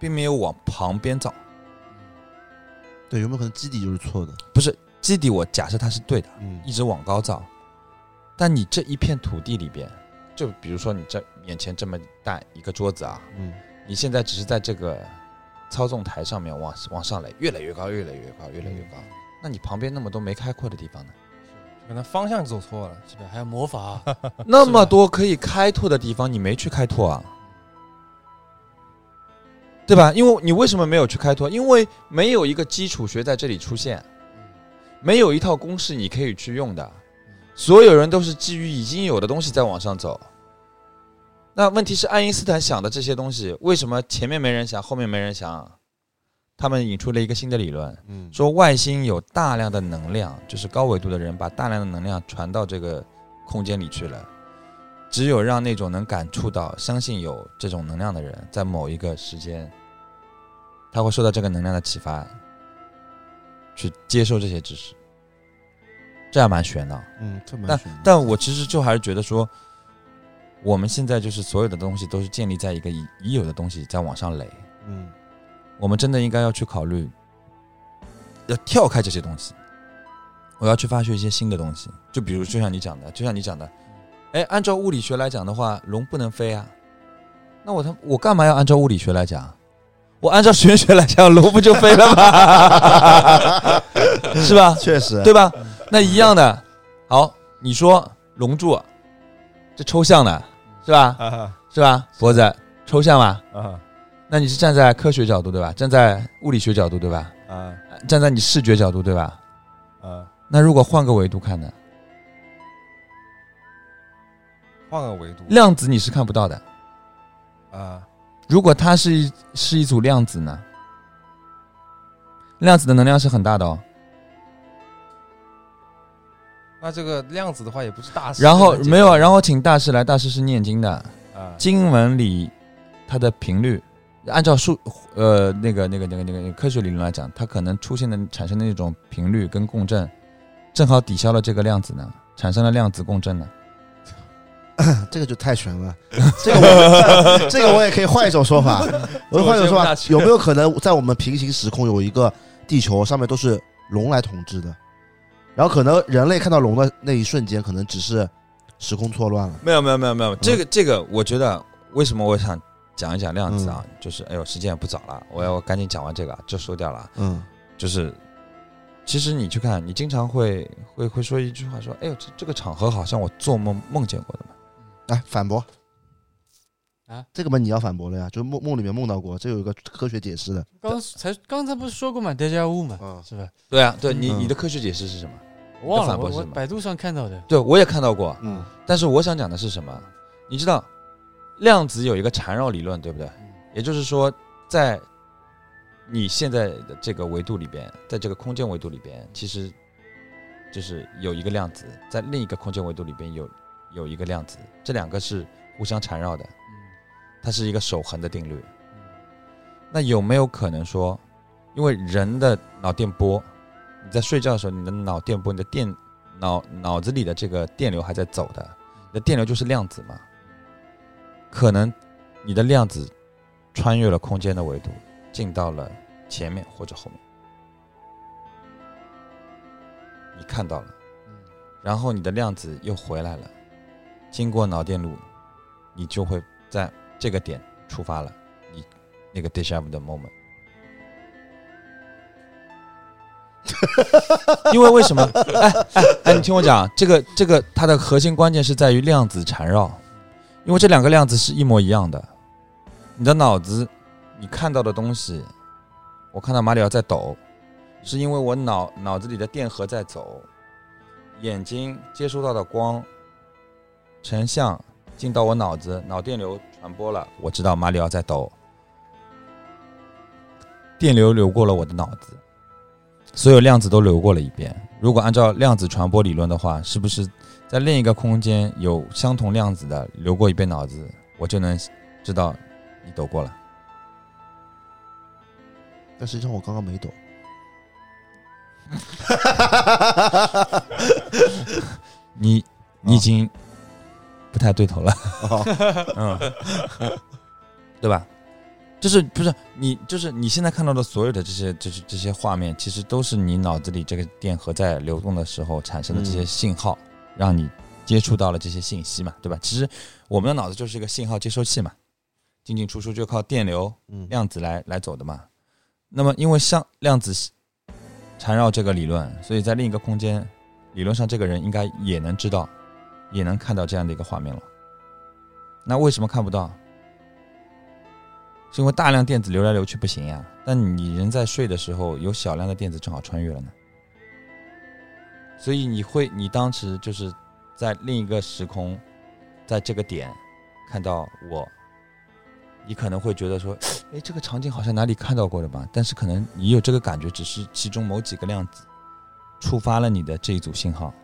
S5: 并没有往旁边造。
S2: 对，有没有可能基底就是错的？
S5: 不是基底，我假设它是对的，
S2: 嗯
S5: 一直往高造，但你这一片土地里边，就比如说你这眼前这么大一个桌子啊，
S2: 嗯，
S5: 你现在只是在这个操纵台上面往往上垒，越垒越高，越垒越高，越垒越高。那你旁边那么多没开阔的地方呢？
S3: 可能方向走错了。
S4: 是吧？还有魔法，啊
S5: 那么多可以开拓的地方，你没去开拓啊，对吧？因为你为什么没有去开拓？因为没有一个基础学在这里出现，没有一套公式你可以去用的，所有人都是基于已经有的东西在往上走。那问题是爱因斯坦想的这些东西，为什么前面没人想，后面没人想？他们引出了一个新的理论，
S2: 嗯
S5: 说外星有大量的能量，就是高维度的人把大量的能量传到这个空间里去了。只有让那种能感触到、相信有这种能量的人，在某一个时间，他会受到这个能量的启发，去接受这些知识。这还蛮悬的。
S2: 嗯，这蛮
S5: 但
S2: 悬的
S5: 但我其实就还是觉得说，我们现在就是所有的东西都是建立在一个已已有的东西在往上垒。
S2: 嗯，
S5: 我们真的应该要去考虑，要跳开这些东西，我要去发掘一些新的东西。就比如，就像你讲的，就像你讲的，哎，按照物理学来讲的话，龙不能飞啊。那我他我干嘛要按照物理学来讲？啊我按照玄学来讲，龙不就飞了吗？ 是吧？
S2: 确实，
S5: 对吧？那一样的。好，你说龙柱，这抽象的，是吧？
S3: 啊
S5: 是吧？脖子抽象吧？
S3: 啊
S5: 那你是站在科学角度对吧？站在物理学角度对吧？
S3: 啊
S5: 站在你视觉角度对吧？
S3: 啊！
S5: 那如果换个维度看呢？
S3: 换个维度
S5: 量子你是看不到的。
S3: 啊，
S5: 如果它是一是一组量子呢？量子的能量是很大的哦。
S3: 啊那这个量子的话也不是大师能解决的。
S5: 然后没有，啊然后请大师来，大师是念经的，
S3: 啊
S5: 经文里它的频率，按照数呃那个那个那个那个那个科学理论来讲，它可能出现的产生的那种频率跟共振，正好抵消了这个量子呢，产生了量子共振呢。
S2: 这个就太悬了。 这个我这个我也可以换一种说法，我换一种说
S3: 我接不下
S2: 法，
S3: 去
S2: 有没有可能在我们平行时空有一个地球上面都是龙来统治的，然后可能人类看到龙的那一瞬间，可能只是时空错乱了。
S5: 没有没有没有没有，这个这个，我觉得为什么我想讲一讲量子啊？就是哎呦，时间也不早了，我要赶紧讲完这个啊，就收掉了啊。
S2: 嗯
S5: 就是其实你去看，你经常会会会说一句话，说哎呦，这这个场合好像我做梦梦见过的嘛。
S2: 来反驳
S4: 啊
S2: 这个嘛你要反驳了呀，就梦梦里面梦到过，这有一个科学解释的。
S4: 刚才刚才不是说过嘛，deja vu 嘛，
S2: 嗯
S4: 是吧？
S5: 对啊，对你
S2: 嗯
S5: 你的科学解释是什么？
S4: 我忘
S5: 反
S4: 了，
S5: 驳
S4: 我
S5: 是
S4: 我
S5: 什么
S4: 百度上看到的，
S5: 对我也看到过，
S2: 嗯
S5: 但是我想讲的是什么？你知道量子有一个缠绕理论，对不对？也就是说，在你现在的这个维度里边，在这个空间维度里边，其实就是有一个量子，在另一个空间维度里边有有一个量子，这两个是互相缠绕的，
S4: 嗯
S5: 它是一个守恒的定律。那有没有可能说，因为人的脑电波，你在睡觉的时候，你的脑电波，你的电脑脑子里的这个电流还在走的，你的电流就是量子嘛？可能你的量子穿越了空间的维度，进到了前面或者后面，你看到了，然后你的量子又回来了，经过脑电路，你就会在这个点出发了，你那个 deja vu 的 moment。因为为什么？哎哎哎，你听我讲，这个这个它的核心关键是在于量子缠绕，因为这两个量子是一模一样的。你的脑子，你看到的东西，我看到马里奥在抖，是因为我脑脑子里的电荷在走，眼睛接收到的光成像进到我脑子，脑电流传播了，我知道马里奥在抖，电流流过了我的脑子，所有量子都流过了一遍。如果按照量子传播理论的话，是不是在另一个空间有相同量子的流过一遍脑子，我就能知道你抖过了？
S2: 但实际上我刚刚没懂，
S5: 你你已经不太对头了，
S2: 啊
S5: 嗯，对吧？就是不是你就是你现在看到的所有的这些就是这些画面，其实都是你脑子里这个电荷在流动的时候产生的这些
S2: 嗯
S5: 信号，让你接触到了这些信息嘛，对吧？其实我们的脑子就是一个信号接收器嘛，进进出出就靠电流
S2: 嗯
S5: 量子来来走的嘛。那么因为像量子缠绕这个理论，所以在另一个空间，理论上这个人应该也能知道，也能看到这样的一个画面了。那为什么看不到？是因为大量电子流来流去不行呀。但你人在睡的时候，有少量的电子正好穿越了呢。所以你会，你当时就是在另一个时空，在这个点看到我，你可能会觉得说，哎，这个场景好像哪里看到过了吧？但是可能你有这个感觉，只是其中某几个量子触发了你的这一组信号，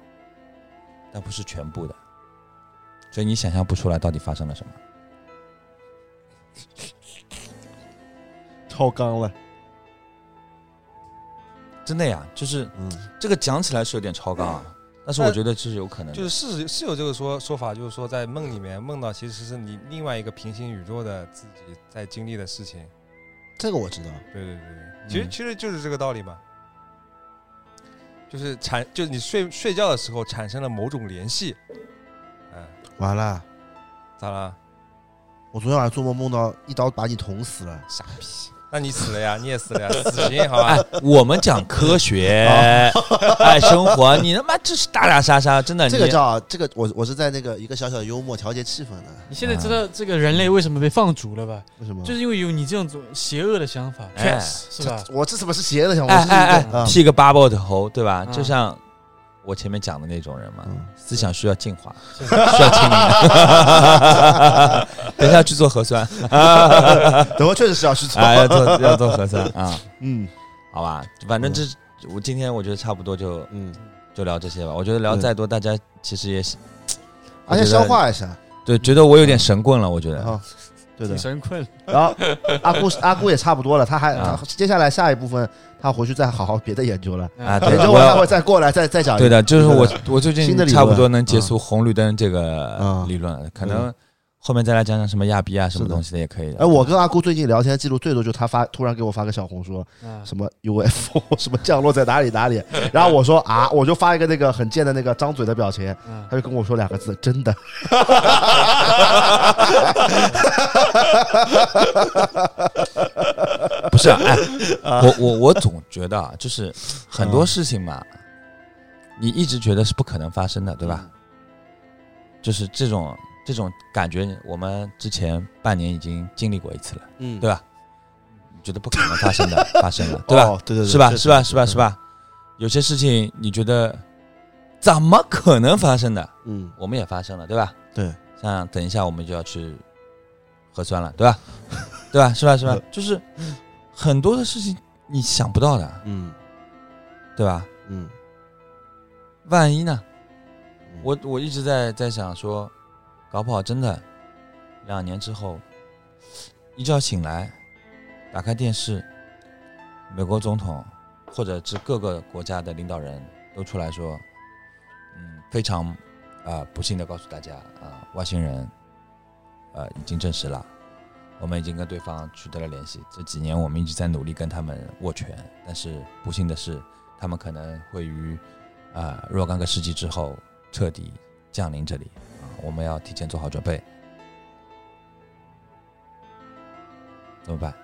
S5: 但不是全部的，所以你想象不出来到底发生了什么。
S2: 超纲了，
S5: 真的呀，就是
S2: 嗯，
S5: 这个讲起来是有点超纲啊，但是我觉得这是有可能的。
S3: 就是是是有这个说说法，就是说在梦里面梦到其实是你另外一个平行宇宙的自己在经历的事情。
S2: 这个我知道，
S3: 对对对对，其实、
S5: 嗯
S3: 其实就是这个道理嘛，就是产就是你睡睡觉的时候产生了某种联系，嗯，
S2: 完了，
S3: 咋啦？
S2: 我昨天晚上做梦梦到一刀把你捅死了，
S3: 傻逼，那你死了呀，你也死了呀，死刑好吧
S5: 哎？，我们讲科学，哎
S2: 啊
S5: 爱生 活，你他妈这是打打杀杀，真的。
S2: 这个
S5: 你
S2: 叫这个我我是在那个一个小小的幽默调节气氛的，
S4: 你现在知道这个人类为什么被放逐了吧？
S2: 为什么？
S4: 就是因为有你这样种邪恶的想法，
S5: 哎
S4: 是吧？
S2: 我这怎么是邪的想法？
S5: 哎哎
S2: 我
S5: 哎，
S2: 是一个啊
S5: 剃个八宝头，对吧？
S4: 嗯
S5: 就像我前面讲的那种人嘛，
S2: 嗯
S5: 思想需要净化，需要 清 理。等一下去做核 酸，哎
S2: 嗯，等会确实是要去做，
S5: 啊，要做要做核酸啊，
S2: 嗯
S5: 好吧，反正这我今天我觉得差不多就
S2: 嗯，
S5: 就聊这些吧。我觉得聊再多，大家其实也是
S2: 而且消化一下，
S5: 对，觉得我有点神棍了，我觉
S2: 然
S5: 得。
S2: 后对的
S4: 挺，神棍，
S2: 然后阿姑阿姑也差不多了，她还
S5: 啊
S2: 她接下来下一部分，她回去再好好别的研究了，
S5: 啊，对
S2: 研
S5: 的，
S2: 究
S5: 我
S2: 完她会
S5: 要
S2: 再过来再再讲一
S5: 对
S2: 个，
S5: 的，就是我
S2: 对
S5: 我最
S2: 新的
S5: 近
S2: 理论
S5: 差不多能结束红绿灯这个
S2: 嗯
S5: 理论，可能后面再来讲讲什么亚比啊亚什么
S2: 是的
S5: 东西的也可以的。
S2: 哎，我跟阿姑最近聊天记录最多就是她发突然给我发个小红说
S4: 啊
S2: 什么 UFO 什么降落在哪里哪 里，然后我说啊，我就发一个那个很贱的那个张嘴的表情，
S5: 嗯
S4: 啊
S2: 她就跟我说两个字，真 的。
S5: 不 是，哎，我我我总觉得啊，就是很多事情嘛，你一直觉得是不可能发生的，对吧？就是这种这种感觉，我们之前半年已经经历过一次了，
S2: 嗯
S5: 对吧？觉得不可能发生 的，发生了，对吧？
S2: 哦对对对，
S5: 是吧？
S2: 这
S5: 是嗯吧？是吧？是？吧？有些事情你觉得怎么可能发生的，
S2: 嗯，
S5: 我们也发生了，对吧？
S2: 对，
S5: 像等一下我们就要去核酸了，对吧？对吧？是吧？是吧？就是很多的事情你想不到的，
S2: 嗯
S5: 对吧？
S2: 嗯，
S5: 万一呢？
S2: 嗯
S5: 我我一直在在想说，搞不好真的两年之后，一觉醒来，打开电视，美国总统或者是各个国家的领导人都出来说，嗯，非常啊、不幸的告诉大家啊、外星人呃已经证实了。我们已经跟对方取得了联系，这几年我们一直在努力跟他们握拳，但是不幸的是，他们可能会于啊、若干个世纪之后彻底降临这里啊，我们要提前做好准备。怎么办？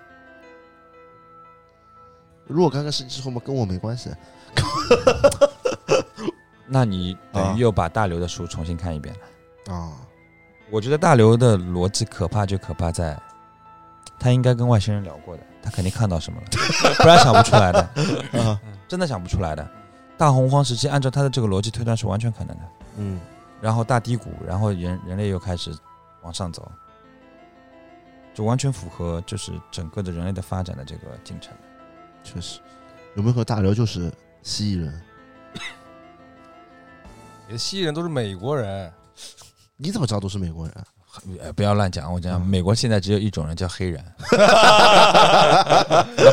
S2: 若干个世纪之后嘛，跟我没关系。
S5: 那你等
S2: 啊
S5: 于又把大刘的书重新看一遍了。
S2: 啊，
S5: 我觉得大刘的逻辑可怕就可怕在，他应该跟外星人聊过的，他肯定看到什么了，不然想不出 来的，
S2: 啊
S5: 真的想不出来的。大洪荒时期，按照他的这个逻辑推断是完全可能的。
S2: 嗯，
S5: 然后大低谷，然后人人类又开始往上走，就完全符合就是整个的人类的发展的这个进程。
S2: 确实，有没有和大刘就是蜥蜴人？
S3: 你的蜥蜴人都是美国人，
S2: 你怎么知道都是美国人？啊
S5: 呃，不要乱讲，我讲
S2: 嗯
S5: 美国现在只有一种 人 叫黑人，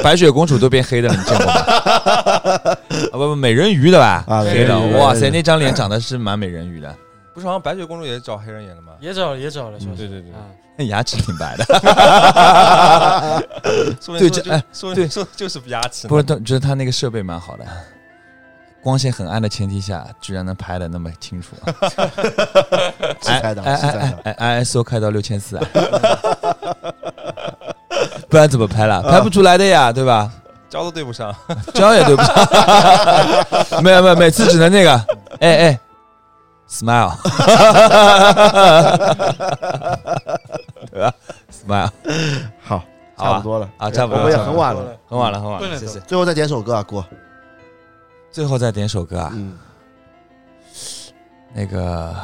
S5: 白雪公主都变黑的了，你见过吗？ 啊不不，美人鱼的吧？
S2: 啊
S5: 黑的
S3: 美人，鱼
S5: 哇塞，那张脸长得是蛮美人鱼的，
S3: 不是好像白雪公主也找黑人演的吗？
S4: 也找了也找了，是不
S3: 嗯对
S4: 是？
S3: 对对，
S4: 啊，
S5: 牙齿挺白的。
S3: 说
S5: 对这
S3: 明说就
S5: 哎
S3: 说
S5: 对
S3: 明说就是牙齿呢，
S5: 不是，都觉得他那个设备蛮好的，光线很暗的前提下，居然能拍的那么清楚。啊
S2: 是猜的，是猜的。
S5: 哎哎，ISO 开到六千四啊， 不然怎么拍了？拍不出来的呀，对吧？
S3: 胶都对不上。
S5: 焦也对不上， 没有没有，每次只能那个，哎哎，smile，对吧？smile，
S2: 好，
S5: 好吧
S2: 差不多了，
S5: 啊差不多
S2: 我们也
S5: 差不
S2: 很
S5: 多
S2: 晚了，
S5: 很晚了很晚
S4: 不
S5: 了，
S4: 能
S5: 谢谢。
S2: 最后再点首歌啊，郭。
S5: 最后再点首歌啊，
S2: 嗯，
S5: 那个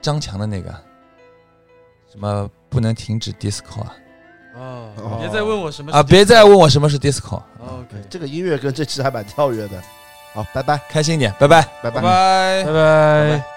S5: 张强的那个什么不能停止 disco 啊
S4: 哦，别再问我什么
S5: 啊！
S4: 是
S5: 别再问我什么是 disco，
S2: 啊
S4: OK，
S2: 这个音乐跟这期还蛮跳跃的。好，拜拜，
S5: 开心一点，拜拜。
S2: 拜拜
S3: 拜。
S4: 拜拜。